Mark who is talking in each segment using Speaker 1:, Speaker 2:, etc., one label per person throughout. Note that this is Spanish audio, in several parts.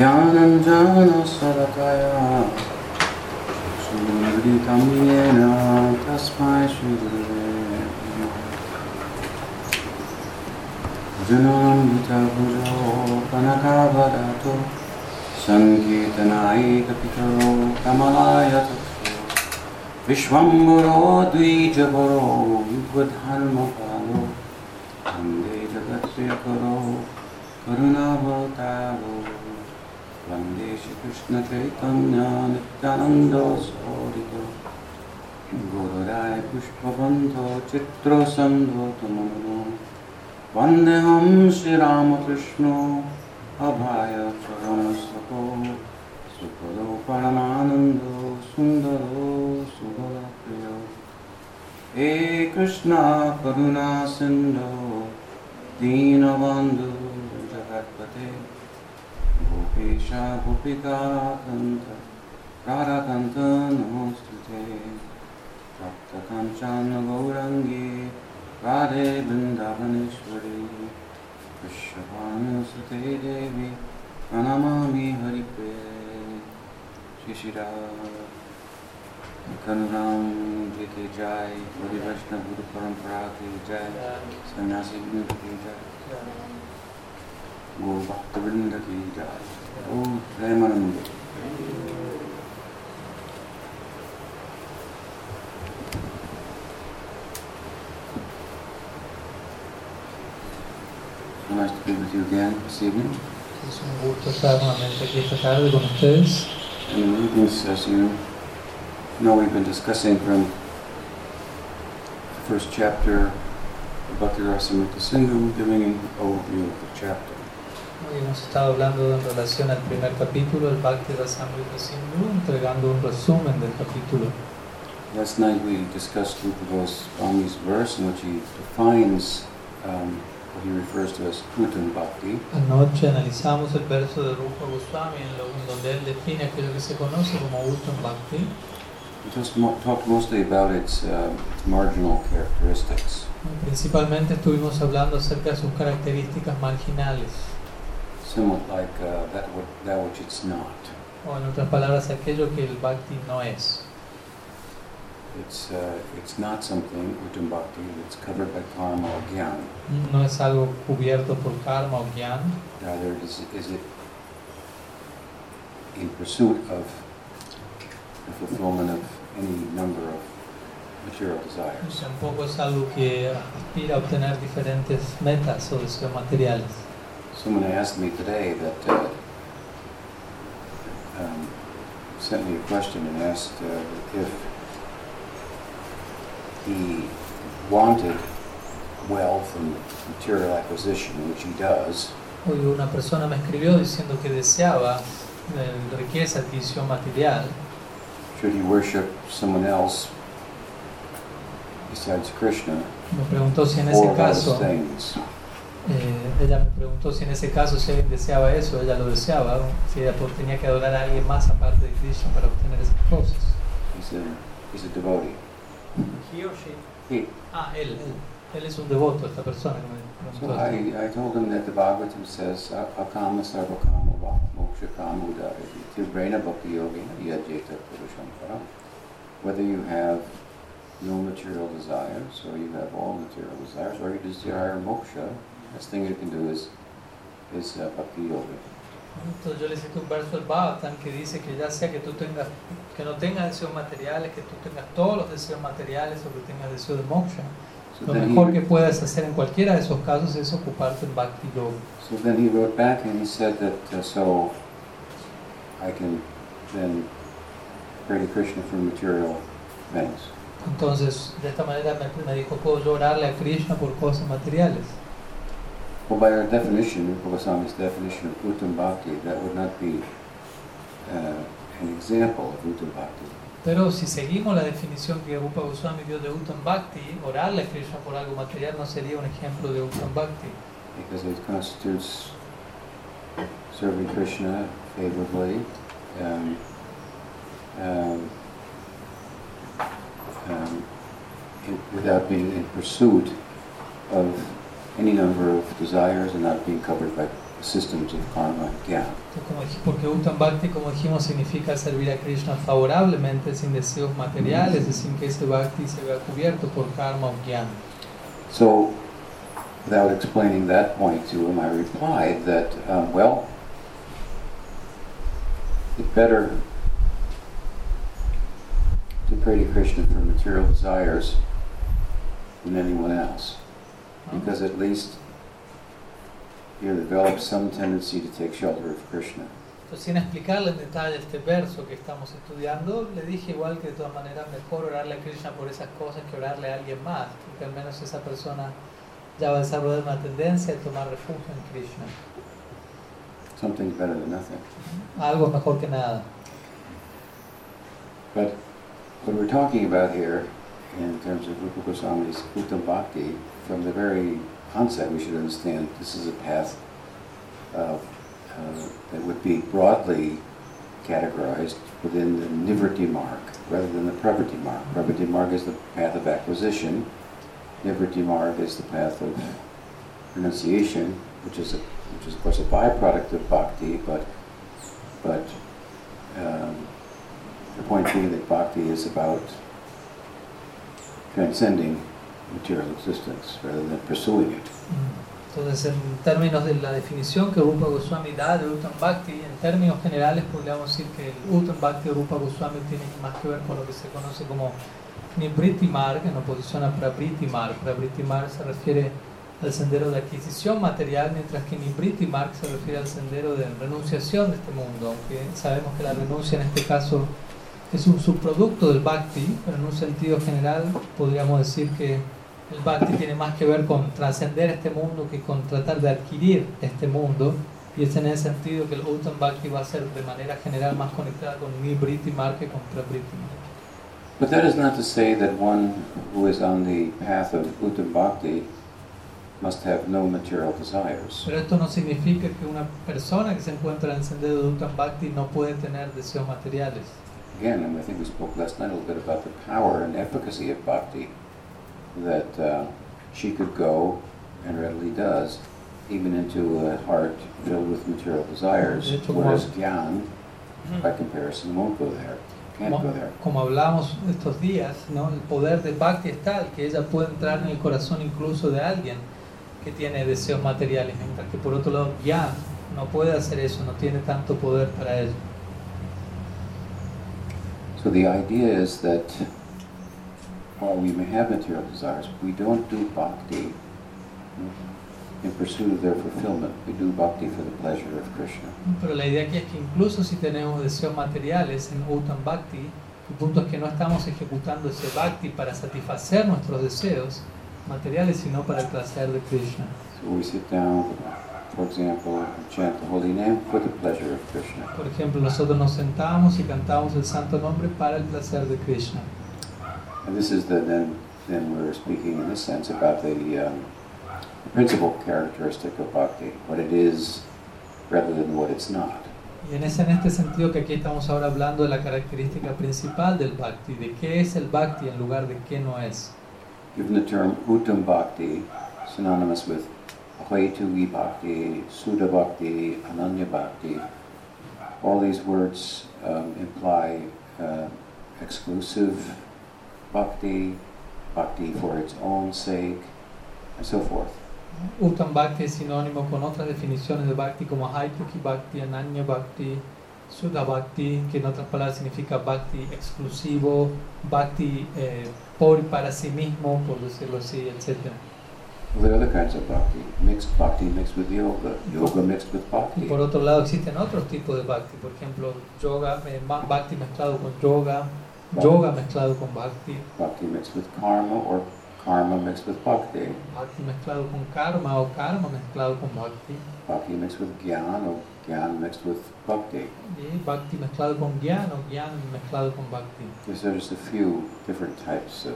Speaker 1: Yanım canına sadakaya Suları kamiyena Tasmay şüdüre Canım bitabujo Panakavadato Sankirtanai kapitaro Kamalaya tatso Vishwamburo Dvijaburo Yugvadhanmapalo Vande Jagatsya Karo Karunavataru Vande Shri Krishna Chaitanya Nityananda Sarito Gururai Pushpavanto Chitra Sandho Tamano Vandeham Shri Ramakrishna Abhaya Charanasako Sukado Paramanando Sundaro Sugalapriya He Krishna Karuna Sindhu Deenabandhu Jagatpate Gopesha Gopika Kanta Radhakanta Namostute Sapta Kanchana Gaurangi Radhe Vrindavaneshwari Vishwavana Sute Devi Pranamami Haripe शिशिरा कनुराम जी के जय गुरु वैष्णव गुरु परंपरा के जय सन्यासी वृंद की जय गो भक्त वृंद की जय ओम प्रेमानंद So nice to be with you again this evening.
Speaker 2: Es un gusto estar nuevamente aquí esta tarde con ustedes.
Speaker 1: And the evenings, as you know, we've been discussing from the first chapter of Bhakti Rasamrita Sindhu, giving an overview of the chapter.
Speaker 2: Hoy hemos estado hablando en relación al primer capítulo, el Bhakti Rasamrita Sindhu, entregando un resumen del capítulo.
Speaker 1: Last night we discussed Rupa Swami's verse in which he defines um, what he refers to as Kutan Bhakti.
Speaker 2: Anoche analizamos el verso de Rupa Goswami en lo- donde él define aquello que se conoce como Uttam Bhakti.
Speaker 1: We just mo- talked mostly about its, uh, its marginal characteristics.
Speaker 2: Principalmente estuvimos hablando acerca de sus características marginales,
Speaker 1: Somewhat like uh, that, what, that which it's not.
Speaker 2: o en otras palabras, aquello que el Bhakti no es.
Speaker 1: It's, uh, it's not something, Uttam Bhakti, that's covered by karma or jnana.
Speaker 2: No es algo cubierto por karma o jnana.
Speaker 1: Rather, is, is it in pursuit of the fulfillment of any number of material
Speaker 2: O
Speaker 1: desires?
Speaker 2: sea, un poco Pues es algo que aspira a obtener diferentes metas o deseos materiales.
Speaker 1: Someone asked me today that uh, um, sent me a question and asked uh, if he wanted wealth and material acquisition, which he does,
Speaker 2: Hoy una persona me escribió diciendo que deseaba eh, riqueza, adquisición material,
Speaker 1: should he worship someone else besides Krishna
Speaker 2: me preguntó si en
Speaker 1: or
Speaker 2: ese
Speaker 1: those
Speaker 2: caso,
Speaker 1: things?
Speaker 2: eh, ella me preguntó si en ese caso si alguien deseaba eso, ella lo deseaba, o si ella pues, tenía que adorar a alguien más aparte de Krishna para obtener esas cosas.
Speaker 1: He's a, he's a devotee. He.
Speaker 2: Ah, él, él, Él es un devoto, esta persona que me
Speaker 1: So
Speaker 2: preguntó.
Speaker 1: I, I told him that the Bhagavatam says, Akama sarvakama va moksha kama udarati tibrena bhakti yogina yajeta purusham param. Whether you have no material desires, or you have all material desires, or you desire moksha, best thing you can do is, is uh, bhakti yoga.
Speaker 2: Entonces yo le cito un verso del Bhagavatam que dice que ya sea que tú tengas, que no tengas deseos materiales, que tú tengas todos los deseos materiales o que tengas deseos de moksha,
Speaker 1: So
Speaker 2: lo
Speaker 1: then,
Speaker 2: mejor que
Speaker 1: he,
Speaker 2: puedes hacer en cualquiera de esos casos es ocuparte en Bhakti Yoga.
Speaker 1: so then he wrote back and he said that, uh, so I can then pray to Krishna for material things.
Speaker 2: Entonces, de esta manera me, me dijo, puedo yo orarle a Krishna por cosas materiales.
Speaker 1: Well, by our definition, Rupa Goswami's definition of Uttam Bhakti, that would not be uh, an example of Uttam Bhakti.
Speaker 2: Pero si seguimos la definición que Rupa Goswami dio de Uttam Bhakti, orarle a Krishna por algo material no sería un ejemplo de Uttam Bhakti.
Speaker 1: because it constitutes serving Krishna favorably, um, um, um, in- without being in pursuit of any number of desires and not being covered by systems of karma and jnana.
Speaker 2: Entonces, como dij- porque Uttam Bhakti, como dijimos, significa servir a Krishna favorablemente, sin deseos materiales y sin que ese Bhakti se vea cubierto por karma o jnana.
Speaker 1: So, without explaining that point to him, I replied that, um, well, it's better to pray to Krishna for material desires than anyone else,
Speaker 2: ¿no?
Speaker 1: because at least you develop some tendency to take shelter of Krishna.
Speaker 2: Entonces, sin explicarle en detalle este verso que estamos estudiando, le dije igual que de todas maneras mejor orarle a Krishna por esas cosas que orarle a alguien más, porque al menos esa persona ya va a desarrollar una tendencia a tomar refugio en Krishna.
Speaker 1: Something's better than nothing.
Speaker 2: Algo es mejor que nada.
Speaker 1: But what we're talking about here, in terms of Rupa Goswami's Uttam Bhakti, from the very onset, we should understand this is a path of, uh, that would be broadly categorized within the Nivritti mark rather than the Pravritti mark. Pravritti mark is the path of acquisition, Nivritti mark is the path of renunciation, which is, a, which is of course a byproduct of bhakti, but, but um, the point being that bhakti is about transcending material existence rather than pursuing it.
Speaker 2: Entonces, en términos de la definición que Rupa Goswami da de Uttam Bhakti, en términos generales podríamos decir que el Uttam Bhakti o Rupa Goswami tiene más que ver con lo que se conoce como Nibriti Marg, en oposición a Prabriti Marg. Prabriti Marg se refiere al sendero de adquisición material, mientras que Nibriti Marg se refiere al sendero de renunciación de este mundo, aunque sabemos que la renuncia en este caso es un subproducto del Bhakti, pero en un sentido general podríamos decir que el bhakti tiene más que ver con trascender este mundo que con tratar de adquirir este mundo. Y es en ese sentido que el Uttam Bhakti va a ser de manera general más conectada con Nibriti Marg que con Prabriti Marg.
Speaker 1: But that is not to say that one who is on the path of Uttam Bhakti must have no material desires.
Speaker 2: Pero esto no significa que una persona que se encuentra en el sendero de Uttam Bhakti no puede tener deseos materiales.
Speaker 1: Again, and I think we spoke last night a little bit about the power and efficacy of bhakti that uh, she could go and readily does even into a heart filled with material desires,
Speaker 2: It's a
Speaker 1: whereas jnana, by comparison, won't go there, can't go there.
Speaker 2: Como hablamos estos días, ¿no? el poder de Bhakti es tal que ella puede entrar en el corazón incluso de alguien que tiene deseos materiales, mientras que por otro lado ya no puede hacer eso, no tiene tanto poder para ella.
Speaker 1: So the idea is that while we may have material desires, we don't do bhakti in pursuit of their fulfillment. We do bhakti for the pleasure of Krishna.
Speaker 2: Pero la idea aquí es que incluso si tenemos deseos materiales en Uttam Bhakti, el punto es que no estamos ejecutando ese Bhakti para satisfacer nuestros deseos materiales, sino para el placer de Krishna.
Speaker 1: So we sit down, for example, and chant the holy name for the pleasure of Krishna.
Speaker 2: Por ejemplo, nosotros nos sentamos y cantamos el santo nombre para el placer de Krishna.
Speaker 1: And this is the then then we're speaking in this sense about the, um, the principal characteristic of bhakti, what it is rather than what it's not.
Speaker 2: Y en, ese, en este sentido que aquí estamos ahora hablando de la característica principal del bhakti, de qué es el bhakti en lugar de qué no es.
Speaker 1: Given the term Uttam Bhakti, synonymous with Ahvetugi Bhakti, Suddha Bhakti, Ananya Bhakti, all these words um, imply uh, exclusive bhakti, bhakti for its own sake, and so forth.
Speaker 2: Uttam bhakti es sinónimo con otras definiciones de bhakti como Haituki bhakti, Ananya bhakti, Sudha bhakti, que en otras palabras significa bhakti exclusivo, bhakti eh, por y para sí mismo, por decirlo así, etc.
Speaker 1: Well, there are other kinds of bhakti, mixed bhakti mixed with yoga, yoga mixed with
Speaker 2: Y
Speaker 1: bhakti.
Speaker 2: por otro lado existen otros tipos de bhakti, por ejemplo, yoga, eh, ma- bhakti mezclado con yoga, yoga mezclado con bhakti.
Speaker 1: Bhakti mixed with karma or karma mixed with bhakti.
Speaker 2: Bhakti mezclado con karma o karma mezclado con bhakti
Speaker 1: Bhakti mixed with jnana or jnana mixed with bhakti.
Speaker 2: y bhakti mezclado con gyan o gyan mezclado con bhakti.
Speaker 1: These are just a few different types of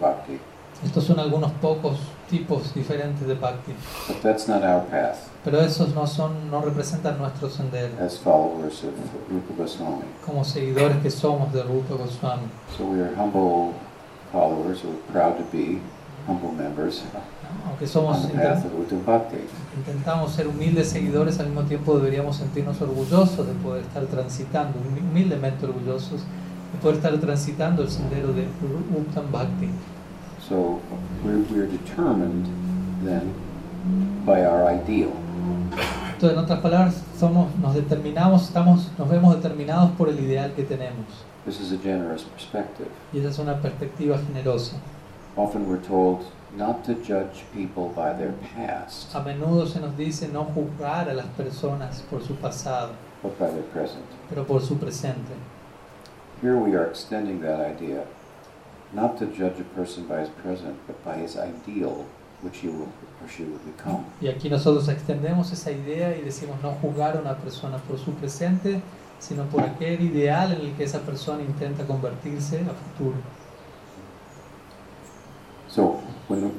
Speaker 1: bhakti,
Speaker 2: Estos son algunos pocos tipos diferentes de bhakti,
Speaker 1: but that's not our path
Speaker 2: pero esos no son no representan nuestro sendero
Speaker 1: as followers of Rupa Goswami.
Speaker 2: como seguidores que somos de Rupa Goswami.
Speaker 1: So we are humble followers, we're proud to be humble members
Speaker 2: ¿no? Aunque
Speaker 1: on
Speaker 2: somos
Speaker 1: the
Speaker 2: inter-
Speaker 1: path of Uttam Bhakti.
Speaker 2: intentamos ser humildes seguidores, al mismo tiempo deberíamos sentirnos orgullosos de poder estar transitando, humildemente orgullosos de poder estar transitando el sendero de Uttam Bhakti.
Speaker 1: So we're, we're determined then by our ideal.
Speaker 2: Entonces, en otras palabras, somos, nos determinamos, estamos, nos vemos determinados por el ideal que tenemos.
Speaker 1: This is a generous perspective.
Speaker 2: Y esa es una perspectiva generosa.
Speaker 1: Often we're told not to judge people by their past,
Speaker 2: A menudo se nos dice no juzgar a las personas por su pasado,
Speaker 1: but by their present.
Speaker 2: pero por su presente.
Speaker 1: Here we are extending that idea, not to judge a person by his present, but by his ideal, which he will or she will become.
Speaker 2: Y aquí nosotros extendemos esa idea y decimos no juzgar a una persona por su presente, sino por aquel ideal en el que esa persona intenta convertirse a futuro.
Speaker 1: So when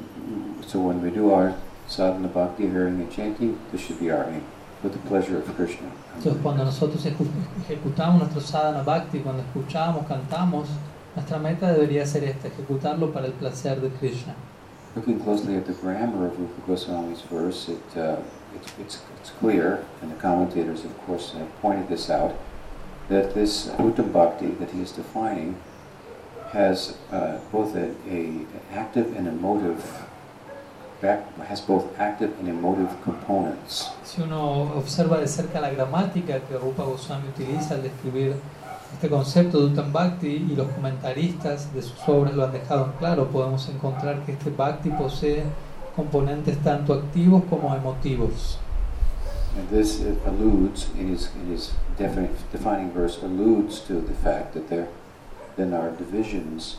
Speaker 1: so when we do our sadhana bhakti hearing and chanting, this should be our aim, with the pleasure of Krishna.
Speaker 2: Entonces cuando nosotros ejecu- ejecutamos nuestro sadhana bhakti, cuando escuchamos, cantamos, nuestra meta debería ser esta, ejecutarlo para el placer de Krishna.
Speaker 1: Looking closely at the grammar of Rupa Goswami's verse, it, uh, it's, it's, it's clear, and the commentators, of course, have pointed this out, that this Uttam Bhakti that he is defining has uh, both a, a an active and emotive back, has both active and emotive components.
Speaker 2: Si uno observa de cerca la gramática que Rupa Goswami utiliza al describir este concepto de Uttam Bhakti y los comentaristas de sus obras lo han dejado en claro, podemos encontrar que este Bhakti posee componentes tanto activos como emotivos.
Speaker 1: And this alludes, in his, in his defini- defining verse, alludes to the fact that there then are divisions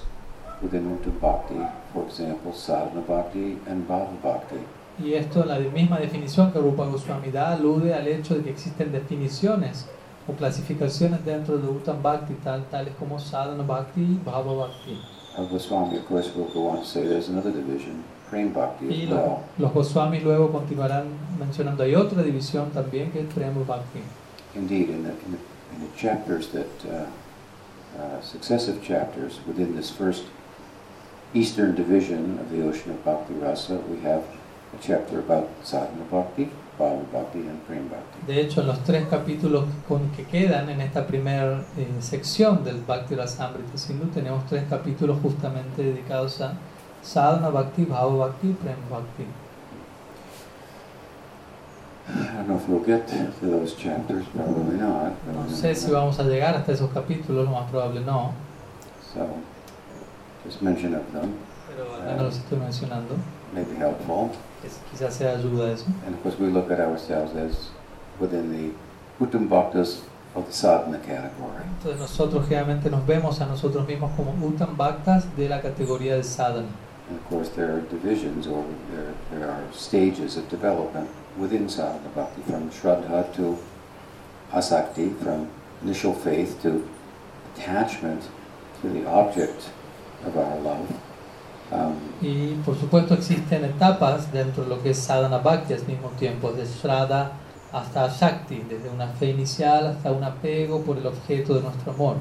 Speaker 1: within Uttam Bhakti, for example, Sadhana Bhakti and Bhava Bhakti.
Speaker 2: Y esto, la misma definición que Rupa Goswami da, alude al hecho de que existen definiciones o clasificaciones dentro de Uttam Bhakti, tal- tales como Sadhana Bhakti y Bhava Bhakti.
Speaker 1: Uh, Goswami, of course, will go on to say there's another division, Prem Bhakti
Speaker 2: Y
Speaker 1: as
Speaker 2: los,
Speaker 1: well.
Speaker 2: los Goswamis luego continuarán mencionando, hay otra división también que es Prema Bhakti.
Speaker 1: Indeed, in the, in the, in the chapters that, uh, uh, successive chapters within this first eastern division of the ocean of Bhakti Rasa, we have a chapter about Sadhana Bhakti, Bhava Bhakti, and Prem Bhakti.
Speaker 2: De hecho, en los tres capítulos con que quedan en esta primera eh, sección del Bhakti Rasamrita Sindhu, tenemos tres capítulos justamente dedicados a Sadhana Bhakti, Bhava Bhakti y Prema Bhakti.
Speaker 1: I don't know if we'll get to those chapters, probably not. but-
Speaker 2: No sé si vamos a llegar hasta esos capítulos, lo más probable no,
Speaker 1: So, just mention of them
Speaker 2: pero al menos los estoy mencionando,
Speaker 1: may be helpful.
Speaker 2: que quizás sea ayuda eso.
Speaker 1: And of course, we look at ourselves as within the Uttam Bhaktas of the sadhana category.
Speaker 2: Entonces nosotros generalmente nos vemos a nosotros mismos como Uttam Bhaktas de la categoría de Sadhana.
Speaker 1: And of course, there are divisions or there, there are stages of development within sadhana bhakti, from shraddha to asakti, from initial faith to attachment to the object of our love. Um,
Speaker 2: Y por supuesto existen etapas dentro de lo que es sadhana bhakti al mismo tiempo, desde Shraddha hasta Shakti, desde una fe inicial hasta un apego por el objeto de nuestro amor.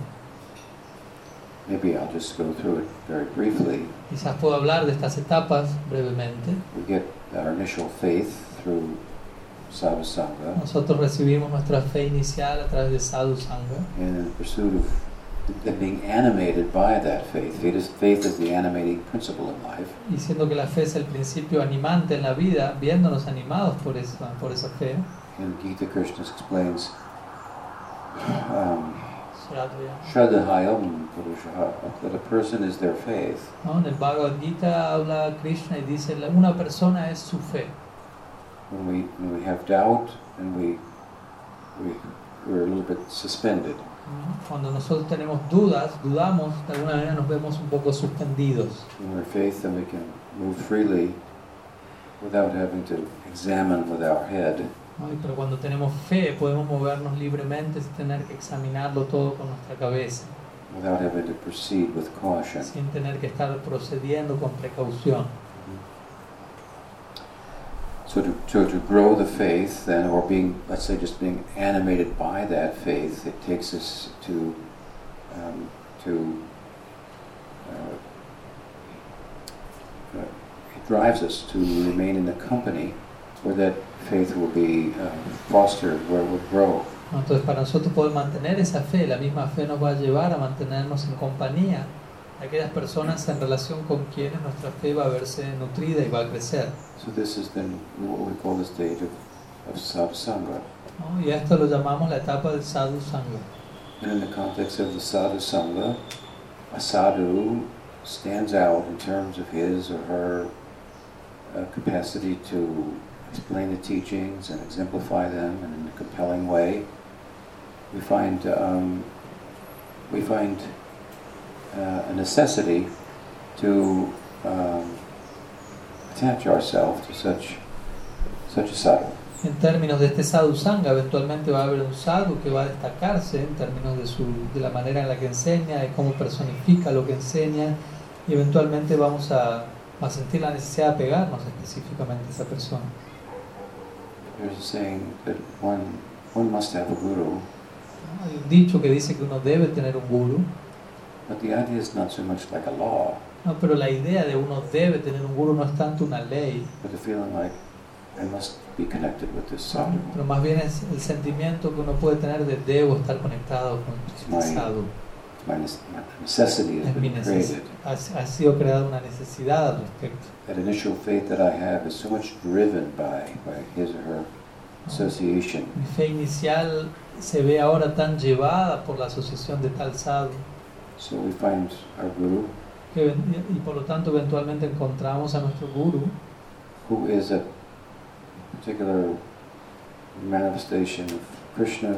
Speaker 1: Maybe I'll just go through it very briefly.
Speaker 2: Quizás puedo hablar de estas etapas brevemente.
Speaker 1: We get our initial faith through sadhusanga,
Speaker 2: Nosotros recibimos nuestra fe inicial a través de sadhu sangha
Speaker 1: and in pursuit of th- being animated by that faith, faith is, faith is the animating principle in life.
Speaker 2: y siendo que la fe es el principio animante en la vida, viéndonos animados por esa, por esa fe,
Speaker 1: And Gita Krishna explains, um,
Speaker 2: Shraddha,
Speaker 1: Shraddhayam Purushaha, that a person is their faith.
Speaker 2: ¿no? en el Bhagavad Gita habla Krishna y dice, "La- una persona es su fe.
Speaker 1: When we, when we have doubt and we, we, we're a little bit suspended.
Speaker 2: Cuando nosotros tenemos dudas, dudamos, de alguna manera nos vemos un poco suspendidos.
Speaker 1: in our faith, then we can move freely without having to examine with our head.
Speaker 2: ¿no? Y- Pero cuando tenemos fe, podemos movernos libremente sin tener que examinarlo todo con nuestra cabeza,
Speaker 1: Without having to proceed with caution.
Speaker 2: sin tener que estar procediendo con precaución.
Speaker 1: So to, to, to grow the faith, then, or being, let's say, just being animated by that faith, it takes us to, um, to, uh, uh, it drives us to remain in the company where that faith will be uh, fostered, where it will grow.
Speaker 2: ¿no? Entonces, para nosotros poder mantener esa fe, la misma fe nos va a llevar a mantenernos en compañía de aquellas personas en relación con quienes nuestra fe va a verse nutrida y va a crecer.
Speaker 1: So this is then what we call the stage of, of sadhusanga.
Speaker 2: ¿no? Y a esto lo llamamos la etapa del sadhu sangha.
Speaker 1: And in the context of the sadhu sangha, a sadhu stands out in terms of his or her uh, capacity to explain the teachings and exemplify them in a compelling way. We find um, we find uh, a necessity to um, attach ourselves to such such a sadhu.
Speaker 2: En términos de este sadhu sangha, eventualmente va a haber un sadhu que va a destacarse en términos de, su, de la manera en la que enseña, de cómo personifica lo que enseña, y eventualmente vamos a, a sentir la necesidad de pegarnos específicamente a esa persona.
Speaker 1: There's a saying that one one must have a guru,
Speaker 2: ¿no? Hay un dicho que dice que uno debe tener un guru,
Speaker 1: but the idea is not so much like a law,
Speaker 2: ¿no? pero la idea de uno debe tener un guru no es tanto una ley,
Speaker 1: but the feeling like I must be connected with this
Speaker 2: ¿no?
Speaker 1: sadhu.
Speaker 2: pero más bien es el sentimiento que uno puede tener de debo estar conectado con
Speaker 1: My-
Speaker 2: el sadhu.
Speaker 1: My, ne- my necessity has
Speaker 2: Es mi
Speaker 1: been
Speaker 2: neces-
Speaker 1: created.
Speaker 2: ha, ha sido creada una necesidad al respecto.
Speaker 1: That initial faith that I have is so much driven by by his or her association.
Speaker 2: Mi fe inicial se ve ahora tan llevada por la asociación de tal sadhu
Speaker 1: So we find our guru,
Speaker 2: que, ven- y por lo tanto eventualmente encontramos a nuestro guru,
Speaker 1: who is a particular manifestation of Krishna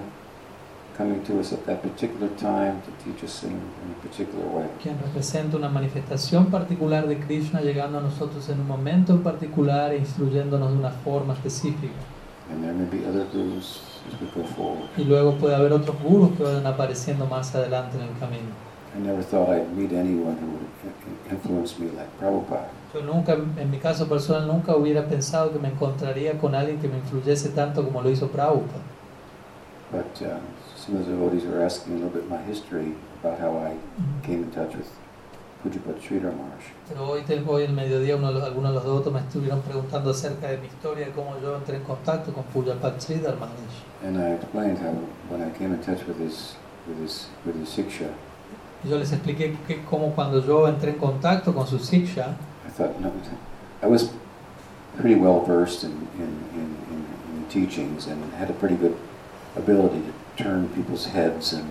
Speaker 1: coming to us at that particular time to teach us in, in a particular way.
Speaker 2: quien representa una manifestación particular de Krishna llegando a nosotros en un momento en particular e instruyéndonos de una forma específica.
Speaker 1: And there may be other gurus as we go forward.
Speaker 2: Y luego puede haber otros gurus que vayan apareciendo más adelante en el camino.
Speaker 1: I never thought I'd meet anyone who would in- influence me like Prabhupada.
Speaker 2: Yo nunca, en mi caso personal, nunca hubiera pensado que me encontraría con alguien que me influyese tanto como lo hizo Prabhupada.
Speaker 1: But um, some of the devotees were asking a little bit my history about how I came in touch with Pujapati Sridhar Maharaj.
Speaker 2: Pero hoy, te- hoy en el mediodía uno de los- algunos de los devotos me estuvieron preguntando acerca de mi historia, de cómo yo entré en contacto con Pujapat Sridhar Maharaj.
Speaker 1: And I explained how when I came in touch with his with his with his siksha,
Speaker 2: Y yo les expliqué que cómo cuando yo entré en contacto con su Siksha,
Speaker 1: I thought no, I was pretty well versed in in, in, in in teachings and had a pretty good ability to turn people's heads and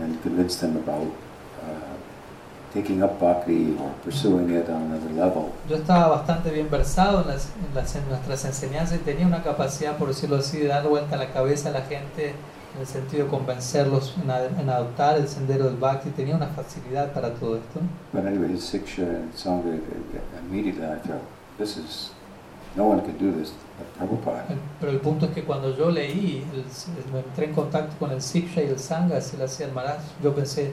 Speaker 1: and convince them about uh, taking up bhakti or pursuing it on another level.
Speaker 2: yo estaba bastante bien versado en, las- en las- en nuestras enseñanzas y tenía una capacidad, por decirlo así, de dar vuelta la cabeza a la gente en el sentido de convencerlos en, ad- en adoptar el sendero del Bhakti. Tenía una facilidad para todo esto.
Speaker 1: But anyway, his siksha and sangha immediately I thought this is no one can do this but Prabhupada.
Speaker 2: El- Pero el punto es que cuando yo leí, el- el- me entré en contacto con el Siksha y el Sangha, se la hacía el Maharaj, yo pensé,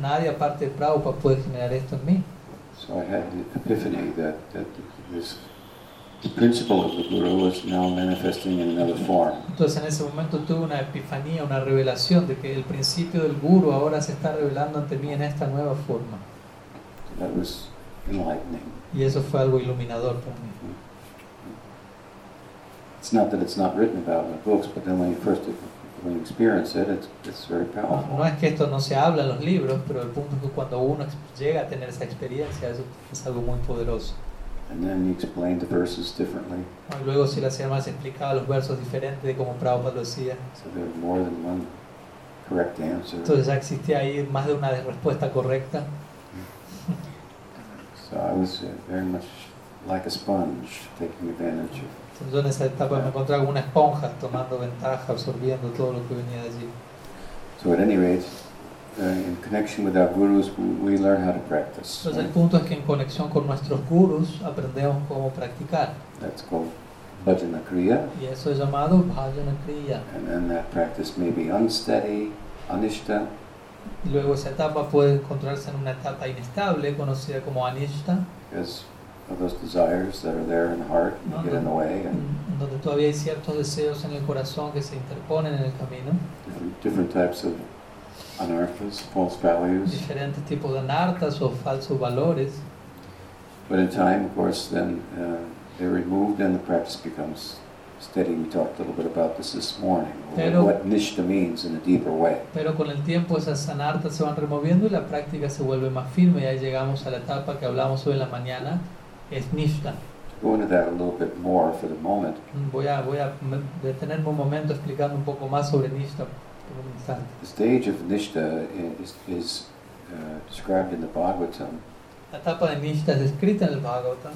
Speaker 2: nadie aparte de Prabhupada puede generar esto en mí.
Speaker 1: So I had the epiphany that, that this the principle of the Guru is now manifesting in another form.
Speaker 2: Entonces en ese momento tuve una epifanía, una revelación de que el principio del Guru ahora se está revelando ante mí en esta nueva forma.
Speaker 1: That was enlightening.
Speaker 2: Y eso fue algo iluminador para mí.
Speaker 1: It's not that it's not written about in the books, but then when you first when you experience it, it's, it's very
Speaker 2: No,
Speaker 1: powerful.
Speaker 2: no es que esto no se habla en los libros, pero el punto es que cuando uno ex- llega a tener esa experiencia, eso es algo muy poderoso.
Speaker 1: And then he explained the verses differently,
Speaker 2: Y luego si la más explicaba los versos diferentes de cómo Prabhupada lo hacía.
Speaker 1: so there were more than one correct answer.
Speaker 2: Entonces ya existía ahí más de una respuesta correcta.
Speaker 1: So I was uh, very much like a sponge, taking advantage of
Speaker 2: Entonces, yo en esa etapa me encontraba como una esponja tomando ventaja, absorbiendo todo lo que venía de allí.
Speaker 1: So at any rate, uh, in connection with our gurus, we, we learn how to practice. Uh,
Speaker 2: Entonces el
Speaker 1: right?
Speaker 2: punto es que en conexión con nuestros gurus aprendemos cómo practicar.
Speaker 1: That's called bhajana kriya,
Speaker 2: Y eso es llamado Bhajana Kriya.
Speaker 1: and then that practice may be unsteady, anishta,
Speaker 2: Y luego esa etapa puede encontrarse en una etapa inestable, conocida como Anishta,
Speaker 1: because of those desires that are there in the heart and get in the way, and
Speaker 2: en donde todavía hay ciertos deseos en el corazón que se interponen en el camino,
Speaker 1: different, different types of anarthas, false values.
Speaker 2: diferentes tipos de anartas o falsos valores.
Speaker 1: But in time, of course, then uh, they're removed and the practice becomes steady. We talked a little bit about this this morning,
Speaker 2: Pero-
Speaker 1: what nishta means in a deeper way.
Speaker 2: Pero con el tiempo esas anartas se van removiendo y la práctica se vuelve más firme. Y ahí llegamos a la etapa que hablamos hoy en la mañana, es nishta.
Speaker 1: Go into that a little bit more for the moment.
Speaker 2: Voy a, voy a me- detenerme un momento explicando un poco más sobre nishta por un instante.
Speaker 1: The stage of nishta i- is, is uh, described in the Bhagavatam.
Speaker 2: La etapa de nishta es escrita en el Bhagavatam.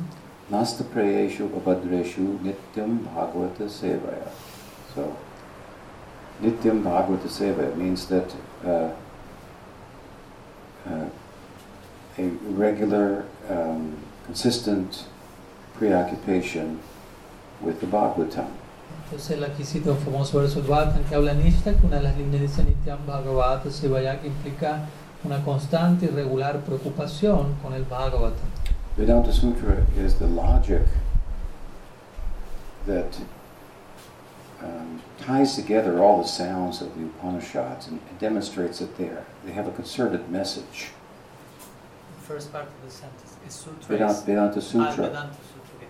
Speaker 1: Nasta prayeshu abhadreshu nityam bhagavata sevaya. So, nityam bhagavata sevaya means that uh, uh, a regular, um, consistent preoccupation with the Bhagavatam.
Speaker 2: Entonces él aquí cita un famoso verso del Bhagavatam que habla de nishta, que una de las líneas dice nityam bhagavata sevaya, que implica una constante y regular preocupación con el Bhagavatam.
Speaker 1: Vedanta Sutra is the logic that um, ties together all the sounds of the Upanishads and demonstrates that they, are, they have a concerted message.
Speaker 3: First part of the sentence is sutra.
Speaker 1: Vedanta,
Speaker 3: is- Ah, Vedanta
Speaker 1: Vedanta Sutra.
Speaker 3: Sutra. okay.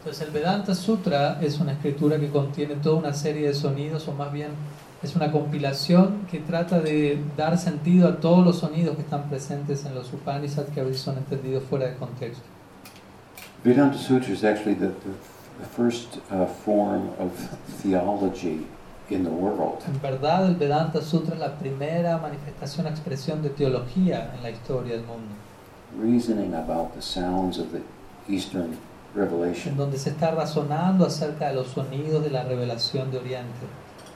Speaker 2: Entonces el Vedanta Sutra es una escritura que contiene toda una serie de sonidos, o más bien es una compilación que trata de dar sentido a todos los sonidos que están presentes en los Upanishads que a veces son entendidos fuera de contexto.
Speaker 1: Vedanta Sutra is actually the, the, the first uh, form of theology in the world.
Speaker 2: En verdad el Vedanta Sutra es la primera manifestación, expresión de teología en la historia del mundo,
Speaker 1: Reasoning about the sounds of the Eastern
Speaker 2: en
Speaker 1: revelation.
Speaker 2: donde se está razonando acerca de los sonidos de la revelación de Oriente.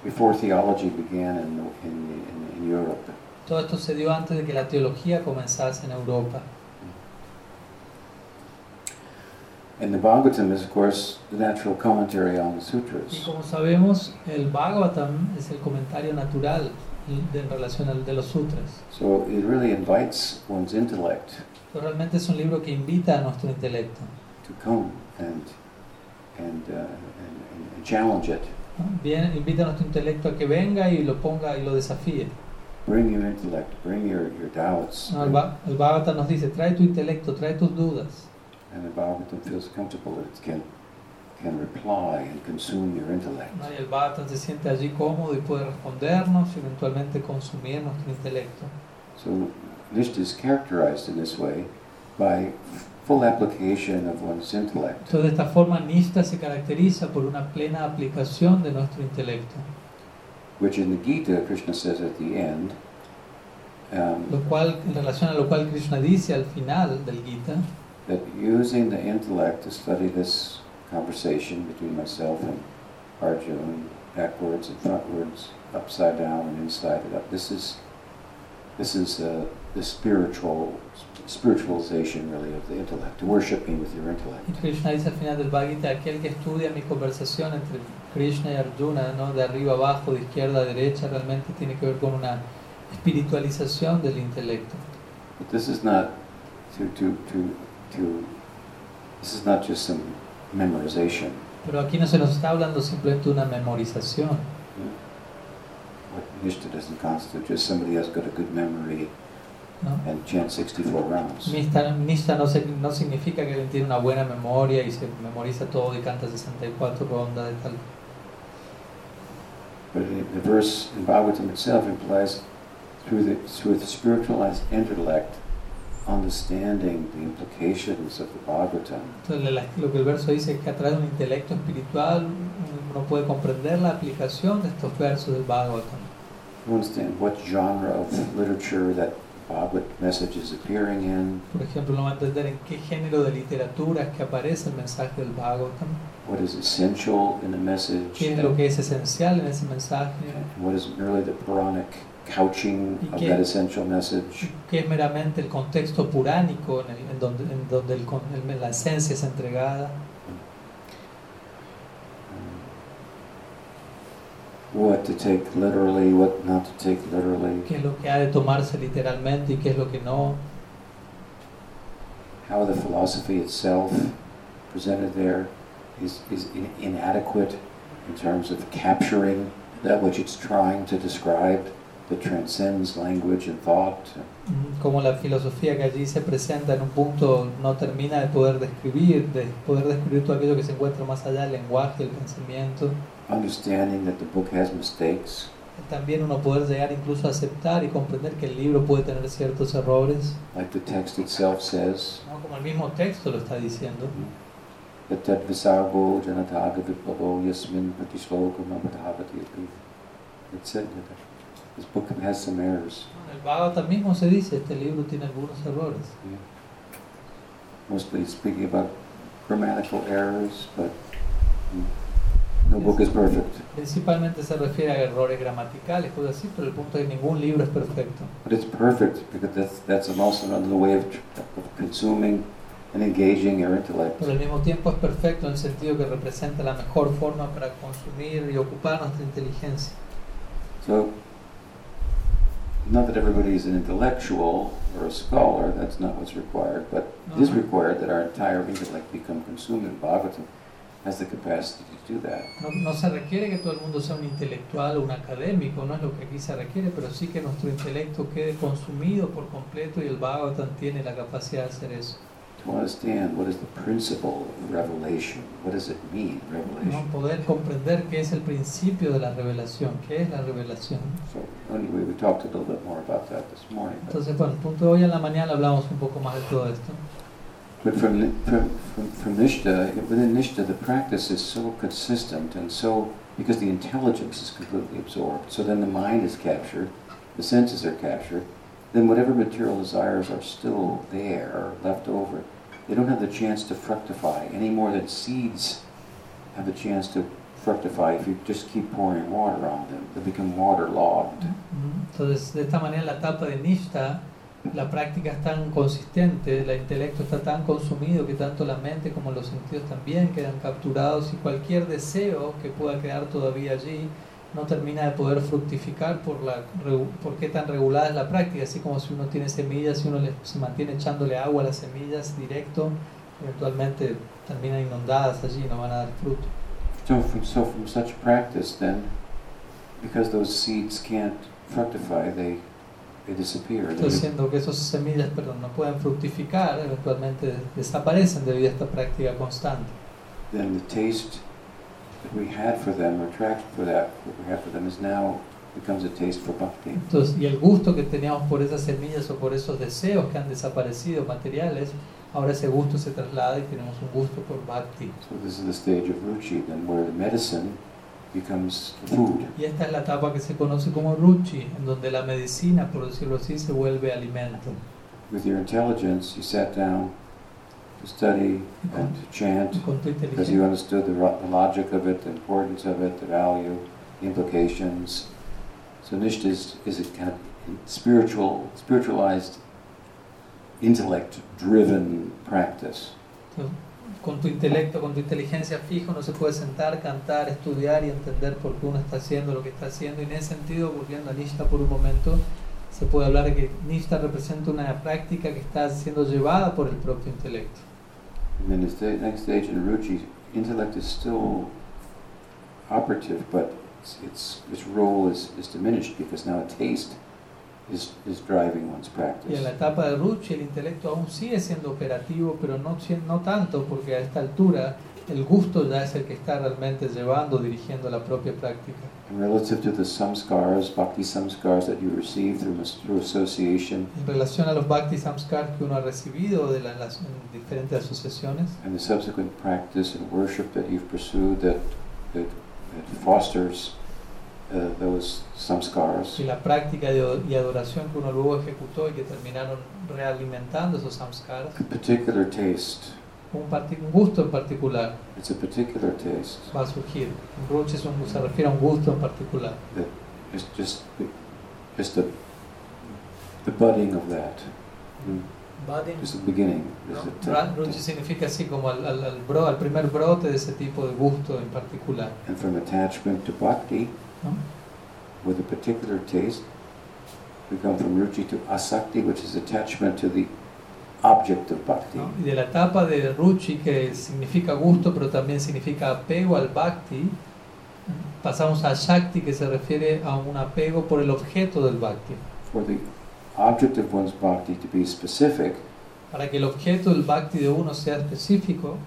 Speaker 1: Before theology began in, the, in, the, in, in Europe,
Speaker 2: Todo esto se dio antes de que la teología comenzase en Europa.
Speaker 1: And the Bhagavatam is, of course, the natural commentary on the
Speaker 2: Y
Speaker 1: sutras.
Speaker 2: como sabemos, el Bhagavatam es el comentario natural de- en relación al de los sutras.
Speaker 1: So it really invites one's intellect
Speaker 2: Pero realmente es un libro que invita a nuestro intelecto,
Speaker 1: to come and and, uh, and, and- and challenge it,
Speaker 2: ¿no? Bien, invita a nuestro intelecto a que venga y lo ponga y lo desafíe.
Speaker 1: bring your intellect, bring your, your doubts,
Speaker 2: ¿no? El, Bha- el Bhagavatam nos dice, trae tu intelecto, trae tus dudas.
Speaker 1: and the Bhagavatam feels comfortable that it can can reply and consume your intellect.
Speaker 2: ¿no? Y el Bhagavatam se siente allí cómodo y puede respondernos y eventualmente consumir nuestro intelecto.
Speaker 1: So Nishta is characterized in this way by full application of one's intellect.
Speaker 2: Entonces de esta forma Nishta se caracteriza por una plena aplicación de nuestro intelecto,
Speaker 1: Which in the Gita, Krishna says at the end, um,
Speaker 2: lo cual, en relación a lo cual Krishna dice al final del Gita,
Speaker 1: that using the intellect to study this conversation between myself and Arjun, backwards and frontwards, upside down and inside and up. This is this is uh, the spiritual spiritualization really of the intellect. To worship me with your intellect.
Speaker 2: Y Krishna dice al final del Bhagavad Gita, aquel que estudia mi conversación entre Krishna y Arjuna, ¿no? de arriba a abajo, de izquierda a derecha, realmente tiene que ver con una espiritualización del intelecto.
Speaker 1: But this is not to to to to. This is not just some memorization.
Speaker 2: Pero aquí no se nos está hablando simplemente de una memorización.
Speaker 1: What Nishta doesn't constitute just somebody has got a good memory
Speaker 2: ¿no?
Speaker 1: and chant 64 rounds.
Speaker 2: Nishta, nishta no, se- no significa que alguien tiene una buena memoria y se memoriza todo y canta 64 rondas de tal.
Speaker 1: But the the verse in Bhagavatam itself implies through the, through the spiritualized intellect, understanding the implications of the Bhagavatam.
Speaker 2: Entonces, la- lo que el verso dice es que a través de un intelecto espiritual uno puede comprender la aplicación de estos versos del Bhagavatam.
Speaker 1: You understand what genre of literature that Bhagavat message is appearing in,
Speaker 2: Por ejemplo, no va a entender en qué género de literatura es que aparece el mensaje del Bhagavatam,
Speaker 1: what is essential in the message,
Speaker 2: qué es lo que es esencial en ese mensaje,
Speaker 1: and what is merely the Puranic couching of
Speaker 2: Okay.
Speaker 1: that essential message.
Speaker 2: qué es meramente el contexto puránico en, el- en donde, en donde el con- el- la esencia es entregada.
Speaker 1: Um, What to take literally, what not to take literally,
Speaker 2: qué es lo que ha de tomarse literalmente y qué es lo que no,
Speaker 1: how the philosophy itself presented there is, is in- inadequate in terms of capturing that which it's trying to describe. that transcends language and thought,
Speaker 2: mm, como la filosofía que allí se presenta en un punto no termina de poder describir, de poder describir todo aquello que se encuentra más allá del lenguaje, el pensamiento.
Speaker 1: understanding that the book has mistakes,
Speaker 2: También uno poder llegar incluso a aceptar y comprender que el libro puede tener ciertos errores,
Speaker 1: like the text itself says,
Speaker 2: ¿no? como el mismo texto lo está diciendo.
Speaker 1: that that visargo janataga viplavo yasmin pratishlokam abhadhavati api. It's it. This book has some errors.
Speaker 2: En el Bhagavatam mismo se dice, este libro tiene algunos errores.
Speaker 1: Yeah. Mostly speaking about grammatical errors, but mm, no book is perfect.
Speaker 2: Principalmente se refiere a errores gramaticales, cosas así, pero el punto es que ningún libro es perfecto.
Speaker 1: But it's perfect because that's, that's also another way of, tr- of consuming and engaging your intellect.
Speaker 2: Pero al mismo tiempo es perfecto en el sentido que representa la mejor forma para consumir y ocupar nuestra inteligencia.
Speaker 1: So, not that everybody is an intellectual or a scholar, that's not what's required, but it is
Speaker 2: No.
Speaker 1: required that our entire intellect become consumed in Bhagavatam, has the capacity to do that.
Speaker 2: No, no se requiere que todo el mundo sea un intelectual o un académico, no es lo que aquí se requiere, pero sí que nuestro intelecto quede consumido por completo y el Bhagavatam tiene la capacidad de hacer eso.
Speaker 1: To understand what is the principle of the revelation, what does it mean,
Speaker 2: ¿no?
Speaker 1: revelation?
Speaker 2: Poder comprender qué es el principio de la revelación, qué es la revelación.
Speaker 1: So, anyway, we talked a little bit more about that this morning. But,
Speaker 2: Entonces, bueno, el punto de hoy en la mañana hablamos un poco más de todo esto.
Speaker 1: but from, Ni- from, from, from Nishta, within Nishta, the practice is so consistent and so, because the intelligence is completely absorbed, so then the mind is captured, the senses are captured, then whatever material desires are still there, left over, they don't have the chance to fructify any more than seeds have the chance to fructify if you just keep pouring water on them. They become waterlogged.
Speaker 2: Entonces, de esta manera, la etapa de Nishta, la práctica es tan consistente, el intelecto está tan consumido que tanto la mente como los sentidos también quedan capturados y cualquier deseo que pueda quedar todavía allí no termina de poder fructificar por, la, regu- por qué tan regulada es la práctica, así como si uno tiene semillas, si uno le- se mantiene echándole agua a las semillas directo, eventualmente terminan inundadas allí y no van a dar fruto.
Speaker 1: So from, so from such practice, then, because those seeds can't fructify, they, they disappear. They-
Speaker 2: Entonces, siendo que esas semillas perdón, no pueden fructificar, eventualmente desaparecen debido a esta práctica constante.
Speaker 1: then the taste that we had for them, or attraction for that, that we had for them, is now becomes a taste for bhakti.
Speaker 2: Entonces, y el gusto que teníamos por esas semillas o por esos deseos que han desaparecido materiales, ahora ese gusto se traslada y tenemos un gusto por bhakti.
Speaker 1: So this is the stage of ruchi, then, where the medicine becomes food.
Speaker 2: Y esta es la etapa que se conoce como ruchi, en donde la medicina, por decirlo así, se vuelve alimento.
Speaker 1: With your intelligence, you sat down to study
Speaker 2: Mm-hmm.
Speaker 1: and to chant
Speaker 2: Con tu
Speaker 1: because
Speaker 2: inteligencia.
Speaker 1: you understood the, ro- the logic of it, the importance of it, the value, the implications. So Nishta is, is a kind of spiritual, spiritualized, intellect-driven practice.
Speaker 2: con tu intelecto, con tu inteligencia fijo, no se puede sentar, cantar, estudiar y entender por qué uno está haciendo lo que está haciendo. Y en ese sentido, volviendo a Nishta por un momento, se puede hablar de que Nishta representa una práctica que está siendo llevada por el propio intelecto.
Speaker 1: And then the sta- next stage in Ruchi, intellect is still operative, but its, its, its role is, is diminished because now taste is, is driving one's
Speaker 2: Y en
Speaker 1: practice.
Speaker 2: la etapa de Ruchi, el intelecto aún sigue siendo operativo, pero no, si- no tanto, porque a esta altura el gusto ya es el que está realmente llevando, dirigiendo la propia práctica.
Speaker 1: And relative to the samskaras, bhakti samskaras that you receive through, mis- through association,
Speaker 2: En relación a los Bhakti Samskar que uno ha recibido de la- las en diferentes asociaciones,
Speaker 1: and the subsequent practice and worship that you've pursued that, that, that fosters uh, those
Speaker 2: y
Speaker 1: samskaras,
Speaker 2: la práctica de o- y adoración que uno luego ejecutó y que terminaron realimentando esos samskaras,
Speaker 1: a particular taste.
Speaker 2: un, parti- un gusto en particular
Speaker 1: It's a particular taste.
Speaker 2: va a surgir. Ruchi es un- se refiere a un gusto en particular,
Speaker 1: It's just, just the, the budding of that. Mm.
Speaker 3: Budding.
Speaker 1: Just the beginning. uh, Just the-
Speaker 2: Ra- Ruchi significa así como al, al- al bro- al primer brote de ese tipo de gusto en particular.
Speaker 1: and from attachment to bhakti,
Speaker 2: ¿no?
Speaker 1: with a particular taste, we come from ruchi to asakti, which is attachment to the object of bhakti.
Speaker 2: ¿no? Y de la etapa de Ruchi, que significa gusto, pero también significa apego al Bhakti, Pasamos a Shakti, que se refiere a un apego por el objeto del Bhakti.
Speaker 1: For the object of one's bhakti to be specific,
Speaker 2: Para que el objeto del Bhakti de uno sea específico,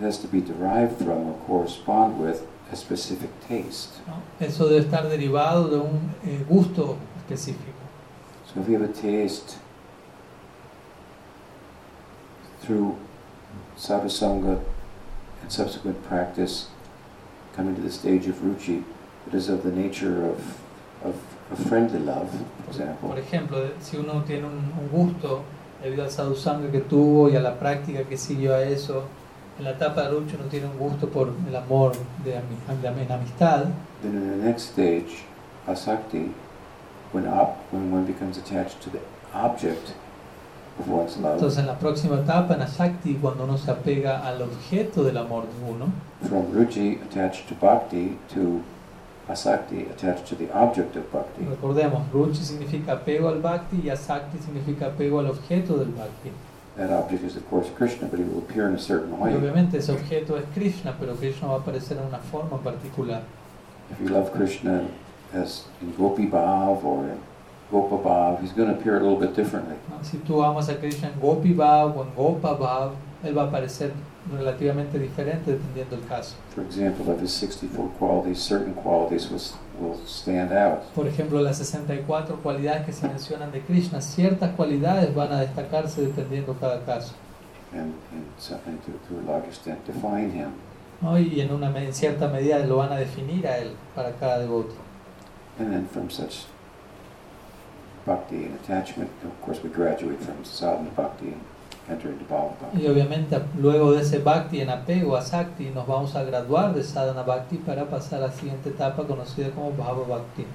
Speaker 1: it has to be derived from or correspond with a specific taste.
Speaker 2: ¿no? eso debe estar derivado de un eh, gusto específico.
Speaker 1: So if you have a taste through sadhusanga and subsequent practice, coming to the stage of ruchi, it is of the nature of, of, of friendly love, for example.
Speaker 2: Por ejemplo, eh, si uno tiene un, un gusto debido al sadhusanga que tuvo y a la práctica que siguió a eso, en la etapa de Rucho uno tiene un gusto por el amor de, ami- de ami- en amistad,
Speaker 1: Then in the next stage, asakti, when, op, when one becomes attached to the object of one's love,
Speaker 2: Entonces, en la próxima etapa, en Asakti, cuando uno se apega al objeto del amor de uno,
Speaker 1: from ruchi attached to bhakti to asakti attached to the object of bhakti.
Speaker 2: recordemos, Ruchi significa apego al Bhakti y Asakti significa apego al objeto del Bhakti.
Speaker 1: That object is, of course, Krishna, but he will appear in a certain
Speaker 2: Y
Speaker 1: way.
Speaker 2: obviamente ese objeto es Krishna, pero Krishna va a aparecer en una forma particular.
Speaker 1: If you love Krishna as in Gopi Bhav or in Gopa Bhav, he's going to appear a little bit differently.
Speaker 2: ¿no? Si tú amas a Krishna en Gopi Bhav o en Gopa Bhav, él va a aparecer relativamente diferente dependiendo del caso.
Speaker 1: For example, of his 64 qualities, certain qualities will, will stand out.
Speaker 2: Por ejemplo, las 64 cualidades que se mencionan de Krishna, ciertas cualidades van a destacarse dependiendo cada caso.
Speaker 1: and, and something to, to a large extent define him.
Speaker 2: ¿no? y en una me- en cierta medida lo van a definir a él para cada devoto.
Speaker 1: And then from such bhakti and attachment, of course, we graduate from sadhana bhakti and enter into bhava bhakti.
Speaker 2: Y obviamente luego de ese bhakti en apego a sakti nos vamos a graduar de sadhana bhakti para pasar a la siguiente etapa conocida como bhava bhakti.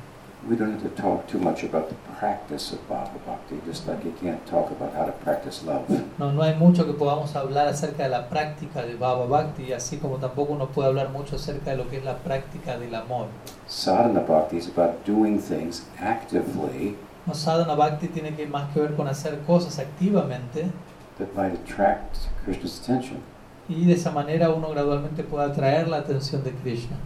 Speaker 1: We don't have to talk too much about the practice of bhava bhakti, just like you can't talk about how to practice love.
Speaker 2: No, no hay mucho que podamos hablar acerca de la práctica de bhava bhakti, así como tampoco uno puede hablar mucho acerca de lo que es la práctica del amor.
Speaker 1: Sadhana bhakti is about doing things actively
Speaker 2: No, sadhana bhakti tiene que más que ver con hacer cosas activamente
Speaker 1: that might attract Krishna's attention,
Speaker 2: y de esa manera uno gradualmente puede atraer la atención de Krishna.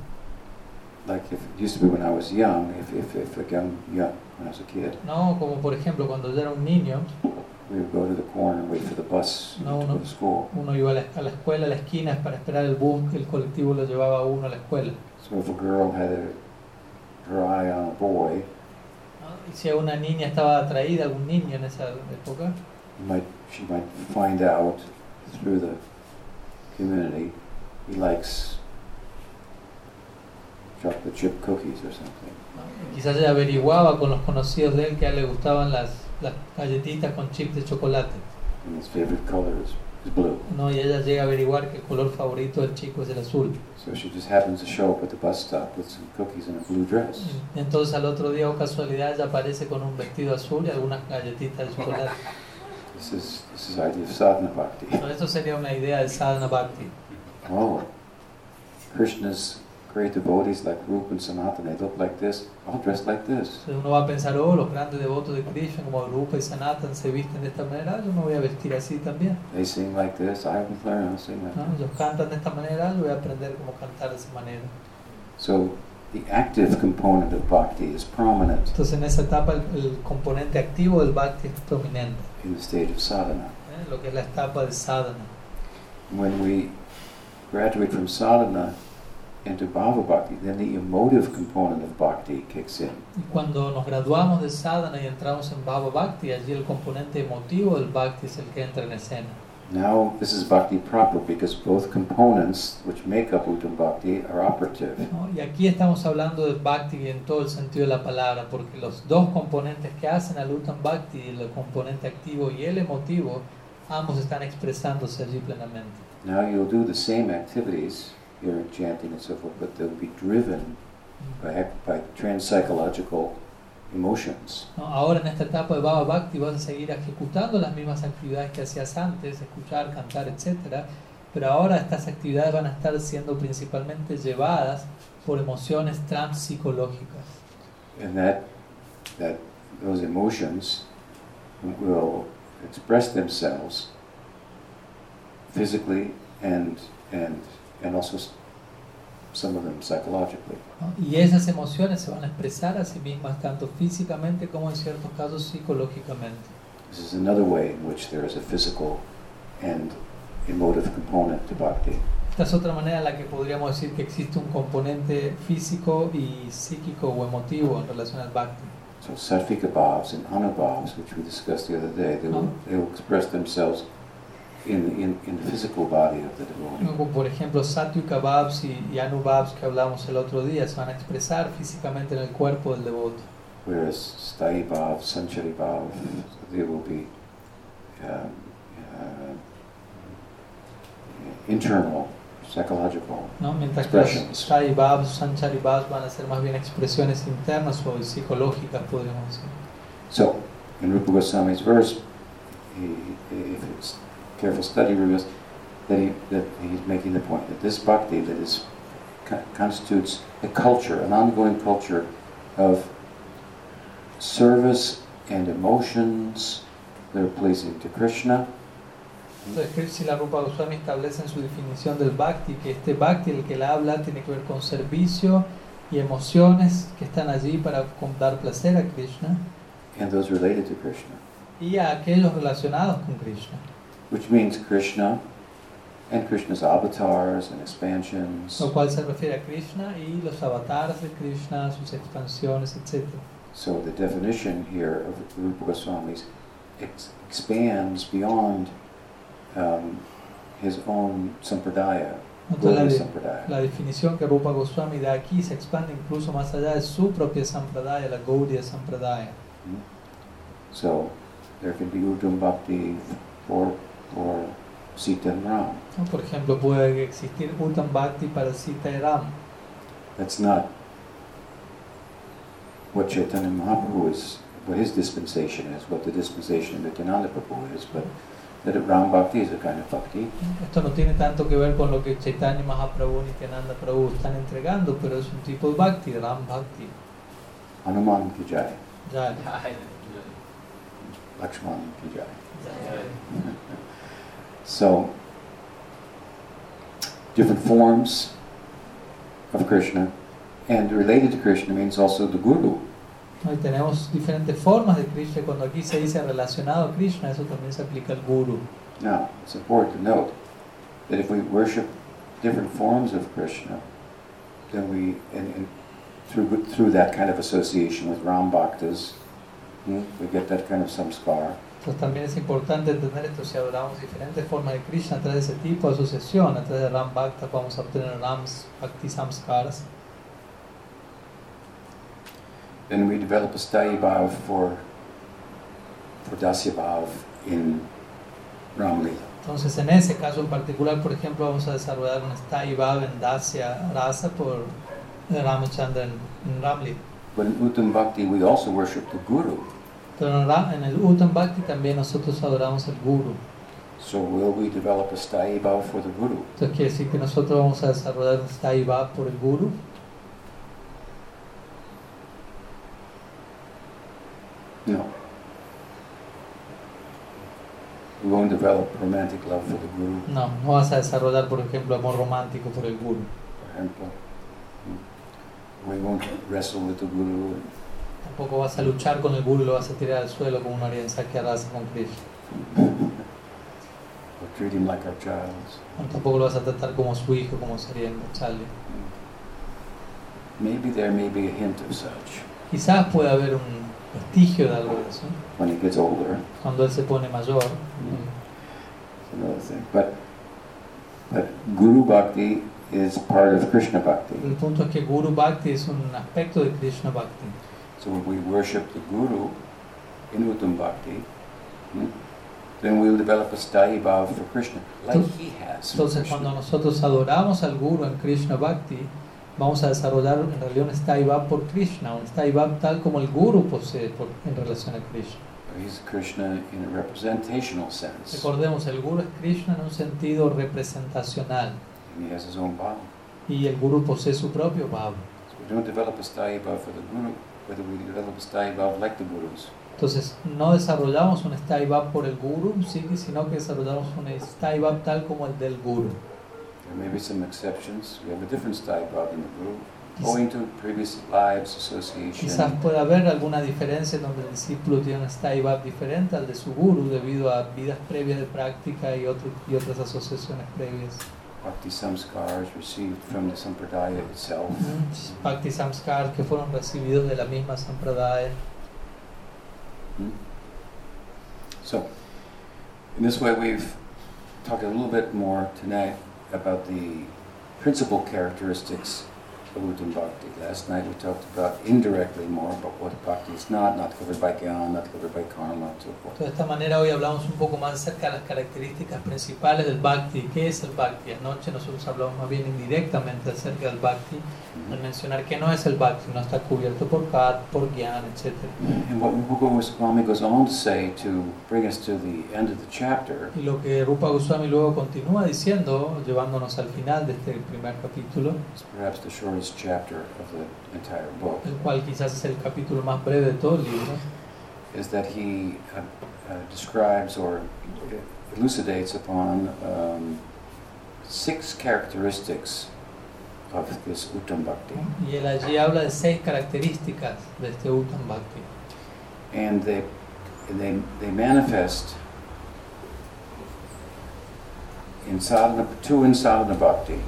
Speaker 1: like if it used to be when I was young, if, if, if a young, young, when I was a kid,
Speaker 2: No, como por ejemplo cuando yo era un niño,
Speaker 1: we would go to the corner and wait for the bus
Speaker 2: No,
Speaker 1: to
Speaker 2: no.
Speaker 1: go to school.
Speaker 2: Uno iba a la, a la escuela, a la esquina, para esperar el bus, que el colectivo lo llevaba a uno a la escuela.
Speaker 1: So if a girl had a, her eye on a boy,
Speaker 2: ¿no? Y si una niña estaba atraída, algún niño en esa época,
Speaker 1: you might, she might find out through the community he likes chocolate chip cookies or something.
Speaker 2: ¿no? Y quizás ella averiguaba con los conocidos de él que a él le gustaban las, las galletitas con chips de chocolate.
Speaker 1: And his favorite color is, is blue.
Speaker 2: ¿no? Y ella llega a averiguar que el color favorito del chico es el azul.
Speaker 1: So she just happens to show up at the bus stop with some cookies and a blue dress.
Speaker 2: Y entonces al otro día, o casualidad, ella aparece con un vestido azul y algunas galletitas de chocolate.
Speaker 1: This is this is the idea of sadhana bhakti.
Speaker 2: Entonces, eso sería una idea de sadhana bhakti.
Speaker 1: Oh, Krishna's great devotees like Rupa and Sanatana, they look like this, all dressed like this.
Speaker 2: Entonces uno va a pensar, oh, los grandes devotos de Krishna como Rupa y Sanatan se visten de esta manera, yo me voy a vestir así también.
Speaker 1: They sing like this, I will learn how to sing like
Speaker 2: ¿no? Ellos cantan de esta manera, yo voy a aprender cómo cantar de esa manera.
Speaker 1: So the active component of bhakti is prominent
Speaker 2: Entonces en esa etapa el, el componente activo del bhakti es prominente,
Speaker 1: in the stage of sadhana.
Speaker 2: ¿eh? lo que es la etapa de sadhana.
Speaker 1: When we graduate from sadhana into bhava bhakti, then the emotive component of bhakti kicks in.
Speaker 2: Y cuando nos graduamos de sadhana y entramos en bhava bhakti, allí el componente emotivo del bhakti es el que entra en escena.
Speaker 1: Now this is bhakti proper because both components which make up uttam bhakti are operative.
Speaker 2: ¿no? Y aquí estamos hablando de bhakti en todo el sentido de la palabra, porque los dos componentes que hacen al Uttam Bhakti, el componente activo y el emotivo, ambos están expresándose allí plenamente.
Speaker 1: Now you'll do the same activities, your chanting and so forth, but they'll be driven by, by transpsychological emotions.
Speaker 2: ¿no? Ahora en esta etapa de Bhava Bhakti vas a seguir ejecutando las mismas actividades que hacías antes, escuchar, cantar, etc. Pero ahora estas actividades van a estar siendo principalmente llevadas por emociones transpsicológicas.
Speaker 1: and that that those emotions will express themselves physically and and and also s- some of them psychologically.
Speaker 2: ¿no? Y esas emociones se van a expresar a sí mismas tanto físicamente como en ciertos casos psicológicamente.
Speaker 1: This is another way in which there is a physical and emotive component to bhakti.
Speaker 2: Esta es otra manera en la que podríamos decir que existe un componente físico y psíquico o emotivo en relación al bhakti.
Speaker 1: So sattvika bhavs and anubhavs, which we discussed the other day, they will, they will express themselves in, in, in the physical body of the devotee.
Speaker 2: Como por ejemplo Satyuka Bhavs y, y Anubhavs que hablamos el otro día se van a expresar físicamente en el cuerpo del devoto.
Speaker 1: Whereas sthayi bhav, sanchari bhav, they will be um, uh, internal, psychological.
Speaker 2: ¿no? Mientras que los
Speaker 1: Expressions.
Speaker 2: Sai Bhavs, Sanchari Bhavs van a ser más bien expresiones internas o psicológicas, podríamos decir.
Speaker 1: So, in Rupa Goswami's verse, he, he- if it's careful study reveals that, he, that he's making the point that this bhakti that is co- constitutes a culture, an ongoing culture of service and emotions that are pleasing to Krishna,
Speaker 2: Entonces, Krishna y la Rupa Goswami establece en su definición del Bhakti que este Bhakti, el que la habla, tiene que ver con servicio y emociones que están allí para con- dar placer a Krishna
Speaker 1: and those related to Krishna,
Speaker 2: y a aquellos relacionados con Krishna.
Speaker 1: which means Krishna and Krishna's avatars and expansions.
Speaker 2: Lo cual se refiere a Krishna y los avatares de Krishna, sus expansiones, etc.
Speaker 1: So the definition here of Rupa Goswami's ex- expands beyond um, his own sampradaya, Gaudiya
Speaker 2: Entonces, la,
Speaker 1: sampradaya.
Speaker 2: la definición que Rupa Goswami da aquí se expande incluso más allá de su propia sampradaya, la Gaudiya sampradaya.
Speaker 1: So there can be Udum Bhakti for, for Sita and Ram.
Speaker 2: ¿no? Por ejemplo, puede existir Uttam Bhakti para Sita y Ram.
Speaker 1: That's not what Chaitanya Mahaprabhu is, what his dispensation is, what the dispensation of Nityananda Prabhu is, but that Ram Bhakti is a kind of bhakti.
Speaker 2: Esto no tiene tanto que ver con lo que Chaitanya Mahaprabhu y Nityananda Prabhu están entregando, pero es un tipo de bhakti, Ram Bhakti.
Speaker 1: Hanuman Ki Jai,
Speaker 2: Ya, ya,
Speaker 1: Lakshman Ki Jai.
Speaker 2: ya.
Speaker 1: So, different forms of Krishna, and related to Krishna means also the Guru.
Speaker 2: ¿No? Y tenemos diferentes formas de Krishna. Cuando aquí se dice relacionado a Krishna, eso también se aplica al Guru.
Speaker 1: Now, it's important to note that if we worship different forms of Krishna, then we, and, and through, through that kind of association with Ram Bhaktas, hmm, we get that kind of samskar.
Speaker 2: Entonces pues también es importante entender esto. Si hablamos diferentes formas de Krishna a través de ese tipo de asociación, a través de Ram Bhakta, vamos a obtener Rams Bhakti Samskaras.
Speaker 1: Then we develop a sthayi bhav for, for dasya bhav in Ram Lila.
Speaker 2: Entonces, en ese caso en particular, por ejemplo, vamos a desarrollar un Stai Bhav en Dasya Rasa por Ramachandra en en Ramli.
Speaker 1: But in Uttam Bhakti, we also worship the Guru.
Speaker 2: Pero en, Ra- en el Uttam Bhakti también nosotros adoramos al Guru.
Speaker 1: So will we develop a sthayi bhav for the Guru?
Speaker 2: Entonces, quiere decir que nosotros vamos a desarrollar un Stai Bhav por el Guru.
Speaker 1: No. We won't develop romantic love for the Guru,
Speaker 2: No, no vas a desarrollar, por ejemplo, amor romántico por el Guru.
Speaker 1: for example. We won't wrestle with the Guru and
Speaker 2: Tampoco vas a luchar con el Guru y lo vas a tirar al suelo como una haría en Sakya Rasa con Krishna.
Speaker 1: or treat him like our child.
Speaker 2: No, Tampoco lo vas a tratar como su hijo, como sería en Charlie.
Speaker 1: Maybe there may be a hint of such
Speaker 2: Quizás pueda haber un vestigio de algo de eso
Speaker 1: when he gets older.
Speaker 2: cuando él se pone mayor.
Speaker 1: It's another thing. But, but Guru Bhakti is part of Krishna Bhakti.
Speaker 2: El punto es que Guru Bhakti es un aspecto de Krishna Bhakti.
Speaker 1: So when we worship the Guru in Uttam Bhakti, hmm, then we'll develop a sthayi bhav for Krishna, like he has. for
Speaker 2: Entonces,
Speaker 1: Krishna.
Speaker 2: cuando nosotros adoramos al Guru en Krishna Bhakti, vamos a desarrollar en realidad un Sthai Bhav por Krishna, un Sthai Bhav tal como el Guru posee por- en relación a Krishna.
Speaker 1: He's Krishna in a representational sense.
Speaker 2: Recordemos, el Guru es Krishna en un sentido representacional
Speaker 1: And he has his own bhav.
Speaker 2: y el Guru posee su propio Bhav.
Speaker 1: So we don't develop a sthayi bhav for the Guru, whether we develop a sthayi bhav like the Gurus.
Speaker 2: Entonces, no desarrollamos un Sthai Bhav por el Guru, sí, sino que desarrollamos un Sthai Bhav tal como el del Guru.
Speaker 1: There may be some exceptions. We have a different style problem in the group, owing to previous lives, association,
Speaker 2: Quizás pueda haber alguna diferencia en donde el discípulo tiene un style diferente al de su guru debido a vidas previas de práctica y, otro- y otras asociaciones previas.
Speaker 1: bhakti samskars received from the sampradaya itself.
Speaker 2: Bhakti samskar que fueron recibidos de la misma sampradaya.
Speaker 1: Hmm? So, in this way, we've talked a little bit more tonight about the principal characteristics of Uttam Bhakti. Last night we talked about indirectly more about what Bhakti is not, not covered by Gyan, not covered by Karma, and so forth.
Speaker 2: De esta manera hoy hablamos un poco más acerca de las características principales del bhakti. ¿Qué es el bhakti? Anoche nosotros hablamos más bien indirectamente acerca del bhakti al
Speaker 1: Mhm.
Speaker 2: mencionar que no es el bhakti, no está cubierto por kat, por gyan, etc.
Speaker 1: And what Rupa Goswami goes on to say to bring us to the end of the chapter
Speaker 2: Y lo que Rupa Goswami luego continúa diciendo, llevándonos al final de este primer capítulo,
Speaker 1: is perhaps the shortest chapter of the entire book.
Speaker 2: el cual quizás es el capítulo más breve de todo el libro,
Speaker 1: is that he uh, uh, describes or elucidates upon um, six characteristics of this Uttam Bhakti.
Speaker 2: y él allí habla de seis características de este Uttam Bhakti.
Speaker 1: And they, and they, they manifest in sadhana, two in sadhana bhakti,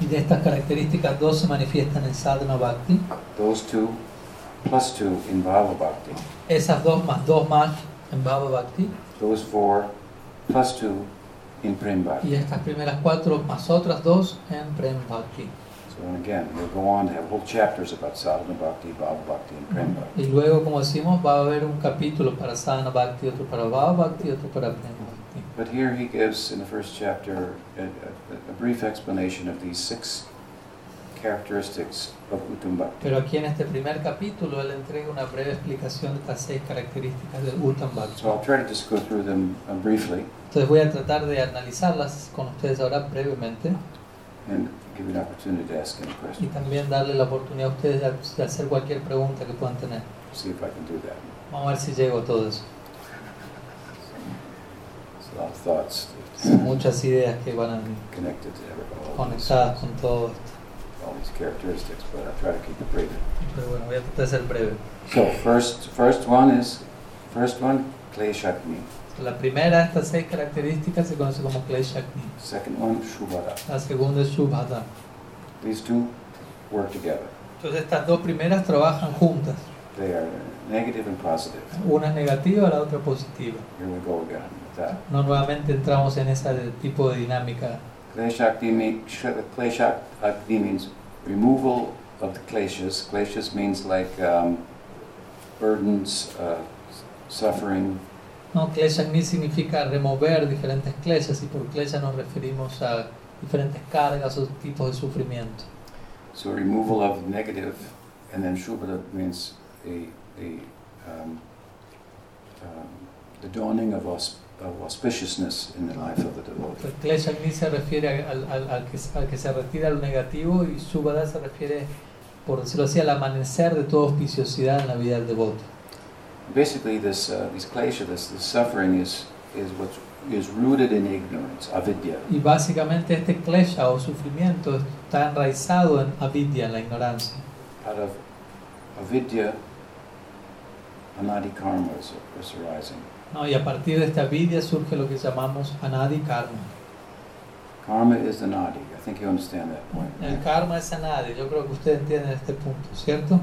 Speaker 2: Y de estas características, dos se manifiestan en sadhana bhakti,
Speaker 1: those two plus two in bhava bhakti,
Speaker 2: esas dos más dos más en bhava bhakti,
Speaker 1: those four plus two in prem bhakti.
Speaker 2: y estas primeras cuatro más otras dos en prem bhakti.
Speaker 1: So again, we'll go on to have whole chapters about sadhana bhakti, bhava bhakti, and prem bhakti.
Speaker 2: Y luego, como decimos, va a haber un capítulo para sadhana bhakti, otro para bhava bhakti, otro para prem bhakti.
Speaker 1: But here he gives in the first chapter a, a, a brief explanation of these six characteristics of Uttam Bhakti.
Speaker 2: Pero aquí en este primer capítulo él entrega una breve explicación de estas seis características del Uttam Bhakti.
Speaker 1: So I'll try to just go through them uh, briefly
Speaker 2: Entonces voy a tratar de analizarlas con ustedes ahora brevemente
Speaker 1: and give you an opportunity to ask any
Speaker 2: y
Speaker 1: questions.
Speaker 2: también darle la oportunidad a ustedes de- de hacer cualquier pregunta que puedan tener.
Speaker 1: See if I can do that.
Speaker 2: Vamos a ver si llego a todo eso.
Speaker 1: It's a lot of thoughts
Speaker 2: Son muchas ideas que van a-
Speaker 1: connected to every, all, these,
Speaker 2: conectadas con todo esto.
Speaker 1: all these characteristics, but I'll try to keep it brief.
Speaker 2: Pero bueno, voy a tratar de ser breve.
Speaker 1: So first, first one is, first one, Kleshakni.
Speaker 2: La primera de estas seis características se conoce como Kleshakni.
Speaker 1: Second one, Shubhara.
Speaker 2: La segunda es Subhata.
Speaker 1: These two work together.
Speaker 2: Entonces estas dos primeras trabajan juntas.
Speaker 1: They are negative and positive.
Speaker 2: Una es negativa, la otra positiva.
Speaker 1: Here we go again with that.
Speaker 2: No nuevamente entramos en ese tipo de dinámica.
Speaker 1: Kleshakti, me- sh- kleshakti means removal of the kleshas. Kleshas means like um, burdens, uh, suffering.
Speaker 2: No, kleshakni significa remover diferentes kleshas y por klesha nos referimos a diferentes cargas o tipos de sufrimiento.
Speaker 1: So removal of negative, and then shubhada means a, a, um, um, the dawning of, aus- of auspiciousness in the life of the devotee.
Speaker 2: El kleshakni Pues se refiere al, al- al que, al que se retira lo negativo y subhada se refiere, por decirlo así, al amanecer de toda auspiciosidad en la vida del devoto.
Speaker 1: Basically, this uh, these klesha, this, this suffering is is what is rooted in ignorance, avidya.
Speaker 2: Y básicamente este klesha o sufrimiento está enraizado en avidya, en la ignorancia.
Speaker 1: out of avidya, anadi karma is, is arising.
Speaker 2: ¿no? Y a partir de esta avidya surge lo que llamamos anadi karma.
Speaker 1: Karma is anadi. I think you understand that point.
Speaker 2: El karma es anadi, yo creo que ustedes entienden este punto, ¿cierto?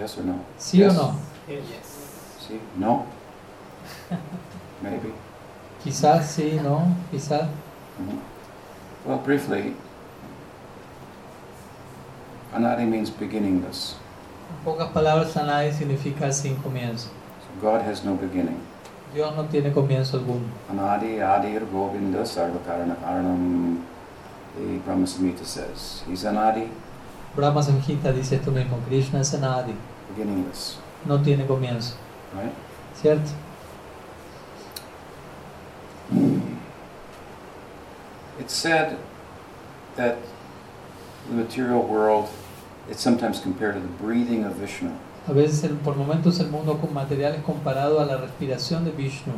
Speaker 1: Yes or no?
Speaker 2: ¿Sí
Speaker 1: Yes.
Speaker 2: o no?
Speaker 3: Yes.
Speaker 1: See? No? Maybe.
Speaker 2: Quizás sí, no, quizás.
Speaker 1: Mhm. Well, briefly, anadi means beginningless.
Speaker 2: En pocas palabras, anadi significa sin comienzo.
Speaker 1: So God has no beginning.
Speaker 2: Dios no tiene comienzo alguno.
Speaker 1: Anadi Adir Govinda Sarvakarana Karanam, the Brahma Samhita says. He's anadi,
Speaker 2: Brahma Samhita dice esto mismo, Krishna es anadi,
Speaker 1: beginningless,
Speaker 2: no tiene comienzo,
Speaker 1: right?
Speaker 2: ¿cierto?
Speaker 1: It's said that the material world is sometimes compared to the breathing of Vishnu.
Speaker 2: A veces, el- por momentos, el mundo con material es comparado a la respiración de Vishnu.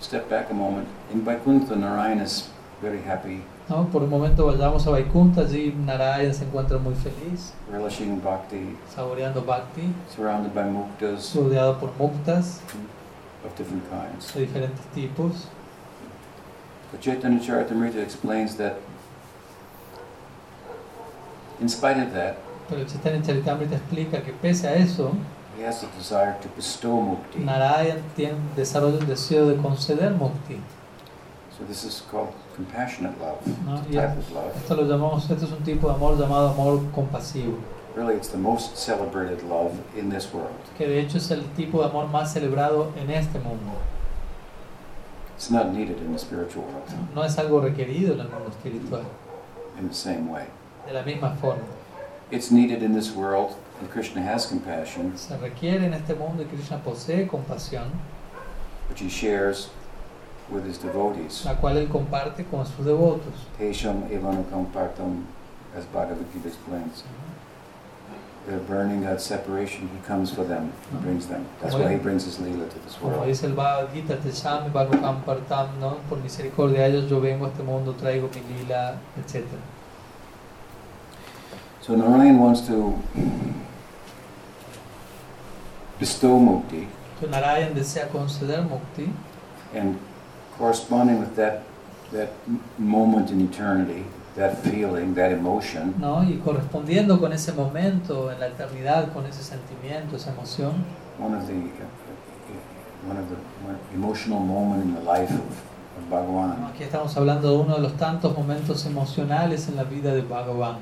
Speaker 1: Step back a moment. In Vaikuntha, Narayana is very happy,
Speaker 2: ¿no? Por un momento vayamos a Vaikunta, allí Narayana se encuentra muy feliz,
Speaker 1: relishing bhakti,
Speaker 2: saboreando bhakti,
Speaker 1: surrounded by muktas
Speaker 2: rodeado por muktas
Speaker 1: of different kinds.
Speaker 2: de diferentes tipos.
Speaker 1: But Chaitanya Charitamrita explains that in spite of that,
Speaker 2: Pero el Chaitanya Charitamrita explica que pese a eso,
Speaker 1: he has a desire to bestow mukti.
Speaker 2: Narayana tiene, desarrolla el deseo de conceder mukti.
Speaker 1: So this is called compassionate love,
Speaker 2: No,
Speaker 1: it's a
Speaker 2: yeah.
Speaker 1: type of love.
Speaker 2: Esto lo llamamos, este es un tipo de amor llamado amor compasivo,
Speaker 1: Really, it's the most celebrated love in this world.
Speaker 2: que de hecho es el tipo de amor más celebrado en este mundo.
Speaker 1: It's not needed in the spiritual world
Speaker 2: No es algo requerido en el mundo espiritual,
Speaker 1: in the same way.
Speaker 2: de la misma forma.
Speaker 1: It's needed in this world, and Krishna has compassion,
Speaker 2: Se requiere en este mundo y Krishna posee compasión,
Speaker 1: which he shares with his devotees.
Speaker 2: la cual él comparte con sus devotos.
Speaker 1: Tesham evanukampartam, as Bhagavad Gita explains. They're burning that separation, he comes for them, he brings them. That's why he brings his Leela to this
Speaker 2: Como
Speaker 1: world.
Speaker 2: dice el Bhagavad Gita, te llame, Partam, ¿no? por misericordia de ellos yo vengo a este mundo, traigo mi lila, etc.
Speaker 1: So Narayan wants to bestow mukti,
Speaker 2: Entonces Narayan desea conceder mukti
Speaker 1: and corresponding with that, that m- moment in eternity, that feeling, that emotion,
Speaker 2: ¿no? y correspondiendo con ese momento en la eternidad, con ese sentimiento, esa emoción,
Speaker 1: one of the one of the one emotional moment in the life of, of
Speaker 2: ¿no?
Speaker 1: Bhagavan
Speaker 2: aquí estamos hablando de uno de los tantos momentos emocionales en la vida de Bhagavan.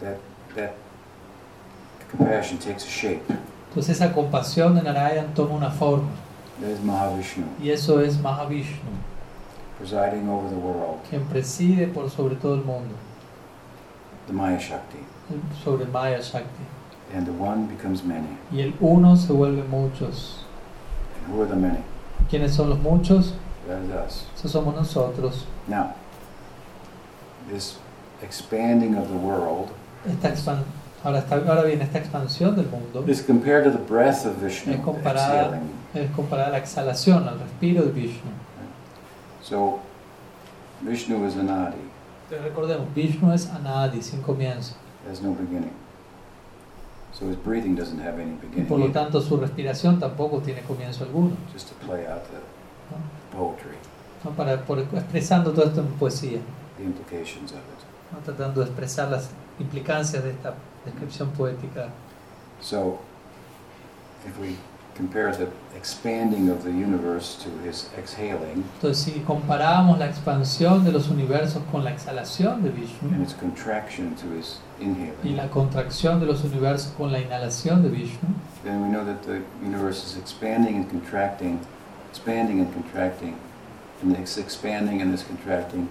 Speaker 1: that that compassion takes a shape.
Speaker 2: Entonces esa compasión de Narayan toma una forma
Speaker 1: That is Mahavishnu
Speaker 2: y eso es Mahavishnu,
Speaker 1: presiding over the world,
Speaker 2: quien preside por sobre todo el mundo,
Speaker 1: the Maya Shakti,
Speaker 2: sobre Maya Shakti.
Speaker 1: and the one becomes many.
Speaker 2: Y el uno se vuelve muchos.
Speaker 1: And who are the many?
Speaker 2: ¿Quiénes son los muchos?
Speaker 1: That is us.
Speaker 2: Esos somos nosotros.
Speaker 1: Now, this expanding of the world
Speaker 2: Esta expan- ahora, está, ahora bien, esta expansión del mundo
Speaker 1: is compared to the breath of Vishnu
Speaker 2: Es comparada-
Speaker 1: exhaling.
Speaker 2: es comparada a la exhalación, al respiro de Vishnu.
Speaker 1: So, Vishnu is anadi,
Speaker 2: Entonces, recordemos, Vishnu es Anadi, sin comienzo.
Speaker 1: has no beginning. So his breathing doesn't have any
Speaker 2: Y por lo
Speaker 1: beginning.
Speaker 2: tanto su respiración tampoco tiene comienzo alguno.
Speaker 1: Just to play out the poetry,
Speaker 2: ¿no? Para, por- expresando todo esto en poesía,
Speaker 1: the implications of it.
Speaker 2: ¿no? tratando de expresar las implicancias de esta descripción poética.
Speaker 1: So, if we compare the expanding of the universe to his exhaling
Speaker 2: Entonces si comparamos la expansión de los universos con la exhalación de Vishnu,
Speaker 1: and its contraction to his
Speaker 2: Mm-hmm. y
Speaker 1: inhaling,
Speaker 2: la contracción de los universos con la inhalación de Vishnu,
Speaker 1: then we know that the universe is expanding and contracting, expanding and contracting, and this expanding and this contracting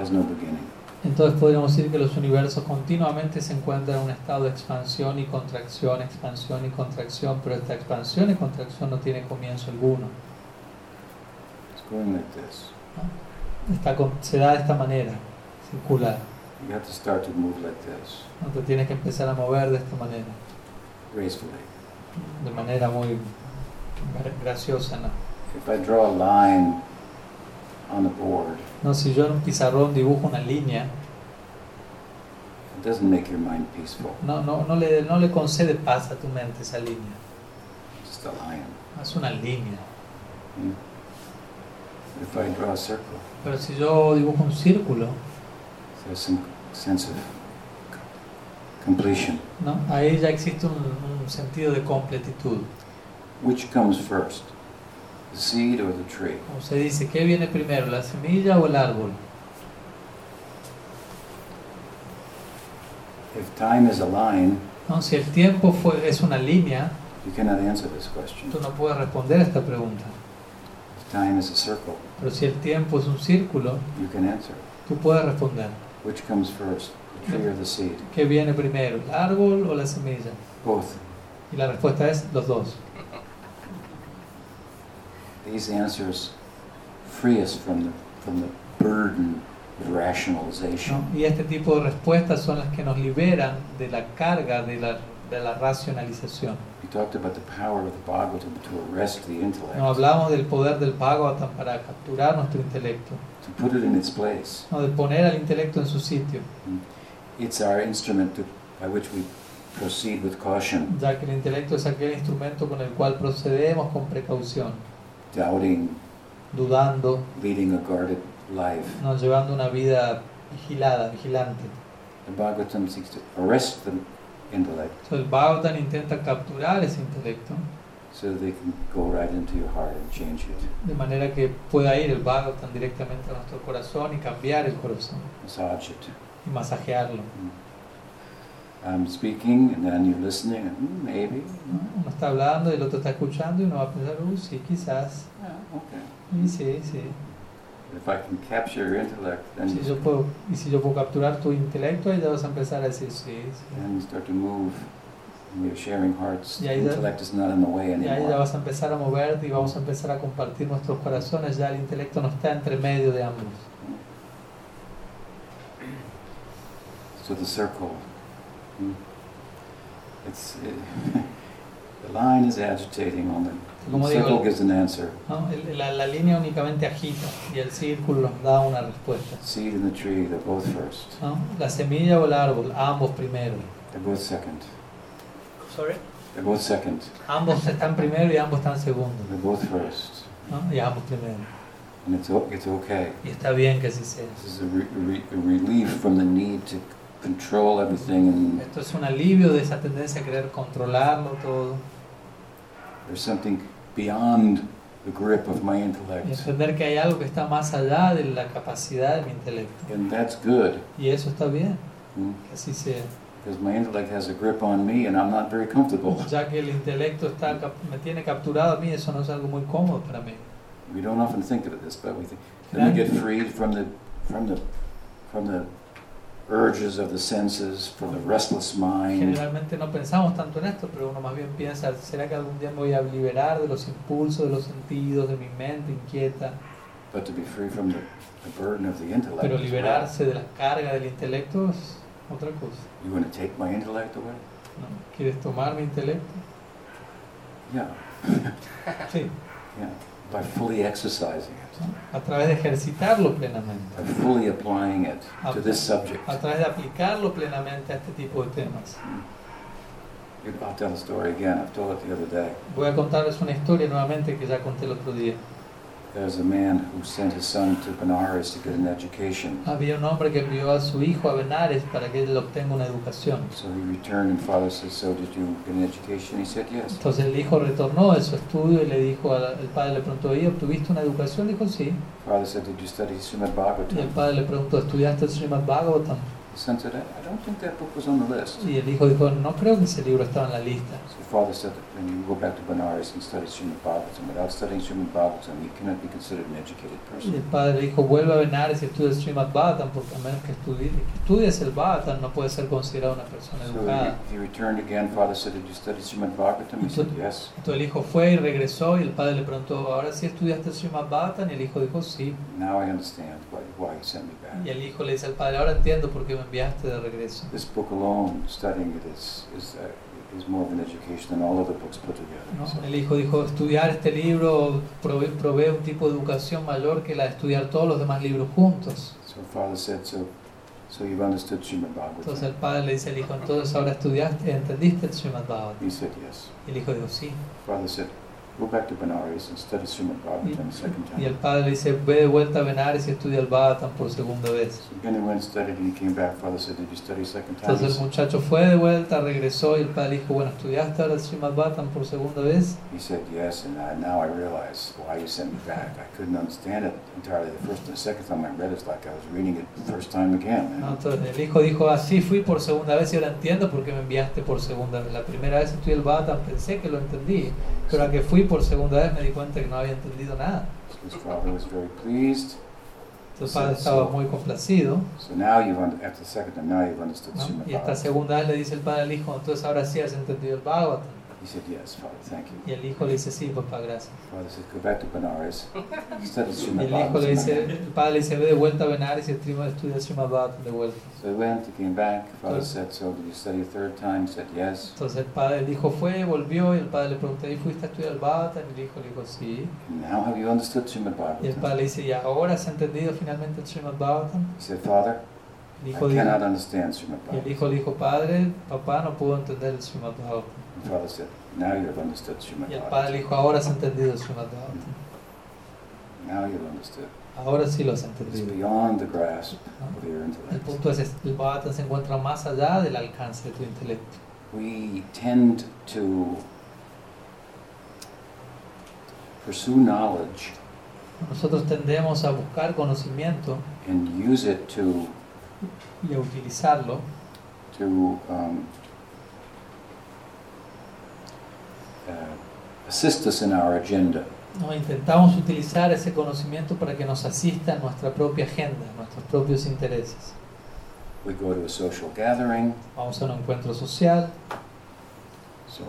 Speaker 1: has no beginning.
Speaker 2: entonces podríamos decir que los universos continuamente se encuentran en un estado de expansión y contracción, expansión y contracción, pero esta expansión y contracción no tiene comienzo alguno.
Speaker 1: It's going like this.
Speaker 2: Está con- se da de esta manera, circular.
Speaker 1: You have to start to move like this,
Speaker 2: No te tienes que empezar a mover de esta manera,
Speaker 1: gracefully.
Speaker 2: de manera muy gra- graciosa. ¿no?
Speaker 1: If I draw a line on the board,
Speaker 2: No, si yo en un pizarrón dibujo una línea,
Speaker 1: it doesn't make your mind peaceful.
Speaker 2: no, no, no, le, no le concede paz a tu mente esa línea.
Speaker 1: It's just a line.
Speaker 2: Es una línea.
Speaker 1: Hmm? If I draw a circle,
Speaker 2: Pero si yo dibujo un círculo,
Speaker 1: there's some sense of completion.
Speaker 2: ¿no? ahí ya existe un, un sentido de completitud.
Speaker 1: Which comes first, the seed or the tree?
Speaker 2: Como se dice, ¿qué viene primero, la semilla o el árbol?
Speaker 1: If time is a line,
Speaker 2: ¿No? Si el tiempo fue, es una línea,
Speaker 1: you cannot answer this question.
Speaker 2: tú no puedes responder a esta pregunta.
Speaker 1: If time is a circle,
Speaker 2: Pero si el tiempo es un círculo,
Speaker 1: you can answer. it.
Speaker 2: tú puedes responder.
Speaker 1: Which comes first, the tree or the seed?
Speaker 2: ¿Qué viene primero, el árbol o la semilla?
Speaker 1: Both.
Speaker 2: Y la respuesta es los dos.
Speaker 1: These answers free us from the, from the burden of rationalization.
Speaker 2: ¿no? Y este tipo de respuestas son las que nos liberan de la carga de la, de la racionalización.
Speaker 1: He talked about the power of the Bhagavatam to arrest the
Speaker 2: Nos
Speaker 1: intellect,
Speaker 2: hablamos del poder del Bhagavatam para capturar nuestro intelecto,
Speaker 1: to put it in its place.
Speaker 2: ¿no? de poner al intelecto en su sitio,
Speaker 1: It's our instrument to, by which we proceed with caution,
Speaker 2: ya que el intelecto es aquel instrumento con el cual procedemos con precaución,
Speaker 1: doubting,
Speaker 2: dudando,
Speaker 1: leading a guarded life.
Speaker 2: ¿no? llevando una vida vigilada, vigilante.
Speaker 1: The Bhagavatam seeks to arrest the intellect
Speaker 2: So, el Bhagavatam intenta capturar ese intelecto
Speaker 1: so they can go right into your heart and change it.
Speaker 2: de manera que pueda ir el Bhagavatam directamente a nuestro corazón y cambiar el corazón
Speaker 1: Massage it.
Speaker 2: y masajearlo.
Speaker 1: I'm speaking and then you're listening and "Hmm, maybe.
Speaker 2: ¿no? Uno está hablando y el otro está escuchando y uno va a pensar, uy, sí, quizás,
Speaker 1: Yeah, okay.
Speaker 2: y sí, sí.
Speaker 1: If I can capture your intellect, then
Speaker 2: Si
Speaker 1: you,
Speaker 2: yo puedo, y si yo puedo capturar tu intelecto, ahí ya vas a empezar a decir sí.
Speaker 1: then you start to move. And we're sharing hearts.
Speaker 2: Yeah,
Speaker 1: The
Speaker 2: is that-
Speaker 1: intellect is not in the way
Speaker 2: sí. Y ahí ya
Speaker 1: anymore.
Speaker 2: vas a empezar a moverte y vamos a empezar a compartir nuestros corazones. Ya el intelecto no está entre medio de ambos.
Speaker 1: So the circle. hmm, It's eh, the line is agitating on the,
Speaker 2: Como
Speaker 1: the
Speaker 2: digo,
Speaker 1: circle gives an answer.
Speaker 2: ¿no? El- La, la línea únicamente agita y el círculo nos da una respuesta.
Speaker 1: Seed and the tree, they're both first.
Speaker 2: ¿no? La semilla o el árbol, ambos primero.
Speaker 1: They're both second.
Speaker 3: Sorry?
Speaker 1: They're both second.
Speaker 2: Ambos están primero y ambos están segundo.
Speaker 1: They're both first.
Speaker 2: ¿no? Y ambos primero.
Speaker 1: And it's, o- it's okay.
Speaker 2: Y está bien que así sea.
Speaker 1: This is a, re- re- a relief from the need to control everything, and
Speaker 2: Esto es un alivio de esa tendencia a querer controlarlo todo
Speaker 1: there's something beyond the grip of my
Speaker 2: y
Speaker 1: intellect.
Speaker 2: entender que hay algo que está más allá de la capacidad de mi intelecto.
Speaker 1: And that's good,
Speaker 2: Y eso está bien,
Speaker 1: mm,
Speaker 2: que así sea.
Speaker 1: because my intellect has a grip on me, and I'm not very comfortable.
Speaker 2: Ya que el intelecto está cap- me tiene capturado a mí, eso no es algo muy cómodo para mí.
Speaker 1: We don't often think of this, but we think, can we get freed from the, from the, from the urges of the senses, from the restless mind?
Speaker 2: Generalmente no pensamos tanto en esto, pero uno más bien piensa, ¿será que algún día me voy a liberar de los impulsos, de los sentidos, de mi mente inquieta?
Speaker 1: But to be free from the, the burden of the intellect.
Speaker 2: Pero
Speaker 1: is right.
Speaker 2: liberarse de la carga del intelecto es otra cosa.
Speaker 1: You want to take my intellect away?
Speaker 2: ¿no? ¿Quieres tomar mi intelecto?
Speaker 1: Yeah,
Speaker 2: Sí,
Speaker 1: yeah. By fully exercising it,
Speaker 2: a través de ejercitarlo plenamente.
Speaker 1: by fully applying it to this subject.
Speaker 2: a través de aplicarlo plenamente a este tipo de temas.
Speaker 1: I'll tell the story again. I've told it the other day.
Speaker 2: Voy a contarles una historia nuevamente que ya conté el otro día.
Speaker 1: There's a man who sent his son to Benares to get an education.
Speaker 2: Había un hombre que envió a su hijo a Benares para que él obtenga una educación.
Speaker 1: So he returned, and father said, "So did you get an education?" He said, "Yes."
Speaker 2: Entonces el hijo retornó de su estudio y le dijo al el padre, le preguntó, ¿y obtuviste una educación? Dijo, sí.
Speaker 1: Father said, "Did you study Srimad
Speaker 2: Y el
Speaker 1: Bhagavatam?"
Speaker 2: padre le preguntó, ¿estudiaste el Srimad Bhagavatam?
Speaker 1: The son said, "I I don't think that book was on the list."
Speaker 2: Y el hijo dijo, no creo que ese libro estaba en la lista.
Speaker 1: So father said, that "When you go back to Benares and study Srimad Bhagavatam, without studying Srimad Bhagavatam, you cannot be considered an educated
Speaker 2: Y
Speaker 1: person."
Speaker 2: el padre le dijo, vuelve a Benares y estudia el Srimad Bhagavatam, porque a menos que estudies, que estudies el Bhagavatam no puedes ser considerado una persona educada.
Speaker 1: So he, he returned again. Father said, "Did you study Srimad Bhagavatam?" He said, "Yes."
Speaker 2: Entonces el hijo fue y regresó y el padre le preguntó, ¿ahora sí estudiaste el Srimad Bhagavatam? Y el hijo dijo, sí.
Speaker 1: Now I understand why, why he sent me
Speaker 2: Y
Speaker 1: back.
Speaker 2: el hijo le dice al padre, ahora entiendo por qué me enviaste de regreso.
Speaker 1: This book alone, studying it, is is uh, is more of an education than all other books put together.
Speaker 2: ¿no?
Speaker 1: So
Speaker 2: El hijo dijo, estudiar este libro prove- provee un tipo de educación mayor que la de estudiar todos los demás libros juntos.
Speaker 1: So Father said, so, so you've understood Srimad
Speaker 2: Entonces
Speaker 1: Bhagavatam?
Speaker 2: el padre le dice al hijo, entonces ahora estudiaste, entendiste el Srimad Bhagavatam.
Speaker 1: He said, yes.
Speaker 2: Y el hijo dijo, sí.
Speaker 1: Father said, go back to Benares and study Srimad Bhagavatam a second
Speaker 2: Y el
Speaker 1: time.
Speaker 2: padre le dice, ve de vuelta a Benares y estudia el Bhagavatam por segunda vez.
Speaker 1: So again he went and studied and he came back. Father said, did you study a second time? He
Speaker 2: Entonces el
Speaker 1: said-
Speaker 2: muchacho fue de vuelta, regresó y el padre dijo, bueno, ¿estudiaste ahora el Srimad Bhagavatam por segunda vez?
Speaker 1: He said, yes, and I, now I realize why you sent me back. I couldn't understand it entirely. The first and the second time I read it, it's like I was reading it the first time again.
Speaker 2: No, entonces el hijo dijo, así fui por segunda vez y ahora entiendo por qué me enviaste por segunda vez. La primera vez estudié el Bhagavatam, pensé que lo entendí, pero a que fui por segunda vez me di cuenta que no había entendido nada.
Speaker 1: So his father was very pleased.
Speaker 2: Entonces el padre estaba muy complacido.
Speaker 1: So now you've, un- after the second time, now you've understood
Speaker 2: ¿no?
Speaker 1: Srimad
Speaker 2: Y esta
Speaker 1: Bhagavatam.
Speaker 2: segunda vez le dice el padre al hijo, entonces ahora sí has entendido el Bhagavatam.
Speaker 1: He said, yes, Father, thank
Speaker 2: Y
Speaker 1: you.
Speaker 2: el hijo le dice, sí, papá, gracias.
Speaker 1: Father said, go back to Benares, study
Speaker 2: Y
Speaker 1: Srimad
Speaker 2: el hijo le dice,
Speaker 1: Bhagavatam.
Speaker 2: el padre le dice, ve de vuelta a Benares y estrima de estudiar Srimad Bhagavatam de vuelta.
Speaker 1: So he went, he came back, Father said, so did you study a third time? He said, yes.
Speaker 2: Entonces el padre, el hijo fue, volvió y el padre le preguntó, ¿y fuiste a estudiar el Bhagavatam? Y el hijo le dijo, sí.
Speaker 1: And now have you understood Srimad
Speaker 2: Y el
Speaker 1: Bhagavatam?
Speaker 2: padre le dice, ¿y ahora has entendido finalmente el Srimad Bhagavatam?
Speaker 1: He said, Father, I
Speaker 2: El hijo dijo,
Speaker 1: cannot understand Srimad
Speaker 2: y el
Speaker 1: Bhagavatam.
Speaker 2: hijo le dijo, padre, papá no pudo entender el Srimad Bhagavatam.
Speaker 1: And Father said, now you have understood Srimad
Speaker 2: Y el padre
Speaker 1: Bhagavatam.
Speaker 2: le dijo, ahora has entendido el Srimad Bhagavatam.
Speaker 1: Now you have understood.
Speaker 2: Ahora sí lo has
Speaker 1: It's
Speaker 2: entendido.
Speaker 1: beyond the grasp
Speaker 2: ¿no?
Speaker 1: of your
Speaker 2: El
Speaker 1: intellect.
Speaker 2: punto es, es- el Bhagavatam se encuentra más allá del alcance de tu intelecto.
Speaker 1: We tend to pursue knowledge
Speaker 2: Nosotros tendemos a buscar conocimiento
Speaker 1: and use it to
Speaker 2: y a utilizarlo
Speaker 1: to um, uh, assist us in our agenda.
Speaker 2: ¿no? Intentamos utilizar ese conocimiento para que nos asista en nuestra propia agenda, en nuestros propios intereses.
Speaker 1: We go to a social gathering,
Speaker 2: Vamos a un encuentro social,
Speaker 1: so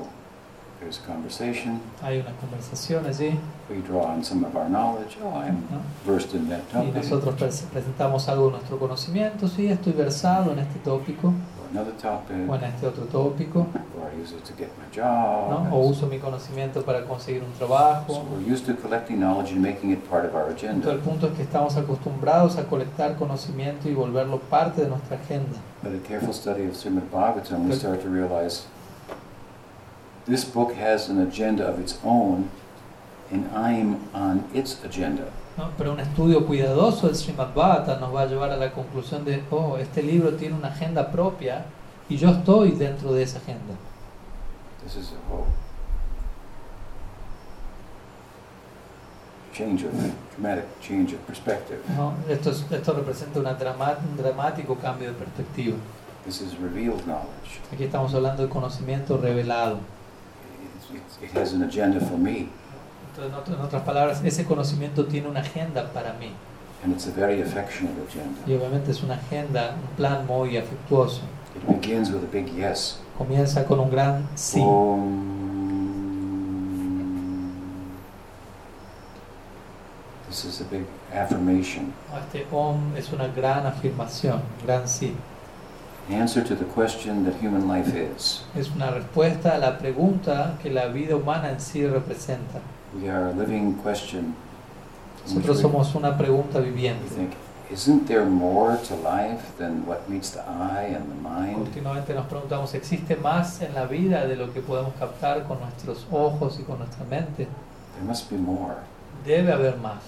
Speaker 1: there's conversation.
Speaker 2: hay una conversación allí,
Speaker 1: We draw on some of our knowledge. Oh, I'm
Speaker 2: ¿no?
Speaker 1: versed in that
Speaker 2: y
Speaker 1: topic.
Speaker 2: nosotros pres- presentamos algo de nuestro conocimiento, sí, estoy versado en este tópico
Speaker 1: Or another topic.
Speaker 2: o en este otro tópico,
Speaker 1: Or I use it to get my
Speaker 2: ¿no? o
Speaker 1: job.
Speaker 2: uso mi conocimiento para conseguir un
Speaker 1: So
Speaker 2: trabajo.
Speaker 1: we're used to collecting knowledge and making it part of our
Speaker 2: Entonces, el
Speaker 1: agenda.
Speaker 2: punto es que estamos acostumbrados a colectar conocimiento y volverlo parte de nuestra agenda.
Speaker 1: But a careful study of Srimad Bhagavatam, we start to realize this book has an agenda of its own, and I'm on its agenda.
Speaker 2: ¿no? Pero un estudio cuidadoso del Srimad Bhagavatam nos va a llevar a la conclusión de, oh, este libro tiene una agenda propia y yo estoy dentro de esa agenda.
Speaker 1: This is a whole change of dramatic change of perspective.
Speaker 2: ¿no? Esto, es- esto representa una drama- un dramático cambio de perspectiva.
Speaker 1: This is revealed knowledge.
Speaker 2: Aquí estamos hablando de conocimiento revelado.
Speaker 1: It, it, it has an agenda for me,
Speaker 2: Entonces, en, otro- en otras palabras, ese conocimiento tiene una agenda para mí.
Speaker 1: and it's a very affectionate
Speaker 2: Y
Speaker 1: agenda.
Speaker 2: obviamente es una agenda, un plan muy afectuoso.
Speaker 1: It begins with a big yes.
Speaker 2: Comienza con un gran sí.
Speaker 1: Om. This is a big affirmation.
Speaker 2: Este om es una gran afirmación, gran sí.
Speaker 1: Answer to the question that human life is.
Speaker 2: Es una respuesta a la pregunta que la vida humana en sí representa.
Speaker 1: We are a living question. in which
Speaker 2: Nosotros
Speaker 1: we-
Speaker 2: somos una pregunta
Speaker 1: We
Speaker 2: viviente.
Speaker 1: think, isn't there more to life than what meets the eye and the mind?
Speaker 2: Continuamente nos preguntamos, ¿existe más en la vida de lo que podemos captar con nuestros ojos y con nuestra mente?
Speaker 1: There must be more.
Speaker 2: Debe haber más.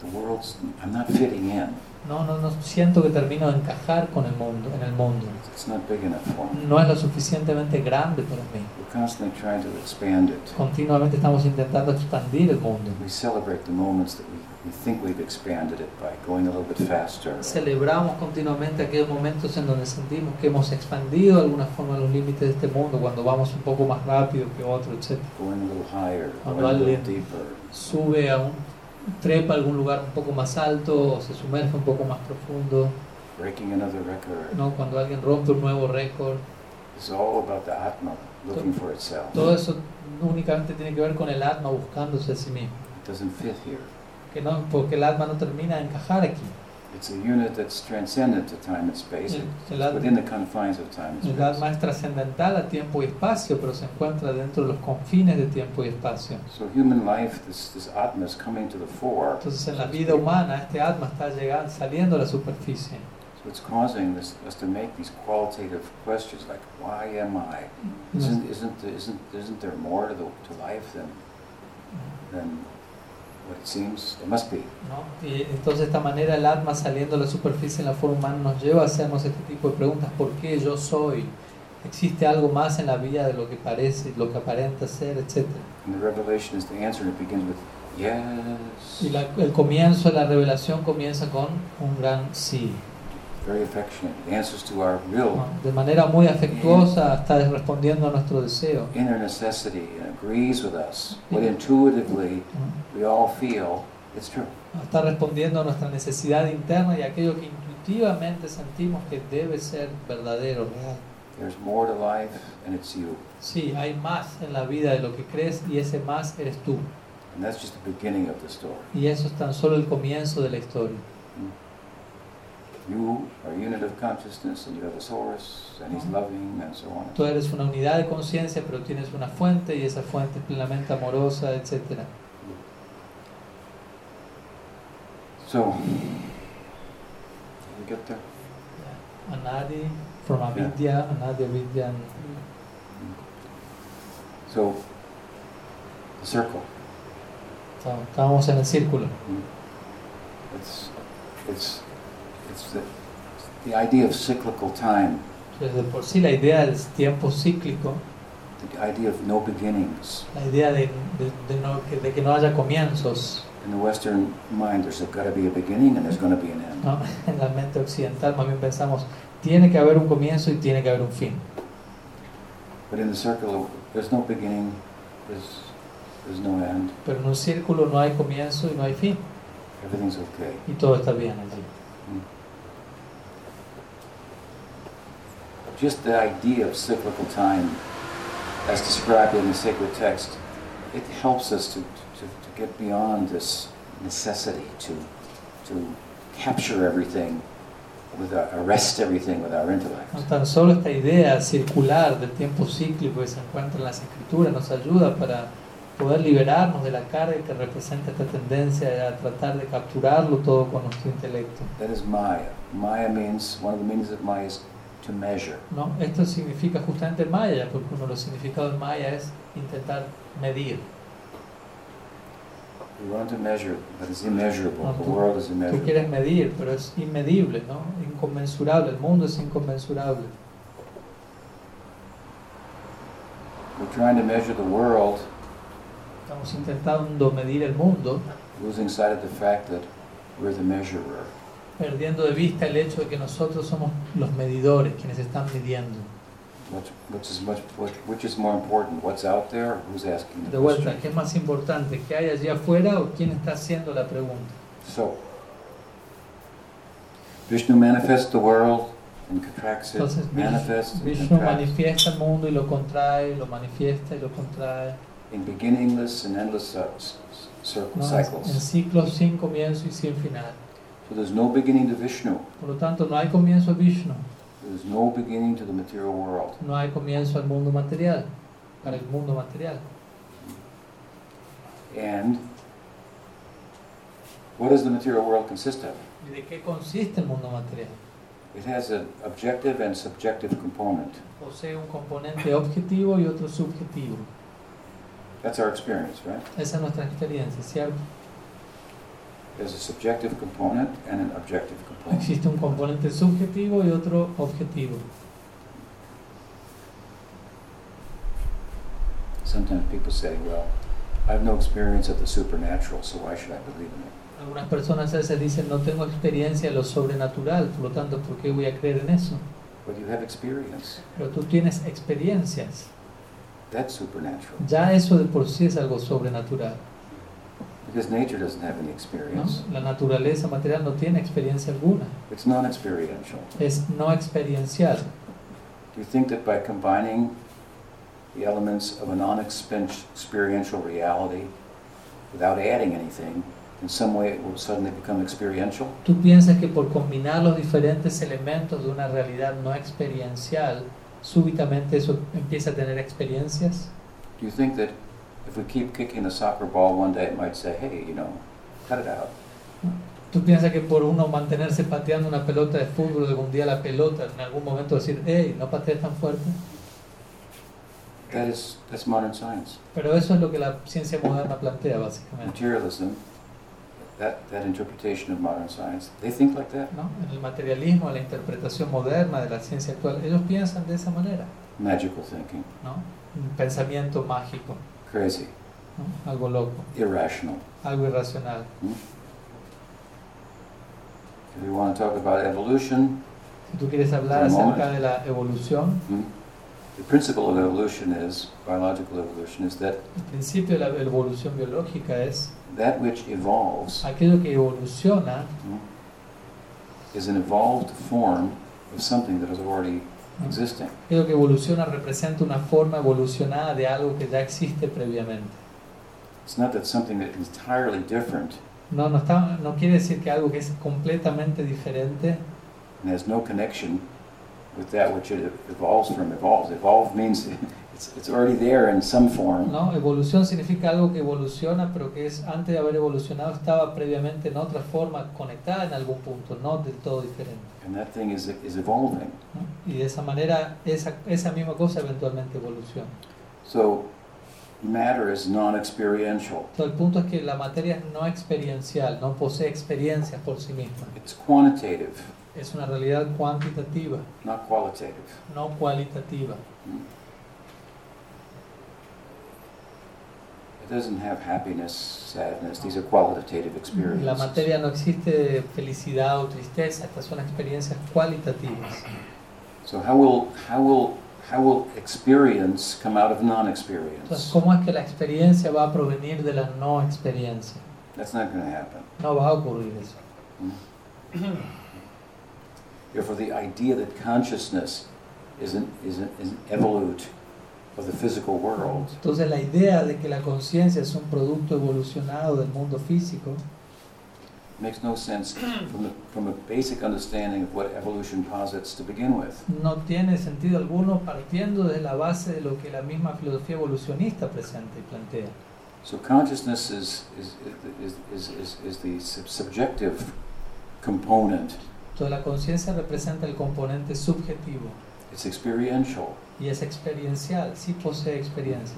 Speaker 1: The world's, I'm not fitting in.
Speaker 2: No, no, no siento que termino de encajar con el mundo, en el mundo.
Speaker 1: It's not big enough for me.
Speaker 2: No es lo suficientemente grande para mí.
Speaker 1: We're constantly trying to expand it.
Speaker 2: Continuamente estamos intentando expandir el mundo.
Speaker 1: We celebrate the moments that we, we think we've expanded it by going a little bit faster.
Speaker 2: Celebramos continuamente aquellos momentos en donde sentimos que hemos expandido de alguna forma los límites de este mundo, cuando vamos un poco más rápido que otro, etc.
Speaker 1: going a little higher,
Speaker 2: Oh,
Speaker 1: going a little
Speaker 2: vale.
Speaker 1: deeper.
Speaker 2: Sube a un, trepa a algún lugar un poco más alto o se sumerge un poco más profundo,
Speaker 1: Breaking another record.
Speaker 2: ¿no? cuando alguien rompe un nuevo récord.
Speaker 1: It's all about the Atma looking for itself.
Speaker 2: Todo eso únicamente tiene que ver con el alma buscándose a sí mismo,
Speaker 1: It doesn't fit here.
Speaker 2: que no, porque el alma no termina de encajar aquí.
Speaker 1: It's a unit that's transcendent to time and space.
Speaker 2: El, el
Speaker 1: It's within
Speaker 2: alma,
Speaker 1: the confines of time
Speaker 2: el
Speaker 1: and
Speaker 2: alma
Speaker 1: space.
Speaker 2: es trascendental a tiempo y espacio, pero se encuentra dentro de los confines de tiempo y espacio.
Speaker 1: So human life, this, this Atma is coming to the fore.
Speaker 2: Entonces en la vida humana este alma está llegando, saliendo a la superficie.
Speaker 1: So it's causing this, us to make these qualitative questions like, why am I? Isn't, isn't, isn't, isn't there more to, the, to life than, than what it seems? There must be.
Speaker 2: ¿no? Y entonces de esta manera el alma saliendo a la superficie en la forma humana nos lleva a hacernos este tipo de preguntas. ¿Por qué yo soy? ¿Existe algo más en la vida de lo que parece, lo que aparenta ser, etcétera?
Speaker 1: And the revelation is the answer, and it begins with,
Speaker 2: Y
Speaker 1: yes,
Speaker 2: la- el comienzo de la revelación comienza con un gran sí.
Speaker 1: very affectionate. It answers to our
Speaker 2: ¿no?
Speaker 1: real
Speaker 2: De manera muy afectuosa está respondiendo a nuestro deseo.
Speaker 1: inner necessity and agrees with us. What intuitively
Speaker 2: ¿no?
Speaker 1: we all feel, it's true.
Speaker 2: Está respondiendo a nuestra necesidad interna y aquello que intuitivamente sentimos que debe ser verdadero, real.
Speaker 1: There's more to life, and it's you.
Speaker 2: Sí, hay más en la vida de lo que crees y ese más eres tú.
Speaker 1: And that's just the beginning of the story. Hmm?
Speaker 2: Y eso es tan solo el comienzo de la historia.
Speaker 1: You are a unit of consciousness, and you have a source, and He's loving, and so on.
Speaker 2: Tú eres una unidad de conciencia, pero tienes una fuente y esa fuente es plenamente amorosa, etc.
Speaker 1: So, did we get there?
Speaker 2: Anadi, from Avidya, Anadi, Avidya, and
Speaker 1: So, the circle.
Speaker 2: está- estábamos en el círculo.
Speaker 1: It's, it's, it's the, it's the idea of cyclical time,
Speaker 2: Entonces, de por sí la idea del tiempo cíclico,
Speaker 1: the idea of no beginnings.
Speaker 2: la idea de, de- de no- que- de que no haya comienzos,
Speaker 1: In the Western mind, there's got to be a beginning and there's going to be an end.
Speaker 2: ¿no? en la mente occidental más bien pensamos, tiene que haber un comienzo y tiene que haber un fin.
Speaker 1: But in the circle, there's no beginning, there's, there's no end.
Speaker 2: Pero en un círculo no hay comienzo y no hay fin,
Speaker 1: Everything's okay.
Speaker 2: y todo está bien allí.
Speaker 1: Just the idea of cyclical time, as described in the sacred text, it helps us to, to, to get beyond this necessity to, to capture everything, with our, arrest everything with our intellect.
Speaker 2: No tan solo esta idea circular del tiempo cíclico que se encuentra en las escrituras nos ayuda para poder liberarnos de la carga que representa esta tendencia a tratar de capturarlo todo con nuestro intelecto.
Speaker 1: That is Maya. Maya means, one of the meanings of Maya is to measure.
Speaker 2: ¿no? Esto significa justamente maya, porque uno de los significados de maya es intentar medir.
Speaker 1: We want to measure, but it's immeasurable. The
Speaker 2: Tú-
Speaker 1: world is
Speaker 2: Tú
Speaker 1: immeasurable.
Speaker 2: quieres medir, pero es inmedible, ¿no? inconmensurable, el mundo es inconmensurable.
Speaker 1: We're trying to measure the world,
Speaker 2: Estamos intentando medir el mundo,
Speaker 1: losing sight of the fact that we're the measurer.
Speaker 2: perdiendo de vista el hecho de que nosotros somos los medidores, quienes están midiendo.
Speaker 1: Which, which is much, which, which is more important, what's out there, or who's asking the
Speaker 2: De vuelta,
Speaker 1: question?
Speaker 2: ¿qué es más importante? ¿Qué hay allí afuera o quién está haciendo la pregunta?
Speaker 1: So, Vishnu manifests the world and contracts it,
Speaker 2: Entonces, Vish-
Speaker 1: manifests and
Speaker 2: Vishnu
Speaker 1: contracts.
Speaker 2: manifiesta el mundo y lo contrae, lo manifiesta y lo contrae.
Speaker 1: In beginningless and endless uh, s- s- circle
Speaker 2: ¿no? En
Speaker 1: cycles.
Speaker 2: ciclos sin comienzo y sin final.
Speaker 1: So there's no beginning to Vishnu.
Speaker 2: Por lo tanto, no hay comienzo a Vishnu,
Speaker 1: There's no beginning to the material world.
Speaker 2: no hay comienzo al mundo material, para el mundo material.
Speaker 1: And what does the material world consist of?
Speaker 2: ¿Y de qué consiste el mundo material?
Speaker 1: It has an objective and subjective component.
Speaker 2: Posee un componente objetivo y otro subjetivo.
Speaker 1: That's our experience, right?
Speaker 2: Esa es nuestra experiencia, ¿cierto?
Speaker 1: There's a subjective component and an objective component.
Speaker 2: Existe un componente subjetivo y otro objetivo.
Speaker 1: Sometimes people say, well, I have no experience of the supernatural, so why should I believe in it?
Speaker 2: Algunas personas a veces dicen, no tengo experiencia en lo sobrenatural, por lo tanto, ¿por qué voy a creer en eso?
Speaker 1: But you have experience.
Speaker 2: Pero tú tienes experiencias.
Speaker 1: That's supernatural.
Speaker 2: Ya eso de por sí es algo sobrenatural.
Speaker 1: Because nature doesn't have any
Speaker 2: ¿no?
Speaker 1: experience.
Speaker 2: La naturaleza material no tiene experiencia alguna.
Speaker 1: It's non experiential.
Speaker 2: Es no experiencial.
Speaker 1: Do you think that by combining the elements of a non experiential reality without adding anything, in some way it will suddenly become experiential?
Speaker 2: ¿Tú piensas que por combinar los diferentes elementos de una realidad no experiencial, súbitamente eso empieza a tener experiencias?
Speaker 1: Do you think that if we keep kicking the soccer ball one day, it might say, hey, you know, cut it out?
Speaker 2: ¿Tú piensas que por uno mantenerse pateando una pelota de fútbol algún día la pelota, en algún momento decir, hey, no patees tan fuerte?
Speaker 1: That is, that's modern science.
Speaker 2: Pero eso es lo que la ciencia moderna plantea, básicamente.
Speaker 1: materialism, that, that interpretation of modern science, they think like that.
Speaker 2: ¿no? En el materialismo, en la interpretación moderna de la ciencia actual, ellos piensan de esa manera,
Speaker 1: Magical thinking,
Speaker 2: ¿no? Un pensamiento mágico,
Speaker 1: crazy,
Speaker 2: ¿no? algo loco,
Speaker 1: irrational.
Speaker 2: algo irracional.
Speaker 1: If we want to talk about evolution,
Speaker 2: Si tú quieres hablar acerca de la evolución,
Speaker 1: hmm, the principle of evolution is, biological evolution, is that
Speaker 2: el principio de la evolución biológica es
Speaker 1: that which evolves
Speaker 2: aquello que evoluciona
Speaker 1: hmm, is an evolved form of something that has already existing.
Speaker 2: Es lo que evoluciona representa una forma evolucionada de algo que ya existe previamente.
Speaker 1: It's not that something that entirely different
Speaker 2: No, no, está, no quiere decir que algo que es completamente diferente
Speaker 1: and has no connection with that which it evolves from evolves. Evolve means it's, it's already there in some form.
Speaker 2: ¿no? Evolución significa algo que evoluciona, pero que es antes de haber evolucionado estaba previamente en otra forma conectada en algún punto, no del todo diferente.
Speaker 1: And that thing is, is evolving.
Speaker 2: ¿no? Y de esa manera esa, esa misma cosa eventualmente evoluciona.
Speaker 1: So matter is non experiential,
Speaker 2: Entonces, el punto es que la materia es no experiencial, no posee experiencias por sí misma.
Speaker 1: it's quantitative,
Speaker 2: Es una realidad cuantitativa,
Speaker 1: not qualitative. Hmm.
Speaker 2: no cualitativa.
Speaker 1: It doesn't have happiness, sadness. These are qualitative experiences.
Speaker 2: La materia no existe felicidad o tristeza, estas son experiencias cualitativas.
Speaker 1: So how will how will how will experience come out of
Speaker 2: Entonces,
Speaker 1: non-experience?
Speaker 2: ¿cómo es que la experiencia va a provenir de la no experiencia?
Speaker 1: That's not going to happen.
Speaker 2: No va a ocurrir eso.
Speaker 1: Therefore, the idea that consciousness is an, is an, is an evolute of the physical world
Speaker 2: Entonces la idea de que la conciencia es un producto evolucionado del mundo físico
Speaker 1: makes no sense from, the, from a basic understanding of what evolution posits to begin with.
Speaker 2: no tiene sentido alguno partiendo de la base de lo que la misma filosofía evolucionista presenta y plantea.
Speaker 1: So consciousness is, is, is, is, is, is the sub- subjective component.
Speaker 2: Entonces la conciencia representa el componente subjetivo
Speaker 1: It's experiential.
Speaker 2: y es experiencial, sí posee experiencias.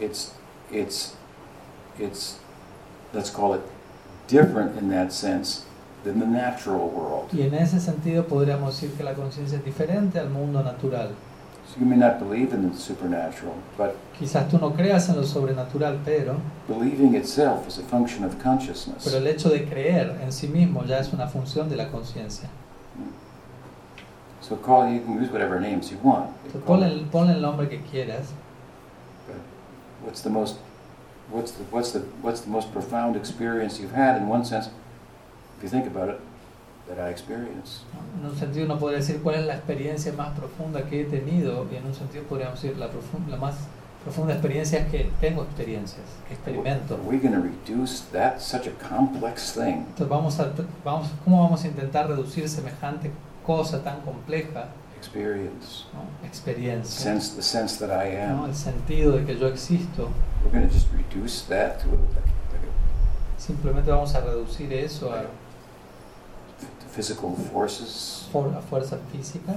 Speaker 1: It's, it's, it's, let's call it different in that sense than the natural world.
Speaker 2: Y en ese sentido podríamos decir que la conciencia es diferente al mundo natural.
Speaker 1: So you may not believe in the supernatural, but
Speaker 2: Quizás tú no creas en lo sobrenatural, pero,
Speaker 1: believing itself is a function of consciousness.
Speaker 2: pero el hecho de creer en sí mismo ya es una función de la conciencia.
Speaker 1: So call you can use whatever names you want. Um,
Speaker 2: Entonces, Ponle, el- ponle el nombre que quieras,
Speaker 1: What's the most what's the what's the what's the most profound experience you've had in one sense, if you think about it, that I experienced.
Speaker 2: ¿no? en un sentido uno podría decir cuál es la experiencia más profunda que he tenido, y en un sentido podríamos decir la, profun- la más profunda experiencia es que tengo experiencias, que experimento.
Speaker 1: Are we gonna reduce that such a complex thing
Speaker 2: Entonces vamos a, tr- vamos, ¿cómo vamos a intentar reducir semejante cosa tan compleja?
Speaker 1: experience?
Speaker 2: ¿no? Experiencia.
Speaker 1: Sense the sense that I
Speaker 2: ¿no?
Speaker 1: am.
Speaker 2: el sentido de que yo existo,
Speaker 1: We're gonna just reduce that to a, like
Speaker 2: simplemente vamos a reducir eso a,
Speaker 1: a-
Speaker 2: uh,
Speaker 1: to physical forces. Hmm.
Speaker 2: for- a fuerzas físicas.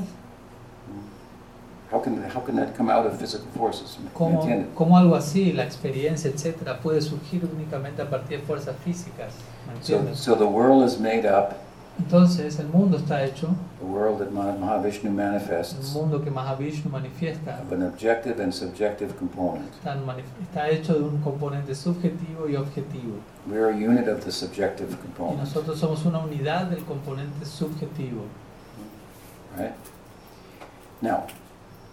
Speaker 1: How can how can that come out of physical forces?
Speaker 2: ¿Cómo,
Speaker 1: Intended.
Speaker 2: cómo algo así, la experiencia, etcétera, puede surgir únicamente a partir de fuerzas físicas? ¿Me
Speaker 1: So,
Speaker 2: entiendes?
Speaker 1: so the world is made up,
Speaker 2: Entonces, el mundo está hecho,
Speaker 1: the world that Mah- Mahavishnu
Speaker 2: el
Speaker 1: manifests,
Speaker 2: mundo que Mahavishnu manifiesta,
Speaker 1: of an objective and subjective component.
Speaker 2: está, en manif- está hecho de un componente subjetivo y objetivo.
Speaker 1: We are a unit of the subjective
Speaker 2: Y
Speaker 1: component,
Speaker 2: nosotros somos una unidad del componente subjetivo.
Speaker 1: right? Now,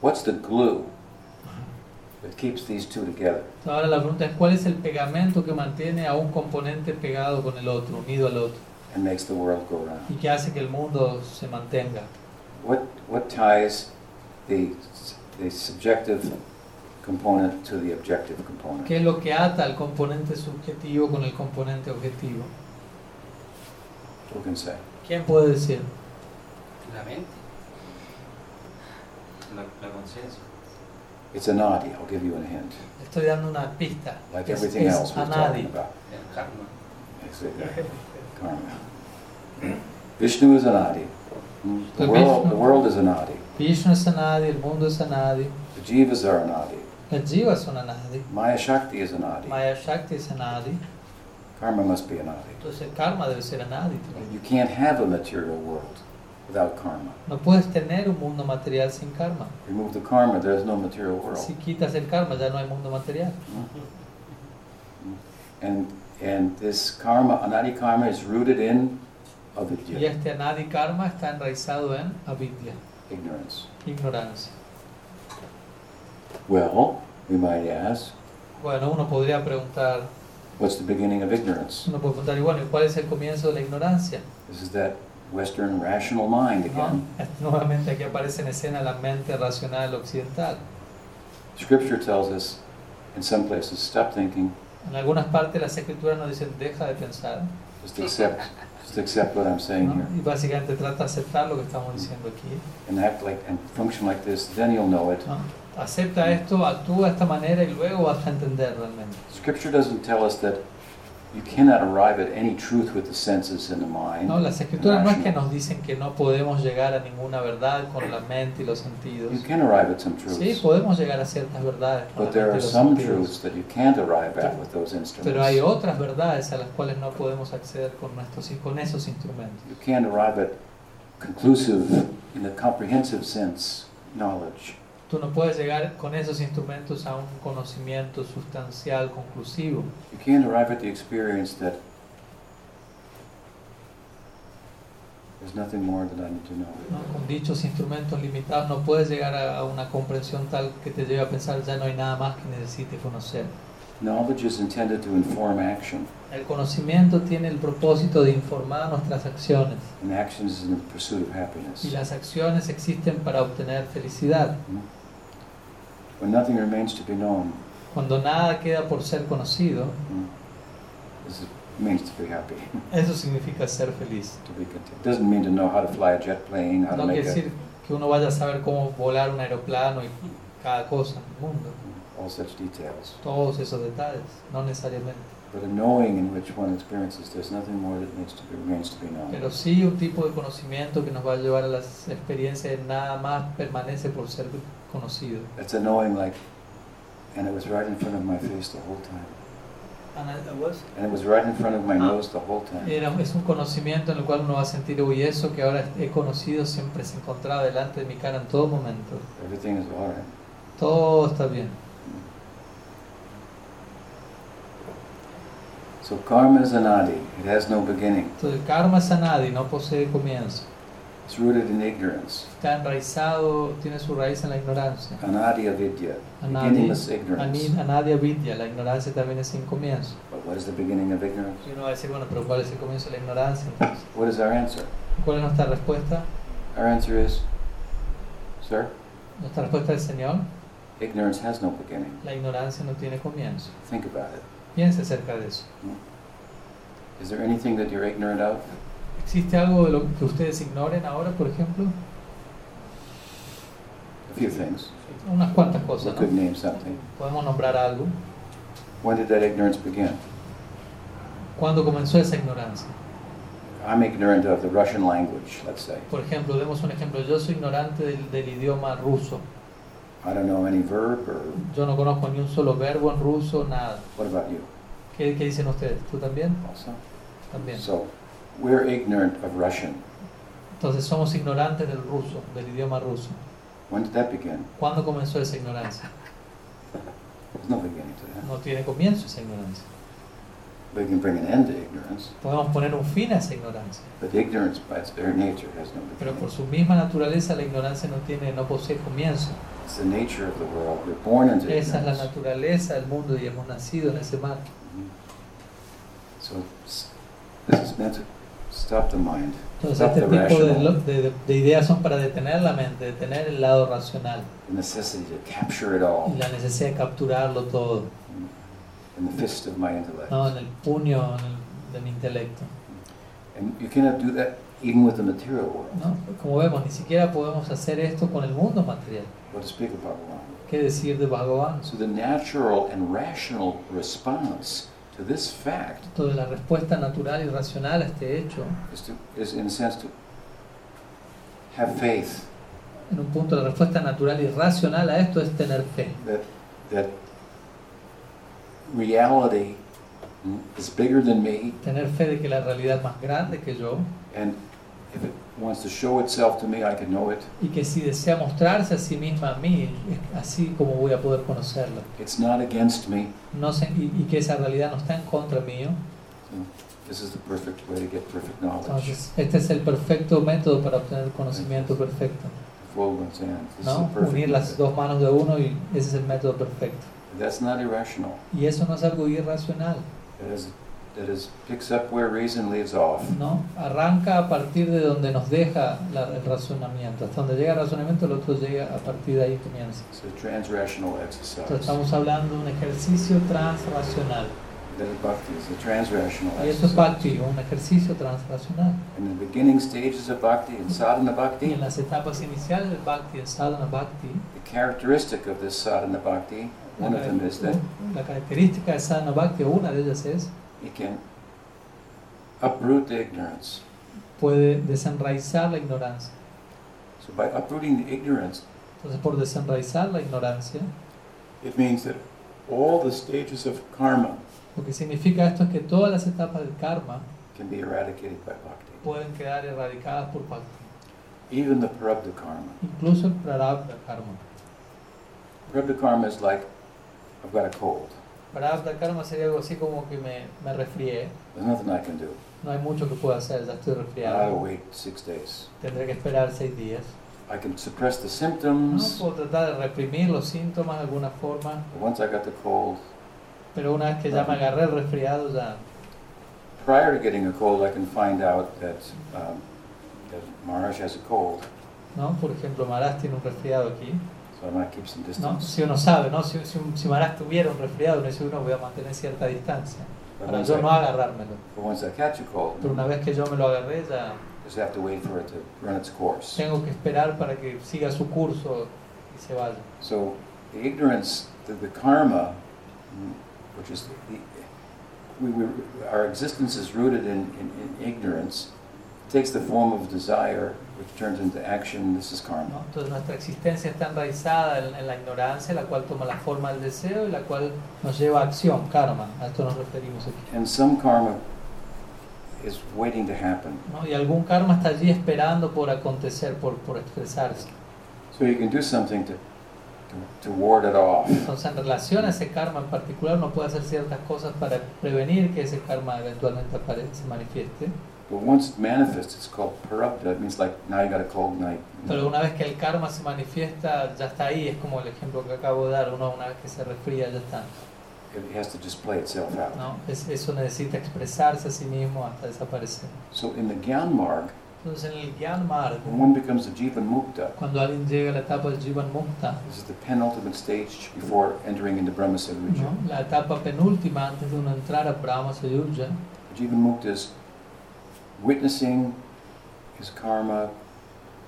Speaker 1: what's the glue that keeps these two together?
Speaker 2: Entonces, ahora la pregunta es, ¿cuál es el pegamento que mantiene a un componente pegado con el otro, unido al otro?
Speaker 1: and makes the world go round?
Speaker 2: y que hace que el mundo se mantenga.
Speaker 1: What, what ties the, s- the subjective component to the objective component?
Speaker 2: ¿Qué es lo que ata al componente subjetivo con el componente objetivo?
Speaker 1: Who can say?
Speaker 2: ¿Quién puede decir?
Speaker 4: La mente. La, la conciencia.
Speaker 1: It's anadi, I'll give you a hint,
Speaker 2: Le Estoy dando una pista.
Speaker 1: like
Speaker 2: es
Speaker 1: everything
Speaker 2: es
Speaker 1: else we're talking
Speaker 2: anadi.
Speaker 1: about.
Speaker 4: El karma.
Speaker 1: It's a- karma. Vishnu is anadi. The
Speaker 2: The
Speaker 1: world, the
Speaker 2: Vishnu-
Speaker 1: world is anadi.
Speaker 2: Vishnu es anadi, el mundo es anadi,
Speaker 1: The jivas are anadi.
Speaker 2: las jivas son anadi,
Speaker 1: Maya Shakti is anadi.
Speaker 2: Maya Shakti es anadi,
Speaker 1: Karma must be anadi.
Speaker 2: entonces el karma debe ser anadi también.
Speaker 1: You can't have a material world without karma.
Speaker 2: No puedes tener un mundo material sin karma.
Speaker 1: Remove the karma, there's no material world.
Speaker 2: Si quitas el karma ya no hay mundo material.
Speaker 1: And and this karma, anadi karma, is rooted in
Speaker 2: Y
Speaker 1: avidya,
Speaker 2: este anadi karma está enraizado en avidya,
Speaker 1: ignorance.
Speaker 2: ignorancia.
Speaker 1: Well, we might ask,
Speaker 2: Bueno, uno podría preguntar,
Speaker 1: what's the beginning of ignorance?
Speaker 2: Uno puede preguntar, y bueno, ¿y cuál es el comienzo de la ignorancia?
Speaker 1: This is that Western rational mind
Speaker 2: ¿no?
Speaker 1: again.
Speaker 2: Nuevamente aquí aparece en escena la mente racional occidental.
Speaker 1: Scripture tells us in some places, stop thinking,
Speaker 2: En algunas partes las escrituras nos dicen deja de pensar
Speaker 1: just accept, just accept what I'm saying
Speaker 2: ¿no?
Speaker 1: here.
Speaker 2: y básicamente trata de aceptar lo que estamos diciendo aquí.
Speaker 1: And act like, and function like this, then you'll know it.
Speaker 2: ¿no? Acepta esto, actúa de esta manera y luego vas a entender realmente.
Speaker 1: Scripture doesn't tell us that you cannot arrive at any truth with the senses and the mind.
Speaker 2: ¿no? Las escrituras no es que nos dicen que no podemos llegar a ninguna verdad con la mente y los sentidos.
Speaker 1: You can arrive at some
Speaker 2: Sí,
Speaker 1: truths,
Speaker 2: podemos llegar a ciertas verdades con la
Speaker 1: but there
Speaker 2: mente
Speaker 1: are
Speaker 2: y los
Speaker 1: some
Speaker 2: sentidos.
Speaker 1: truths that you can't arrive at with those instruments.
Speaker 2: Pero hay otras verdades a las cuales no podemos acceder con, nuestros, con esos instrumentos.
Speaker 1: You can't arrive at conclusive, in the comprehensive sense, knowledge.
Speaker 2: Tú no puedes llegar con esos instrumentos a un conocimiento sustancial, conclusivo.
Speaker 1: You can't arrive at the experience that there's nothing more that I need to know.
Speaker 2: ¿no? Con dichos instrumentos limitados no puedes llegar a a una comprensión tal que te lleve a pensar ya no hay nada más que necesite conocer.
Speaker 1: Knowledge is intended to inform action,
Speaker 2: El conocimiento tiene el propósito de informar nuestras acciones
Speaker 1: and action is in the pursuit of
Speaker 2: y
Speaker 1: happiness. Hmm?
Speaker 2: las acciones existen para obtener felicidad.
Speaker 1: When nothing remains to be known, hmm,
Speaker 2: Cuando nada queda por ser conocido,
Speaker 1: this is- means to be happy,
Speaker 2: eso significa ser feliz.
Speaker 1: to be content. Doesn't mean to know how to fly a jet plane, how to
Speaker 2: No quiere
Speaker 1: make a,
Speaker 2: decir que uno vaya a saber cómo volar un aeroplano y cada cosa en el mundo,
Speaker 1: hmm, all such details.
Speaker 2: todos esos detalles, no necesariamente.
Speaker 1: But a knowing in which one experiences, there's nothing more that needs to be, remains to be known.
Speaker 2: Pero sí un tipo de conocimiento que nos va a llevar a las experiencias de nada más permanece por ser conocido.
Speaker 1: It's a knowing like, and it was right in front of my face the whole time.
Speaker 3: And I, I was
Speaker 1: And it was right in front of my
Speaker 3: Ah.
Speaker 1: nose the whole time.
Speaker 2: Era- es un conocimiento en el cual uno va a sentir, uy, eso que ahora he conocido siempre se encontraba delante de mi cara en todo momento.
Speaker 1: Everything is all right.
Speaker 2: Todo está bien.
Speaker 1: So karma is anadi. It has no beginning.
Speaker 2: Entonces el karma es anadi, no posee comienzo.
Speaker 1: It's rooted in ignorance.
Speaker 2: Está enraizado, tiene su raíz en la ignorancia.
Speaker 1: Anadi avidya.
Speaker 2: Anadi.
Speaker 1: Beginningless ignorance.
Speaker 2: Ani- Anadi avidya, la ignorancia también es sin comienzo.
Speaker 1: But what is the beginning of ignorance?
Speaker 2: Y uno va a decir, bueno, pero ¿cuál es el comienzo de la ignorancia? entonces?
Speaker 1: What is our answer?
Speaker 2: ¿Cuál es nuestra respuesta?
Speaker 1: Our answer is, sir,
Speaker 2: Nuestra respuesta del Señor,
Speaker 1: ignorance has no beginning.
Speaker 2: la ignorancia no tiene comienzo.
Speaker 1: Think about it.
Speaker 2: Piense acerca de eso.
Speaker 1: Is there anything that you're ignorant of?
Speaker 2: ¿Existe algo de lo que ustedes ignoren ahora, por ejemplo?
Speaker 1: A few things.
Speaker 2: Unas cuantas
Speaker 1: We
Speaker 2: cosas,
Speaker 1: could
Speaker 2: ¿no?
Speaker 1: name something.
Speaker 2: Podemos nombrar algo.
Speaker 1: When did that ignorance begin?
Speaker 2: ¿Cuándo comenzó esa ignorancia?
Speaker 1: I'm ignorant of the Russian language, let's say.
Speaker 2: Por ejemplo, demos un ejemplo. Yo soy ignorante del, del idioma ruso.
Speaker 1: I don't know any verb or
Speaker 2: Yo no conozco ni un solo verbo en ruso, nada.
Speaker 1: what about you?
Speaker 2: ¿Qué, qué dicen ustedes? ¿Tú también?
Speaker 1: Also?
Speaker 2: También.
Speaker 1: So we're ignorant of Russian.
Speaker 2: Entonces somos ignorantes del ruso, del idioma ruso.
Speaker 1: When did that begin?
Speaker 2: ¿Cuándo comenzó esa ignorancia?
Speaker 1: There's no beginning to that.
Speaker 2: No tiene comienzo esa ignorancia.
Speaker 1: We can bring an end to ignorance,
Speaker 2: Podemos poner un fin a esa ignorancia.
Speaker 1: but ignorance by its very nature has no
Speaker 2: Pero por
Speaker 1: beginning.
Speaker 2: su misma naturaleza la ignorancia no tiene, no posee comienzo.
Speaker 1: It's the nature of the world. We're born into
Speaker 2: Esa es la
Speaker 1: ignorance.
Speaker 2: naturaleza del mundo y hemos nacido en ese mar.
Speaker 1: Mhm. So s- this is meant to stop the mind.
Speaker 2: Entonces
Speaker 1: Stop
Speaker 2: este
Speaker 1: the
Speaker 2: tipo de, lo-
Speaker 1: rational.
Speaker 2: de- de- de ideas son para detener la mente, detener el lado racional
Speaker 1: The necessity to capture it
Speaker 2: y
Speaker 1: all Mm-hmm.
Speaker 2: la necesidad de capturarlo todo,
Speaker 1: in the fist of my intellect.
Speaker 2: Oh, ¿no? en el puño en el- de mi intelecto.
Speaker 1: And you cannot do that even with the material world.
Speaker 2: ¿no? Como vemos, ni siquiera podemos hacer esto con el mundo material.
Speaker 1: What to speak about Bhagavan.
Speaker 2: ¿Qué decir de Bhagavan?
Speaker 1: So the natural and rational response to this fact
Speaker 2: Entonces la respuesta natural y racional a este hecho,
Speaker 1: is to is in a sense to have faith
Speaker 2: en un punto la respuesta natural y racional a esto es tener fe.
Speaker 1: that that reality is bigger than me
Speaker 2: Tener fe de que la realidad es más grande que yo
Speaker 1: and if it wants to show itself to me I can know it.
Speaker 2: y que si desea mostrarse a sí misma a mí, es así como voy a poder conocerla.
Speaker 1: It's not against me.
Speaker 2: No sé, y, y que esa realidad no está en contra mío.
Speaker 1: This is the perfect way to get perfect knowledge.
Speaker 2: Entonces, este es el perfecto método para obtener conocimiento perfecto.
Speaker 1: Fold one's hands. This is
Speaker 2: ¿no?
Speaker 1: the perfect
Speaker 2: Unir las
Speaker 1: method.
Speaker 2: dos manos de uno y ese es el método perfecto.
Speaker 1: That's not irrational.
Speaker 2: Y eso no es algo irracional.
Speaker 1: That is that is picks up where reason leaves off.
Speaker 2: ¿no? Arranca a partir de donde nos deja la- el razonamiento. Hasta donde llega el razonamiento, el otro llega a partir de ahí comienza.
Speaker 1: It's a transrational
Speaker 2: Entonces
Speaker 1: exercise.
Speaker 2: estamos hablando de un ejercicio transracional.
Speaker 1: That is bhakti. It's a transrational
Speaker 2: Y eso es
Speaker 1: exercise.
Speaker 2: bhakti, un ejercicio transracional.
Speaker 1: In the beginning stages of bhakti and sadhana
Speaker 2: Y en
Speaker 1: bhakti,
Speaker 2: las etapas iniciales del bhakti, el sadhana bhakti,
Speaker 1: the characteristic of this sadhana bhakti, one of them is that
Speaker 2: la característica de sadhana bhakti, o una de ellas es,
Speaker 1: it can uproot the ignorance.
Speaker 2: puede desenraizar la ignorancia.
Speaker 1: So by uprooting the ignorance,
Speaker 2: Entonces, por desenraizar la ignorancia,
Speaker 1: it means that all the stages of karma
Speaker 2: lo que significa esto es que todas las etapas del karma
Speaker 1: can be eradicated by bhakti.
Speaker 2: pueden quedar erradicadas por bhakti,
Speaker 1: Even the prarabdha karma.
Speaker 2: incluso el prarabdha karma.
Speaker 1: Prarabdha karma is like, I've got a cold.
Speaker 2: Prarabdha karma sería algo así como que me, me resfrié,
Speaker 1: There's nothing I can do.
Speaker 2: no hay mucho que pueda hacer, ya estoy resfriado,
Speaker 1: I'll wait six days.
Speaker 2: tendré que esperar seis días.
Speaker 1: I can suppress the
Speaker 2: No
Speaker 1: symptoms.
Speaker 2: puedo tratar de reprimir los síntomas de alguna forma,
Speaker 1: But once I got the cold,
Speaker 2: pero una vez que ya me agarré el resfriado, ya
Speaker 1: prior to getting a cold, I can find out that, um, that Maharaj has a cold.
Speaker 2: ¿no? Por ejemplo, Maras tiene un resfriado aquí,
Speaker 1: So I might keep some
Speaker 2: ¿no?
Speaker 1: distance.
Speaker 2: Si uno sabe, ¿no? Si, si, un- si Maharaj tuviera un resfriado, uno dice, uno voy a mantener cierta distancia
Speaker 1: But,
Speaker 2: para
Speaker 1: once
Speaker 2: yo no
Speaker 1: I,
Speaker 2: agarrármelo.
Speaker 1: but once I catch a
Speaker 2: Pero
Speaker 1: cold,
Speaker 2: una vez que yo me lo agarré, ya
Speaker 1: just have to wait for it to run its course.
Speaker 2: tengo que esperar para que siga su curso y se vaya.
Speaker 1: So the ignorance, the, the karma, mm, which is the, we, we, our existence is rooted in, in, in ignorance, takes the form of desire, which turns into action. This is karma.
Speaker 2: ¿no? Entonces nuestra existencia está enraizada en, en la ignorancia, la cual toma la forma del deseo y la cual nos lleva a acción, karma, a esto nos referimos aquí.
Speaker 1: And some karma is waiting to happen.
Speaker 2: ¿no? Y algún karma está allí esperando por acontecer, por, por expresarse.
Speaker 1: So you can do something to, to, to ward it off.
Speaker 2: Entonces, en relación a ese karma en particular, uno puede hacer ciertas cosas para prevenir que ese karma eventualmente apare- se manifieste.
Speaker 1: But once it manifests, it's called parabdha. It means like now you got a cold night.
Speaker 2: Pero una vez que el karma se manifiesta, ya está ahí. Es como el ejemplo que acabo de dar. Uno, una vez que se resfría, ya está.
Speaker 1: It has to just play itself out.
Speaker 2: ¿no? Es- eso necesita expresarse a sí mismo hasta desaparecer.
Speaker 1: So in the Gyan Marg,
Speaker 2: Entonces, en el Gyan Marg,
Speaker 1: when one becomes a Jivan Mukta,
Speaker 2: cuando alguien llega a la etapa del Jivan Mukta,
Speaker 1: This is the penultimate stage before entering into Brahma Saruja.
Speaker 2: ¿no? la etapa penúltima antes de uno entrar a Brahma Sayuja,
Speaker 1: Jivan Mukta is witnessing his karma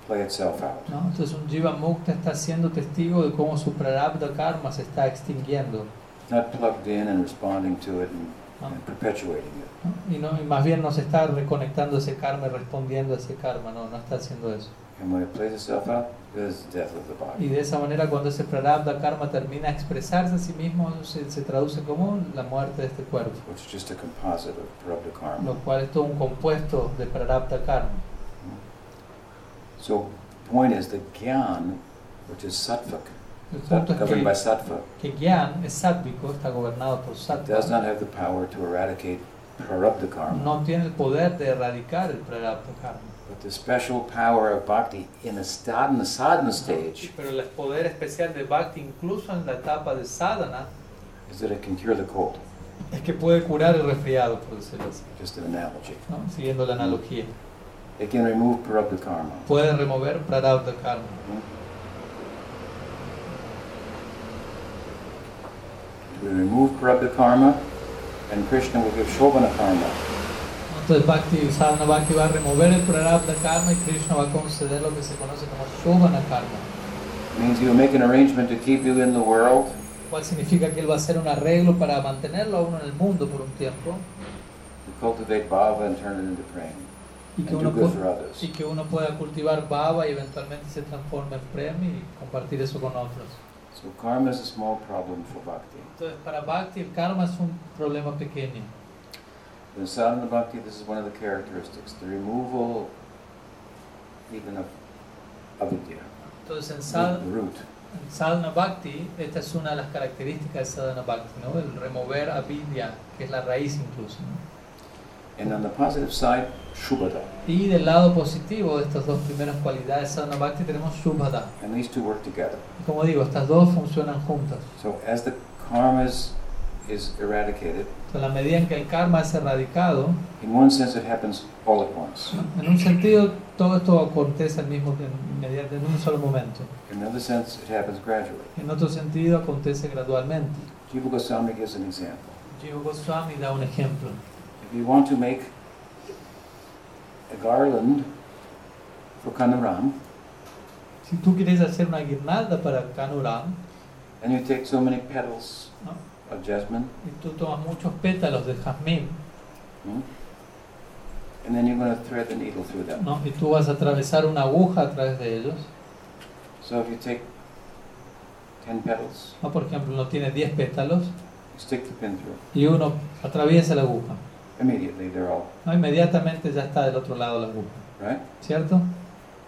Speaker 1: play itself out.
Speaker 2: ¿no? entonces un Jivan Mukta está siendo testigo de cómo su prarabdha karma se está extinguiendo.
Speaker 1: Not plugged in and responding to it and, and perpetuating it.
Speaker 2: ¿no? Y, no, y más bien no se está reconectando a ese karma y respondiendo a ese karma, no, no está haciendo eso.
Speaker 1: And when it plays itself out, there's the death of the body.
Speaker 2: Y de esa manera cuando ese prarabdha karma termina de expresarse a sí mismo, se, se traduce como la muerte de este cuerpo,
Speaker 1: Which is just a composite of Prabhupada
Speaker 2: lo
Speaker 1: karma.
Speaker 2: cual es todo un compuesto de prarabdha karma.
Speaker 1: So the point is the Gyan, which is sattvic,
Speaker 2: El punto es
Speaker 1: governed by
Speaker 2: que,
Speaker 1: sattva,
Speaker 2: que Gyan es sátvico, está gobernado por sattva,
Speaker 1: does not have the power to eradicate Prabhupada karma.
Speaker 2: no tiene el poder de erradicar el prarabdha karma.
Speaker 1: But the special power of bhakti in the sadhana, sadhana stage
Speaker 2: Pero el poder especial de Bhakti, incluso en la etapa de sadhana,
Speaker 1: is that it can cure the cold,
Speaker 2: es que puede curar el resfriado, por decirlo así,
Speaker 1: just an analogy.
Speaker 2: ¿no? siguiendo la analogía.
Speaker 1: It can remove parabdha karma. Hmm?
Speaker 2: puede remover prarabdha karma.
Speaker 1: We remove parabdha karma, and Krishna will give Shobhana karma.
Speaker 2: Entonces Bhakti, Sadhana Bhakti va a remover el prarabdha karma y Krishna va a conceder lo que se conoce como Shobhana karma,
Speaker 1: It means he will make an arrangement to keep you in the world,
Speaker 2: lo cual significa que él va a hacer un arreglo para mantenerlo a uno en el mundo por un tiempo
Speaker 1: to cultivate bhava and turn it into prana,
Speaker 2: y
Speaker 1: and
Speaker 2: que
Speaker 1: do
Speaker 2: uno,
Speaker 1: good
Speaker 2: pu-
Speaker 1: for others.
Speaker 2: y que uno pueda cultivar bhava y eventualmente se transforme en prema y compartir eso con otros.
Speaker 1: So karma is a small problem for bhakti.
Speaker 2: Entonces para Bhakti el karma es un problema pequeño.
Speaker 1: In sadhana bhakti, this is one of the characteristics, the removal even of avidya,
Speaker 2: Entonces en,
Speaker 1: the
Speaker 2: sad,
Speaker 1: root.
Speaker 2: en Sadhana Bhakti, esta es una de las características de Sadhana Bhakti, ¿no? el remover avidya, que es la raíz incluso. ¿no?
Speaker 1: And on the positive side, shubhada.
Speaker 2: Y del lado positivo de estas dos primeras cualidades, sadhana bhakti, tenemos subhada.
Speaker 1: And these two work together.
Speaker 2: Como digo, estas dos funcionan juntas.
Speaker 1: So as the karma is, is eradicated,
Speaker 2: Entonces, En la medida en que el karma es erradicado,
Speaker 1: In one sense, it happens all at once.
Speaker 2: en un sentido todo esto acontece al mismo inmediato, en un solo momento.
Speaker 1: In another sense, it happens gradually.
Speaker 2: En otro sentido acontece gradualmente.
Speaker 1: Jiva Goswami gives an example.
Speaker 2: Jiva Goswami da un ejemplo.
Speaker 1: If you want to make a garland for Kanaram,
Speaker 2: Si tú quieres hacer una guirnalda para Kanuram,
Speaker 1: and you take so many petals
Speaker 2: No.
Speaker 1: of jasmine,
Speaker 2: y tú tomas muchos pétalos de jazmín,
Speaker 1: hmm, and then you're going to thread the needle through them.
Speaker 2: ¿no? y tú vas a atravesar una aguja a través de ellos,
Speaker 1: So if you take 10 petals,
Speaker 2: ¿no? por ejemplo, uno tiene 10 pétalos
Speaker 1: you stick the pin through.
Speaker 2: y uno atraviesa la aguja.
Speaker 1: Immediately, they're all,
Speaker 2: ¿no? Inmediatamente ya está del otro lado la aguja,
Speaker 1: right?
Speaker 2: ¿cierto?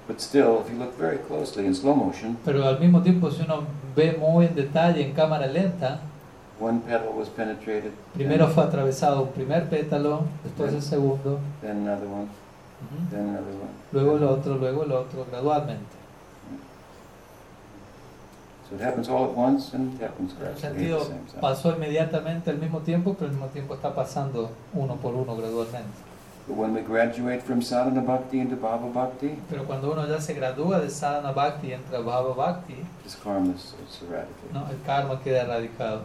Speaker 1: But still, if you look very closely in slow motion,
Speaker 2: Pero al mismo tiempo, si uno ve muy en detalle en cámara lenta,
Speaker 1: one petal was penetrated,
Speaker 2: primero fue atravesado un primer pétalo, después el segundo,
Speaker 1: then another one,
Speaker 2: ujú,
Speaker 1: then another one.
Speaker 2: luego el otro, luego el otro, gradualmente.
Speaker 1: So it happens all at once and it happens
Speaker 2: En el
Speaker 1: gradually at the
Speaker 2: sentido,
Speaker 1: same time.
Speaker 2: pasó inmediatamente al mismo tiempo, pero al mismo tiempo está pasando uno por uno gradualmente.
Speaker 1: But when we graduate from sadhana bhakti into bhava bhakti,
Speaker 2: Pero cuando uno ya se gradúa de sadhana bhakti y entra a bhava bhakti,
Speaker 1: this karma is it's eradicated.
Speaker 2: ¿no? el karma queda erradicado.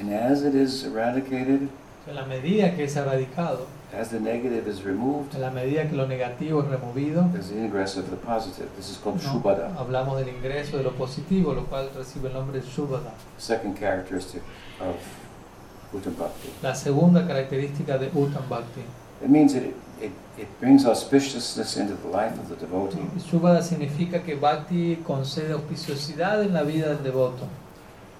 Speaker 1: And as it is eradicated,
Speaker 2: En la medida que es erradicado,
Speaker 1: as the negative is removed,
Speaker 2: en la medida que lo negativo es removido,
Speaker 1: there's the ingress of the positive. This is called
Speaker 2: ¿no?
Speaker 1: shubhada,
Speaker 2: hablamos del ingreso de lo positivo, lo cual recibe el nombre Shubhada.
Speaker 1: second characteristic of Uttam Bhakti.
Speaker 2: La segunda característica de Uttam Bhakti.
Speaker 1: It means that it, it, it brings auspiciousness into the life of the devotee.
Speaker 2: Shubhada significa que Bhakti concede auspiciosidad en la vida del devoto.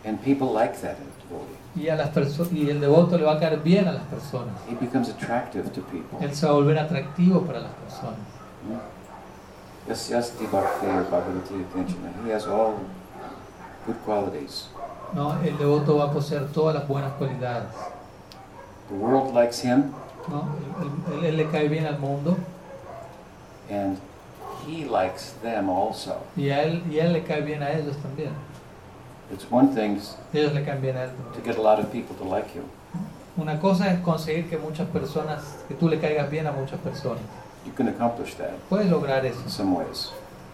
Speaker 1: And people like that in the devotee.
Speaker 2: Y, a las perso- y el devoto le va a caer bien a las personas.
Speaker 1: He becomes attractive to people.
Speaker 2: Él se va a volver atractivo para las personas.
Speaker 1: Yes, yes, Bhakti or Bhagavati Attention. He has all good qualities.
Speaker 2: ¿no? El devoto va a poseer todas las buenas cualidades.
Speaker 1: The world likes him,
Speaker 2: ¿no? Él, él- él le cae bien al mundo
Speaker 1: and he likes them also.
Speaker 2: y a él, y a él le cae bien a ellos también.
Speaker 1: It's one thing s-
Speaker 2: Ellos le caen bien a él
Speaker 1: to
Speaker 2: también.
Speaker 1: get a lot of people to like you.
Speaker 2: Una cosa es conseguir que muchas personas, que tú le caigas bien a muchas personas.
Speaker 1: You can accomplish that
Speaker 2: Puedes lograr eso
Speaker 1: in some ways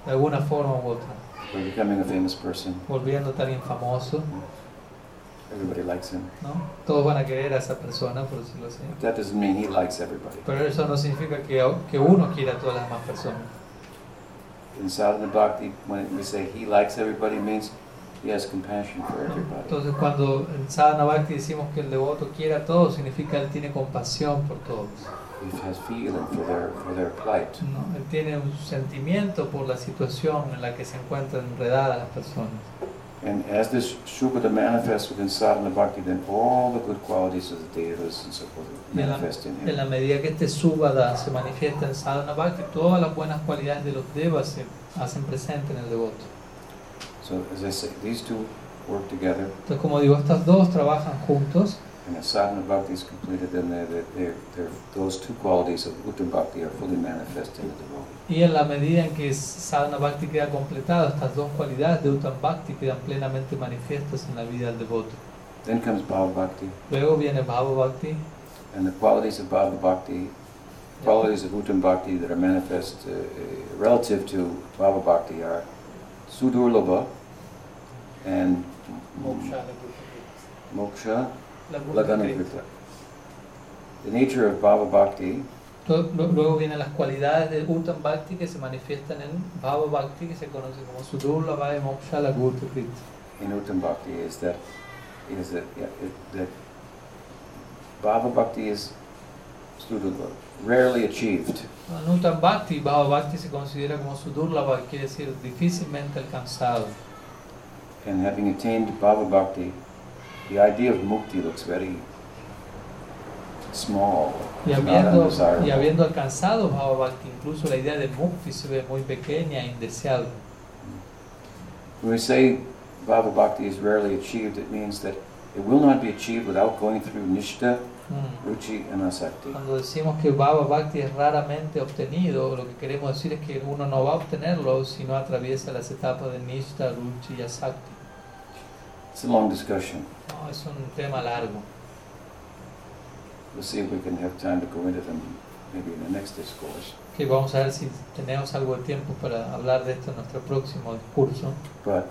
Speaker 2: de alguna forma u otra,
Speaker 1: by becoming a famous person.
Speaker 2: volviéndote alguien famoso.
Speaker 1: Everybody likes him.
Speaker 2: ¿no? Todos van a querer a esa persona, por decirlo así.
Speaker 1: But that doesn't mean he likes everybody.
Speaker 2: Pero eso no significa que, a- que uno quiera a todas las demás personas.
Speaker 1: In sadhana bhakti, when we say he likes everybody, it means he has compassion for
Speaker 2: ¿no?
Speaker 1: everybody.
Speaker 2: Entonces cuando en Sadhana Bhakti decimos que el devoto quiere a todos, significa él tiene compasión por todos.
Speaker 1: He has feeling for their for their plight.
Speaker 2: ¿no? Él tiene un sentimiento por la situación en la que se encuentran enredadas las personas.
Speaker 1: And as this Shubhata manifests within sadhana bhakti, then all the good qualities of the devas and so forth
Speaker 2: Yeah.
Speaker 1: manifest in
Speaker 2: En
Speaker 1: him.
Speaker 2: la medida que este subada se manifiesta en sadhana bhakti, todas las buenas cualidades de los devas se hacen presente en el devoto.
Speaker 1: So as I say, these two work together,
Speaker 2: Entonces, como digo, estas dos trabajan juntos
Speaker 1: and as sadhana bhakti is completed, then they're, they're, they're, they're- those two qualities of uttam bhakti are fully manifest in the devotee.
Speaker 2: y en la medida en que sadhana bhakti queda completado, estas dos cualidades de uttam bhakti quedan plenamente manifiestas en la vida del devoto.
Speaker 1: Then comes bhava bhakti,
Speaker 2: Luego viene bhava bhakti,
Speaker 1: and the qualities of bhava bhakti, qualities of uttam bhakti that are manifest uh, uh, relative to bhava bhakti are sudurlabha and
Speaker 3: Moksha,
Speaker 1: moksha
Speaker 3: la Buddha.
Speaker 1: Laganamrita. The nature of Bhava Bhakti
Speaker 2: To- lu- Luego vienen las cualidades de Uttam Bhakti que se manifiestan en Bhava Bhakti, que se conoce como Sudurla Bhava Moksha Lagutu Krit.
Speaker 1: in Uttam Bhakti is that it is that, yeah, it, that Bhava Bhakti is studable, rarely achieved.
Speaker 2: En Uttam Bhakti, Bhava Bhakti se considera como Sudurla Bhakti, quiere decir difícilmente alcanzado.
Speaker 1: And having attained Bhava Bhakti, the idea of mukti looks very small,
Speaker 2: Y
Speaker 1: not
Speaker 2: habiendo,
Speaker 1: undesirable.
Speaker 2: y habiendo alcanzado Bhava Bhakti, incluso la idea de Mukti se ve muy pequeña e indeseable.
Speaker 1: When we say Bhava Bhakti is rarely achieved, it means that it will not be achieved without going through Nishta,
Speaker 2: Mm.
Speaker 1: Ruchi, and Asakti.
Speaker 2: Cuando decimos que Bhava Bhakti es raramente obtenido, lo que queremos decir es que uno no va a obtenerlo si no atraviesa las etapas de Nishta, Ruchi y Asakti.
Speaker 1: It's a long discussion.
Speaker 2: No, es un tema largo.
Speaker 1: We'll see if we can have time to go into them maybe in the next discourse.
Speaker 2: que vamos a ver si tenemos algo de tiempo para hablar de esto en nuestro próximo discurso.
Speaker 1: But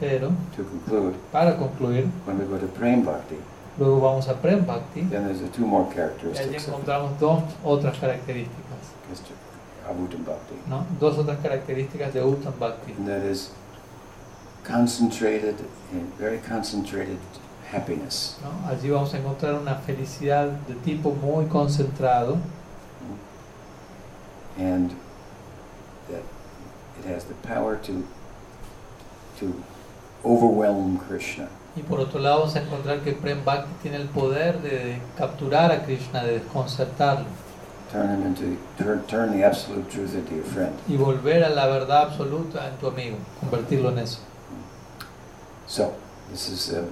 Speaker 2: Pero
Speaker 1: to conclude,
Speaker 2: para concluir,
Speaker 1: when we go to Prem Bhakti,
Speaker 2: luego vamos a Prem Bhakti
Speaker 1: then there's the two more
Speaker 2: y allí
Speaker 1: characteristics of
Speaker 2: encontramos dos otras características,
Speaker 1: Avutam Bhakti.
Speaker 2: ¿no? Dos otras características de Uttam Bhakti.
Speaker 1: And that is concentrated, and very concentrated happiness.
Speaker 2: ¿no? Allí vamos a encontrar una felicidad de tipo muy concentrado,
Speaker 1: and that it has the power to to overwhelm Krishna.
Speaker 2: Y por otro lado vamos a encontrar que Prem Bhakti tiene el poder de capturar a Krishna, de desconcertarlo
Speaker 1: Turn him into turn, turn the absolute truth into your friend.
Speaker 2: y volver a la verdad absoluta en tu amigo, convertirlo en eso.
Speaker 1: So this is uh,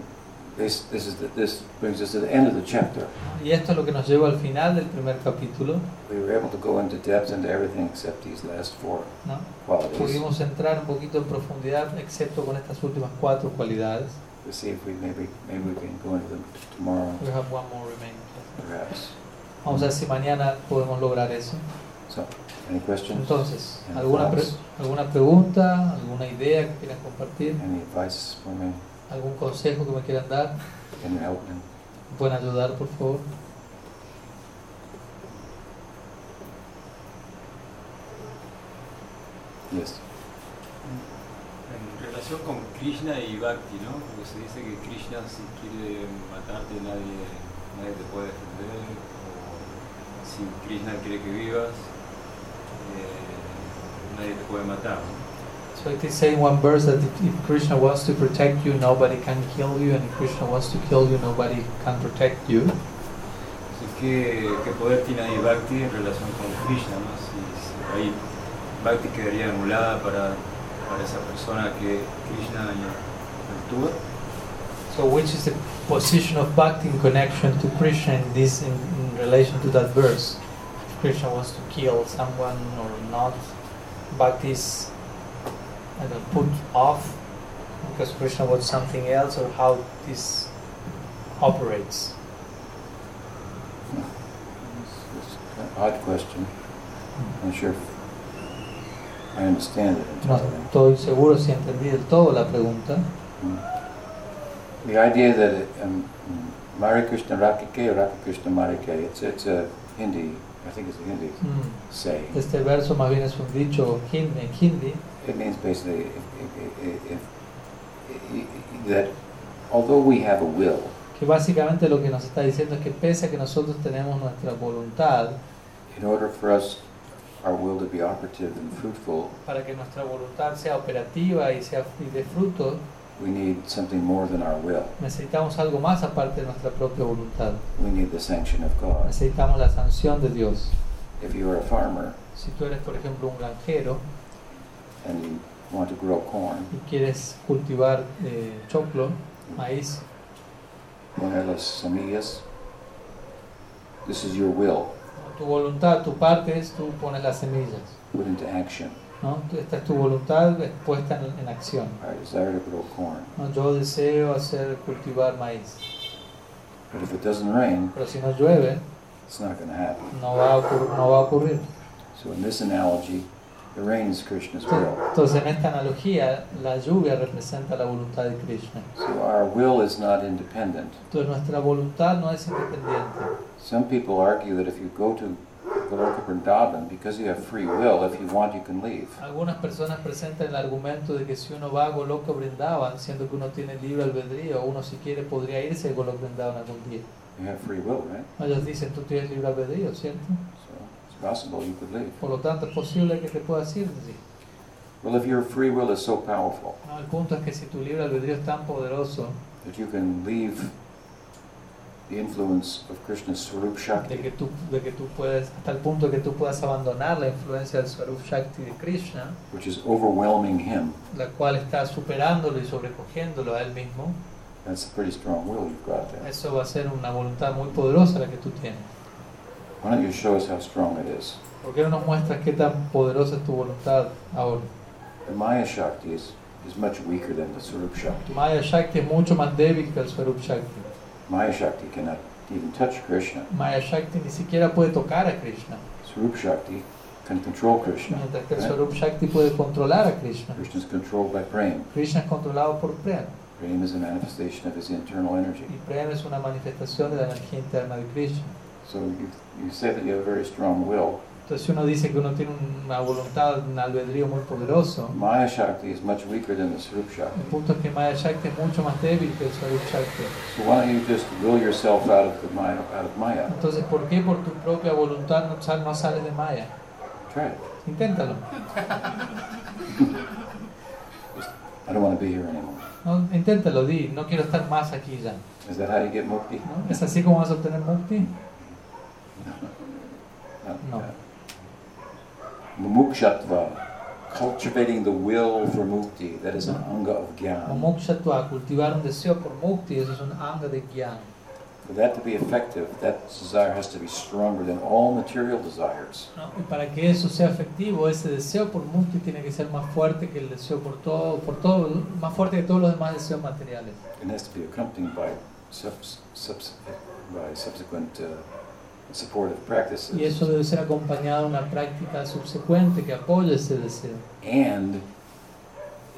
Speaker 1: this this is the, this brings us to the end of the chapter.
Speaker 2: Y esto es lo que nos lleva al final del primer capítulo.
Speaker 1: We were able to go into depth into everything except these last four
Speaker 2: ¿no?
Speaker 1: qualities
Speaker 2: Pudimos entrar un poquito en profundidad, excepto con estas últimas cuatro cualidades.
Speaker 1: to see if we maybe maybe we can go into them t- tomorrow
Speaker 2: We have one more remaining.
Speaker 1: perhaps.
Speaker 2: Vamos a ver si mañana podemos lograr eso.
Speaker 1: So any questions?
Speaker 2: Entonces, ¿alguna, pre- alguna pregunta, alguna idea que quieran compartir,
Speaker 1: Any advice for me?
Speaker 2: algún consejo que me quieran dar?
Speaker 1: Can you help me?
Speaker 2: ¿Me pueden ayudar, por favor?
Speaker 1: Yes.
Speaker 5: En relación con Krishna y Bhakti, ¿no? Porque se dice que Krishna si quiere matarte nadie, nadie te puede defender, o si Krishna quiere que vivas, eh, nadie te puede matar. ¿no?
Speaker 2: So it is saying one verse that if, if Krishna wants to protect you, nobody can kill you, and if Krishna wants to kill you, nobody can protect you.
Speaker 5: Entonces, ¿qué, qué poder tiene ahí Bhakti en relación con Krishna? ¿no? Si, si ahí Bhakti quedaría anulada para, para esa persona que Krishna actúa.
Speaker 2: So which is the position of bhakti in connection to Krishna in this, in, in relation to that verse? If Krishna wants to kill someone or not, bhakti is I don't put off because Krishna wants something else, or how this operates.
Speaker 1: It's an odd question. I'm sure I understand it
Speaker 2: No
Speaker 1: entirely.
Speaker 2: estoy seguro si entendí del todo la pregunta.
Speaker 1: Hmm. The idea that um, Mare Krishna Rakike or Radha Krishna Marike, it's, it's a Hindi, I think it's a Hindi
Speaker 2: Mm.
Speaker 1: saying.
Speaker 2: Este verso más bien es un dicho hin- en hindi,
Speaker 1: It means basically if, if, if, if, that although we have a will,
Speaker 2: que básicamente lo que nos está diciendo es que pese a que nosotros tenemos nuestra voluntad,
Speaker 1: in order for us, our will to be operative and fruitful,
Speaker 2: para que nuestra voluntad sea operativa y, sea, y de fruto,
Speaker 1: we need something more than our will.
Speaker 2: necesitamos algo más aparte de nuestra propia voluntad.
Speaker 1: We need the sanction of God.
Speaker 2: Necesitamos la sanción de Dios.
Speaker 1: If you are a farmer
Speaker 2: Si tú eres, por ejemplo, un granjero
Speaker 1: and you want to grow corn,
Speaker 2: y quieres cultivar eh, choclo, maíz,
Speaker 1: poner las semillas. This is your will
Speaker 2: tu voluntad, tu parte es tú pones las semillas.
Speaker 1: put into action.
Speaker 2: ¿no? Esta es tu voluntad puesta en- en acción.
Speaker 1: I desire to grow corn.
Speaker 2: No, yo deseo hacer cultivar maíz,
Speaker 1: But if it doesn't rain,
Speaker 2: pero si no llueve,
Speaker 1: it's not going to happen.
Speaker 2: no va a, ocur- no va a ocurrir.
Speaker 1: So in this analogy, the rain is Krishna's will.
Speaker 2: Entonces, en esta analogía, la lluvia representa la voluntad de Krishna.
Speaker 1: So our will is not independent.
Speaker 2: Entonces, nuestra voluntad no es independiente.
Speaker 1: Some people argue that if you go to Goloka Vrindavan, because you have free will, if you want, you can leave.
Speaker 2: Algunas personas presentan el argumento de que si uno va a Goloka Brindavan, siendo que uno tiene libre albedrío, uno si quiere podría irse a Golok Brindavan algún día.
Speaker 1: You have free will, right?
Speaker 2: No, Ellos dicen, tú tienes libre albedrío, ¿cierto?
Speaker 1: So it's possible you could leave.
Speaker 2: Por lo tanto, es posible que te puedas ir. de allí.
Speaker 1: Well, if your free will is so powerful
Speaker 2: No, el punto es que si tu libre albedrío es tan poderoso,
Speaker 1: that you can leave the influence of Krishna's Swarup Shakti,
Speaker 2: de que tú, de que tú puedes, hasta el punto de que tú puedas abandonar la influencia del Swarup Shakti de Krishna,
Speaker 1: which is overwhelming him,
Speaker 2: la cual está superándolo y sobrecogiéndolo a él mismo,
Speaker 1: that's a pretty strong will you've got there.
Speaker 2: eso va a ser una voluntad muy poderosa la que tú tienes.
Speaker 1: Why don't you show us how strong it is?
Speaker 2: ¿Por qué no nos muestras qué tan poderosa es tu voluntad ahora?
Speaker 1: The Maya Shakti is, is much weaker than the Swarup Shakti.
Speaker 2: Maya Shakti es mucho más débil que el Swarup Shakti.
Speaker 1: Maya Shakti cannot even touch Krishna.
Speaker 2: Maya Shakti ni siquiera puede tocar a Krishna,
Speaker 1: Swarup Shakti can control Krishna.
Speaker 2: mientras que el Swarup Shakti puede controlar a Krishna.
Speaker 1: Krishna is controlled by prema.
Speaker 2: Krishna es controlado por Prem
Speaker 1: Prema is a manifestation of his internal energy.
Speaker 2: y Prem es una manifestación de la energía interna de Krishna.
Speaker 1: So you, you said that you have a very strong will.
Speaker 2: Entonces, si uno dice que uno tiene una voluntad, un albedrío muy poderoso,
Speaker 1: Maya Shakti is much weaker than the Swarup Shakti.
Speaker 2: el punto es que Maya Shakti es mucho más débil que el Swarup Shakti.
Speaker 1: So why don't you just will yourself out of the Maya, out of Maya?
Speaker 2: Entonces, ¿por qué por tu propia voluntad no, sal- no sales de Maya?
Speaker 1: Try it.
Speaker 2: Inténtalo.
Speaker 1: I don't want to be here anymore.
Speaker 2: No, inténtalo, di, no quiero estar más aquí ya.
Speaker 1: Is that how you get mukti?
Speaker 2: ¿no? ¿Es así como vas a obtener mukti?
Speaker 1: Not
Speaker 2: No.
Speaker 1: bad. Mumukshatva, cultivating the will for mukti, that is an anga of
Speaker 2: O
Speaker 1: jnana.
Speaker 2: mokshatva, cultivar un deseo por mukti, eso es un anga de gyan.
Speaker 1: For that to be effective, that desire has to be stronger than all material desires.
Speaker 2: ¿no? Y para que eso sea efectivo, ese deseo por mukti tiene que ser más fuerte que el deseo por todo, por todo, más fuerte que todos los demás deseos materiales.
Speaker 1: It has to be accompanied by, subs, subs, by subsequent uh, supportive practices.
Speaker 2: Y eso debe ser acompañado de una práctica subsecuente que apoye ese deseo.
Speaker 1: And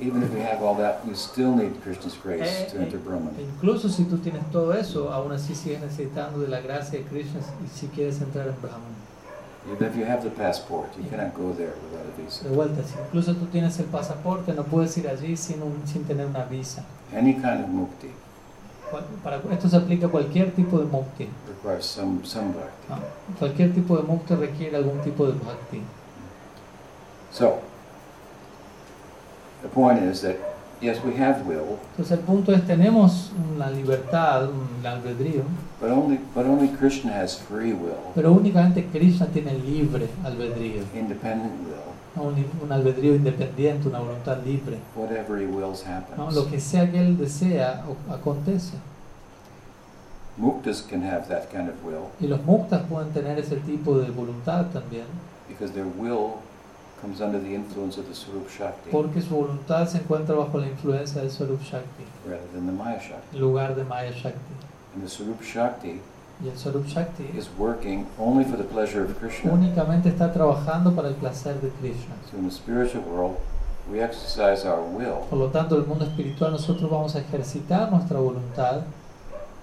Speaker 1: even if you have all that, you still need Krishna's grace
Speaker 2: Eh,
Speaker 1: to enter
Speaker 2: eh,
Speaker 1: Brahman.
Speaker 2: Incluso si tú tienes todo eso, aún así sigues necesitando de la gracia de Krishna y si quieres entrar en Brahman. eh.
Speaker 1: Even if you have the passport, you cannot go there without a
Speaker 2: De
Speaker 1: visa.
Speaker 2: vuelta, si incluso tú tienes el pasaporte, no puedes ir allí sin, un- sin tener una visa.
Speaker 1: Any kind of mukti
Speaker 2: Cual- Para, esto se aplica a cualquier tipo de mukti.
Speaker 1: requires some, some bhakti.
Speaker 2: ¿no? Cualquier tipo de mukti requiere algún tipo de bhakti.
Speaker 1: So, the point is that yes, we have will,
Speaker 2: Entonces el punto es, tenemos una libertad, un albedrío,
Speaker 1: but only but only Krishna has free will,
Speaker 2: pero únicamente Krishna tiene libre albedrío,
Speaker 1: independent will.
Speaker 2: ¿no? un, un albedrío independiente, una voluntad libre.
Speaker 1: Whatever he wills
Speaker 2: ¿no?
Speaker 1: happens.
Speaker 2: Lo que sea que él desea o- acontece.
Speaker 1: Muktas can have that kind of will
Speaker 2: Y los muktas pueden tener ese tipo de voluntad también,
Speaker 1: because their will comes under the influence of the Swarup Shakti
Speaker 2: porque su voluntad se encuentra bajo la influencia del Swarup Shakti,
Speaker 1: rather than the Maya Shakti.
Speaker 2: en lugar de Maya Shakti.
Speaker 1: And the Swarup Shakti
Speaker 2: Y el Swarup Shakti
Speaker 1: is working only for the pleasure of Krishna.
Speaker 2: únicamente está trabajando para el placer de Krishna.
Speaker 1: So in the spiritual world, we exercise our will
Speaker 2: Por lo tanto, en el mundo espiritual nosotros vamos a ejercitar nuestra voluntad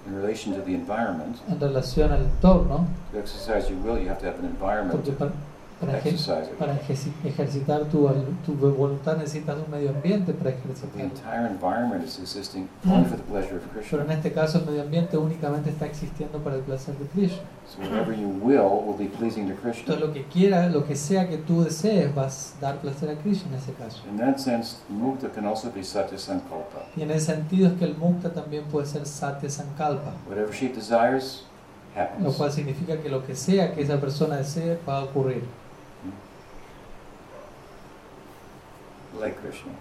Speaker 1: in relation to the environment.
Speaker 2: en relación al entorno,
Speaker 1: To exercise your will, you have to have an environment
Speaker 2: porque para,
Speaker 1: to
Speaker 2: para ejer-
Speaker 1: exercise it.
Speaker 2: para ejerci- ejercitar tu, val- tu voluntad necesitas un medio ambiente para
Speaker 1: But the
Speaker 2: ejercitar.
Speaker 1: entire environment is existing only for the pleasure of
Speaker 2: Pero en
Speaker 1: Krishna.
Speaker 2: este caso el medio ambiente únicamente está existiendo para el placer de Krishna.
Speaker 1: So whatever you will will be pleasing to
Speaker 2: Entonces
Speaker 1: Krishna.
Speaker 2: lo que quiera, lo que sea que tú desees, vas a dar placer a Krishna en ese caso.
Speaker 1: In that sense, mukta can also be satya sankalpa.
Speaker 2: Y en ese sentido es que el mukta también puede ser satya sankalpa.
Speaker 1: Whatever she desires
Speaker 2: Lo
Speaker 1: happens.
Speaker 2: cual significa que lo que sea que esa persona desee va a ocurrir,
Speaker 1: Like Krishna,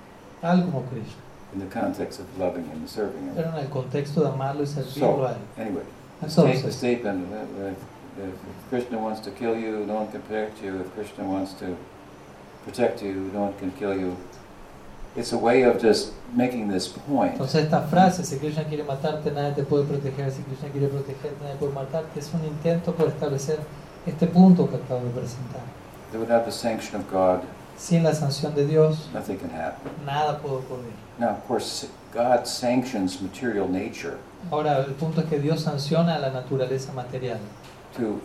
Speaker 2: tal como Krishna,
Speaker 1: in the context of loving him and serving him.
Speaker 2: pero en el contexto de amarlo y servirlo a él.
Speaker 1: Anyway, take the
Speaker 2: Entonces,
Speaker 1: statement that- that if if Krishna wants to kill you, no one can protect you. If Krishna wants to protect you, no one can kill you. It's a way of just making this point.
Speaker 2: entonces esta frase, si Krishna quiere matarte, nadie te puede proteger, si Krishna quiere protegerte, nadie puede matarte, es un intento por establecer este punto que acabo de presentar.
Speaker 1: That without the sanction of God,
Speaker 2: Sin la sanción de Dios,
Speaker 1: nothing can happen.
Speaker 2: nada puede ocurrir.
Speaker 1: Now, of course, God sanctions material nature
Speaker 2: Ahora, el punto es que Dios sanciona a la naturaleza material
Speaker 1: to,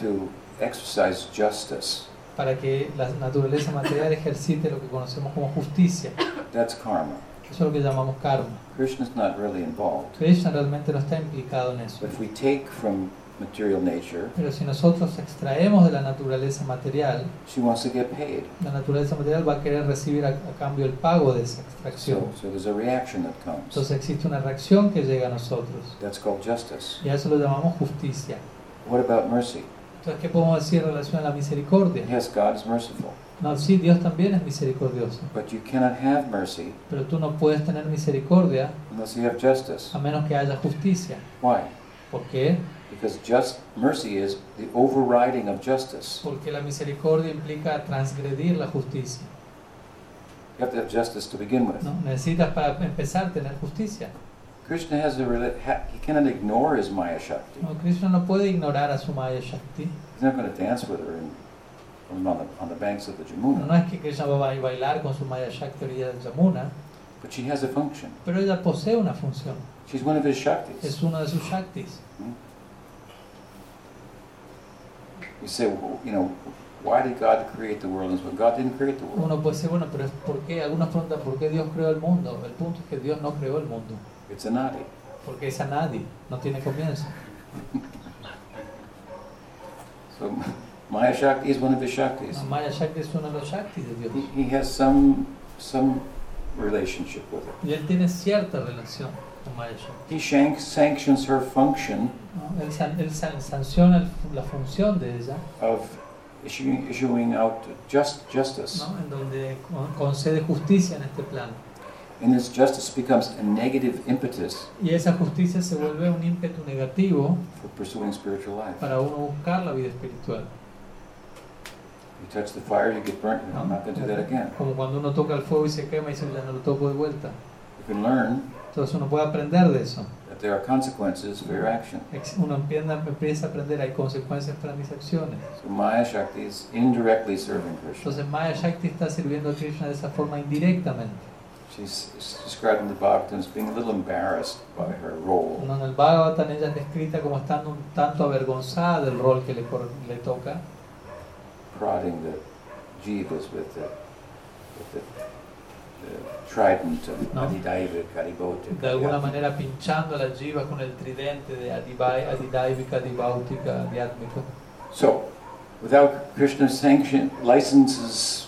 Speaker 1: to exercise justice.
Speaker 2: para que la naturaleza material ejercite lo que conocemos como justicia.
Speaker 1: That's karma.
Speaker 2: Eso es lo que llamamos karma.
Speaker 1: Krishna's not really involved.
Speaker 2: Krishna realmente no está implicado en eso.
Speaker 1: But if we take from material nature,
Speaker 2: Pero si nosotros extraemos de la naturaleza material,
Speaker 1: she wants to get paid.
Speaker 2: la naturaleza material va a querer recibir a, a cambio el pago de esa
Speaker 1: So,
Speaker 2: extracción.
Speaker 1: so there's a reaction that comes.
Speaker 2: Entonces existe una reacción que llega a nosotros.
Speaker 1: That's called justice.
Speaker 2: Y a eso lo llamamos justicia.
Speaker 1: What about mercy?
Speaker 2: Entonces, ¿qué podemos decir en relación a la misericordia?
Speaker 1: Yes, God is merciful,
Speaker 2: No, sí, Dios también es misericordioso.
Speaker 1: but you cannot have mercy
Speaker 2: Pero tú no puedes tener misericordia
Speaker 1: unless you have justice.
Speaker 2: a menos que haya justicia.
Speaker 1: Why?
Speaker 2: ¿Por qué?
Speaker 1: Because just mercy is the overriding of justice.
Speaker 2: Porque la misericordia implica transgredir la justicia.
Speaker 1: You have to have justice to begin with.
Speaker 2: ¿no? Necesitas para empezar tener justicia.
Speaker 1: Krishna has a rela- ha, he cannot ignore his Maya Shakti.
Speaker 2: No, Krishna no puede ignorar a su Maya Shakti.
Speaker 1: He's not going to dance with her in, on, the, on the banks of the Jamuna.
Speaker 2: No es que Krishna va a bailar con su Maya Shakti orilla del Yamuna,
Speaker 1: But she has a function.
Speaker 2: pero ella posee una función.
Speaker 1: She's one of his Shaktis.
Speaker 2: Es uno de sus Shaktis.
Speaker 1: You say, well, you know, why did God create the world? And so God didn't create the world.
Speaker 2: Uno puede decir, bueno, pero ¿por qué? Algunos preguntan, ¿por qué Dios creó el mundo? El punto es que Dios no creó el mundo,
Speaker 1: It's anadi.
Speaker 2: porque es a nadie, no tiene comienzo.
Speaker 1: So Maya Shakti is one of his Shaktis.
Speaker 2: La Maya Shakti es uno de los Shaktis de Dios.
Speaker 1: He, he has some some relationship with it.
Speaker 2: Y él tiene cierta relación con Maya Shakti.
Speaker 1: He shank, sanctions her function
Speaker 2: ¿no? Él, san- él san- sanciona el- la función de ella,
Speaker 1: of issuing, issuing out just justice,
Speaker 2: ¿no? en donde con- concede justicia en este plano.
Speaker 1: and this justice becomes a negative impetus
Speaker 2: Y esa justicia se vuelve un ímpetu negativo
Speaker 1: for pursuing spiritual life.
Speaker 2: para uno buscar la vida espiritual.
Speaker 1: You touch the fire, you get burnt. No, I'm not going to do that again.
Speaker 2: Como cuando uno toca el fuego y se quema y dice, ya no lo toco de vuelta.
Speaker 1: You can learn
Speaker 2: Entonces uno puede aprender de eso.
Speaker 1: that there are consequences for your action.
Speaker 2: Ex- Uno empieza, empieza a aprender, hay consecuencias para mis acciones.
Speaker 1: So Maya Shakti is indirectly serving Krishna.
Speaker 2: Entonces Maya Shakti está sirviendo a Krishna de esa forma indirectamente.
Speaker 1: She's she's described in the Bhagavatam as being a little embarrassed by her role.
Speaker 2: Cuando en el Bhagavatam ella es descrita como estando un tanto avergonzada del rol que le, cor- le toca,
Speaker 1: prodding the jivas with the, with the, the trident of
Speaker 2: No.
Speaker 1: Adidaiva Karibhoti.
Speaker 2: de alguna manera pinchando a la jiva con el tridente de Adivai- Adidaivika, Adibautika, Adiátmica.
Speaker 1: So, without Krishna's sanction, licenses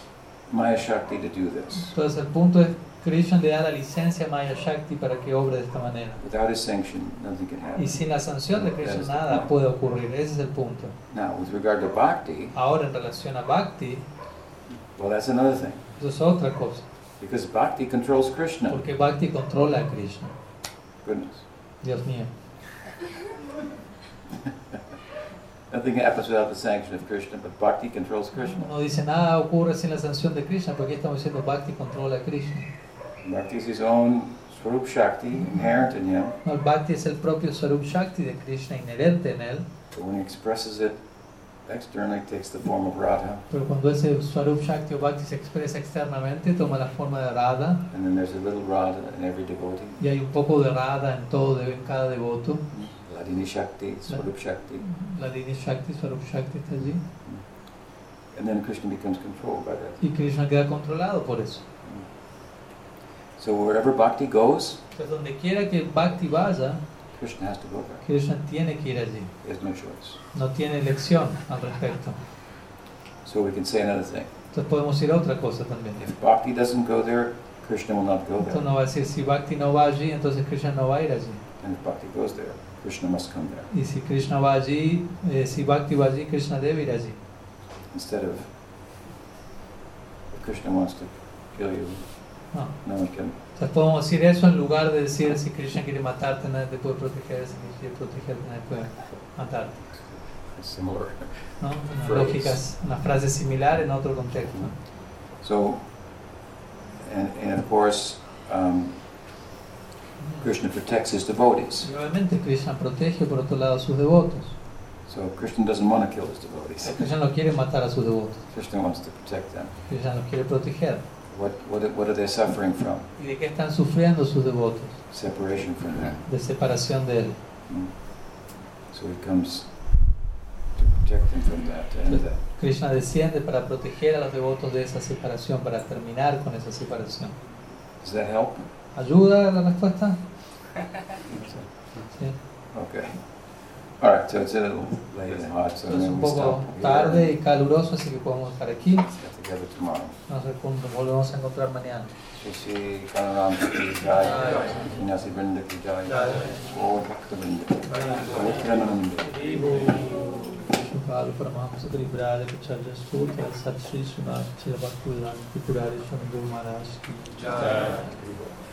Speaker 1: Maya Shakti to do this.
Speaker 2: Entonces el punto es, Krishna le da la licencia a Maya Shakti para que obre de esta manera.
Speaker 1: Without his sanction, nothing can happen.
Speaker 2: Y sin la sanción de Krishna nada puede ocurrir, ese es el punto.
Speaker 1: Now, with regard to bhakti,
Speaker 2: Ahora en relación a Bhakti,
Speaker 1: well, that's another thing.
Speaker 2: eso es otra cosa.
Speaker 1: Because bhakti controls Krishna.
Speaker 2: Porque Bhakti controla a Krishna.
Speaker 1: Goodness.
Speaker 2: Dios mío.
Speaker 1: Nothing happens without the sanction of Krishna, but bhakti controls Krishna.
Speaker 2: No dice nada ocurre sin la sanción de Krishna, porque estamos diciendo Bhakti controla a Krishna.
Speaker 1: Bhakti is his own Swarup Shakti inherent in him.
Speaker 2: No, el Bhakti es el propio Sarup Shakti de Krishna inherente en él,
Speaker 1: But when he expresses it externally, it takes the form of Radha.
Speaker 2: pero cuando ese Swarup Shakti o Bhakti se expresa externamente, toma la forma de Radha,
Speaker 1: And then there's a little Radha in every devotee.
Speaker 2: y hay un poco de Radha en todo, de- en cada devoto.
Speaker 1: Ladini Shakti, Swarup Shakti.
Speaker 2: La línea Shakti, Swarup Shakti está allí,
Speaker 1: And then Krishna becomes controlled by that.
Speaker 2: y Krishna queda controlado por eso.
Speaker 1: So wherever bhakti goes,
Speaker 2: Entonces, donde quiera que Bhakti vaya,
Speaker 1: Krishna has to go there.
Speaker 2: Krishna tiene que ir allí,
Speaker 1: He has no choice.
Speaker 2: no tiene elección al respecto.
Speaker 1: So we can say another thing.
Speaker 2: Entonces podemos ir a otra cosa también.
Speaker 1: If bhakti doesn't go there, Krishna will not go
Speaker 2: Entonces
Speaker 1: there.
Speaker 2: uno va a decir, si Bhakti no va allí, entonces Krishna no va a ir allí.
Speaker 1: And if bhakti goes there, Krishna must come there.
Speaker 2: Y si Krishna va allí, eh, si Bhakti va allí, Krishna debe ir allí.
Speaker 1: Instead of, if Krishna wants to kill you,
Speaker 2: No.
Speaker 1: no one can.
Speaker 2: Entonces podemos decir eso en lugar de decir, si Krishna quiere matarte, nadie te puede proteger, si Krishna quiere protegerte, nadie puede matarte.
Speaker 1: It's similar.
Speaker 2: ¿no? Unas
Speaker 1: Phrase.
Speaker 2: lógicas, una frase similar en otro contexto.
Speaker 1: So, and, and of course, um, Krishna protects his devotees.
Speaker 2: Y obviamente Krishna protege por otro lado a sus devotos.
Speaker 1: So Krishna doesn't want to kill his devotees.
Speaker 2: Krishna no quiere matar a sus devotos,
Speaker 1: Krishna wants to protect them.
Speaker 2: Krishna los quiere proteger.
Speaker 1: What, what, are- what are they suffering from?
Speaker 2: ¿Y de qué están sufriendo sus devotos?
Speaker 1: Separation from him.
Speaker 2: De separación de él.
Speaker 1: So he comes to protect them from that. And uh,
Speaker 2: Krishna desciende para proteger a los devotos de esa separación, para terminar con esa separación.
Speaker 1: does that help?
Speaker 2: ¿Ayuda la respuesta? Sí.
Speaker 1: Okay. All right. So it's a little late and hot. So
Speaker 2: Entonces es
Speaker 1: then
Speaker 2: un
Speaker 1: we
Speaker 2: poco
Speaker 1: stop.
Speaker 2: tarde y caluroso, así que podemos estar aquí.
Speaker 1: Let's get together tomorrow.
Speaker 2: Nos recon- volvemos a encontrar mañana.
Speaker 1: Shri Shri Kanaram Ki Jai. Srinivasa Vrinda Ki Jai. Gaur Bhakta Vrinda. Nityananda.
Speaker 2: Shukal Paramahamsa Tribrada Pacharya Sutra Sat Sri Sunat Chila Bhakti Vedanta Purari Swami Guru Maharaj Ki
Speaker 4: Ya.
Speaker 5: Claro.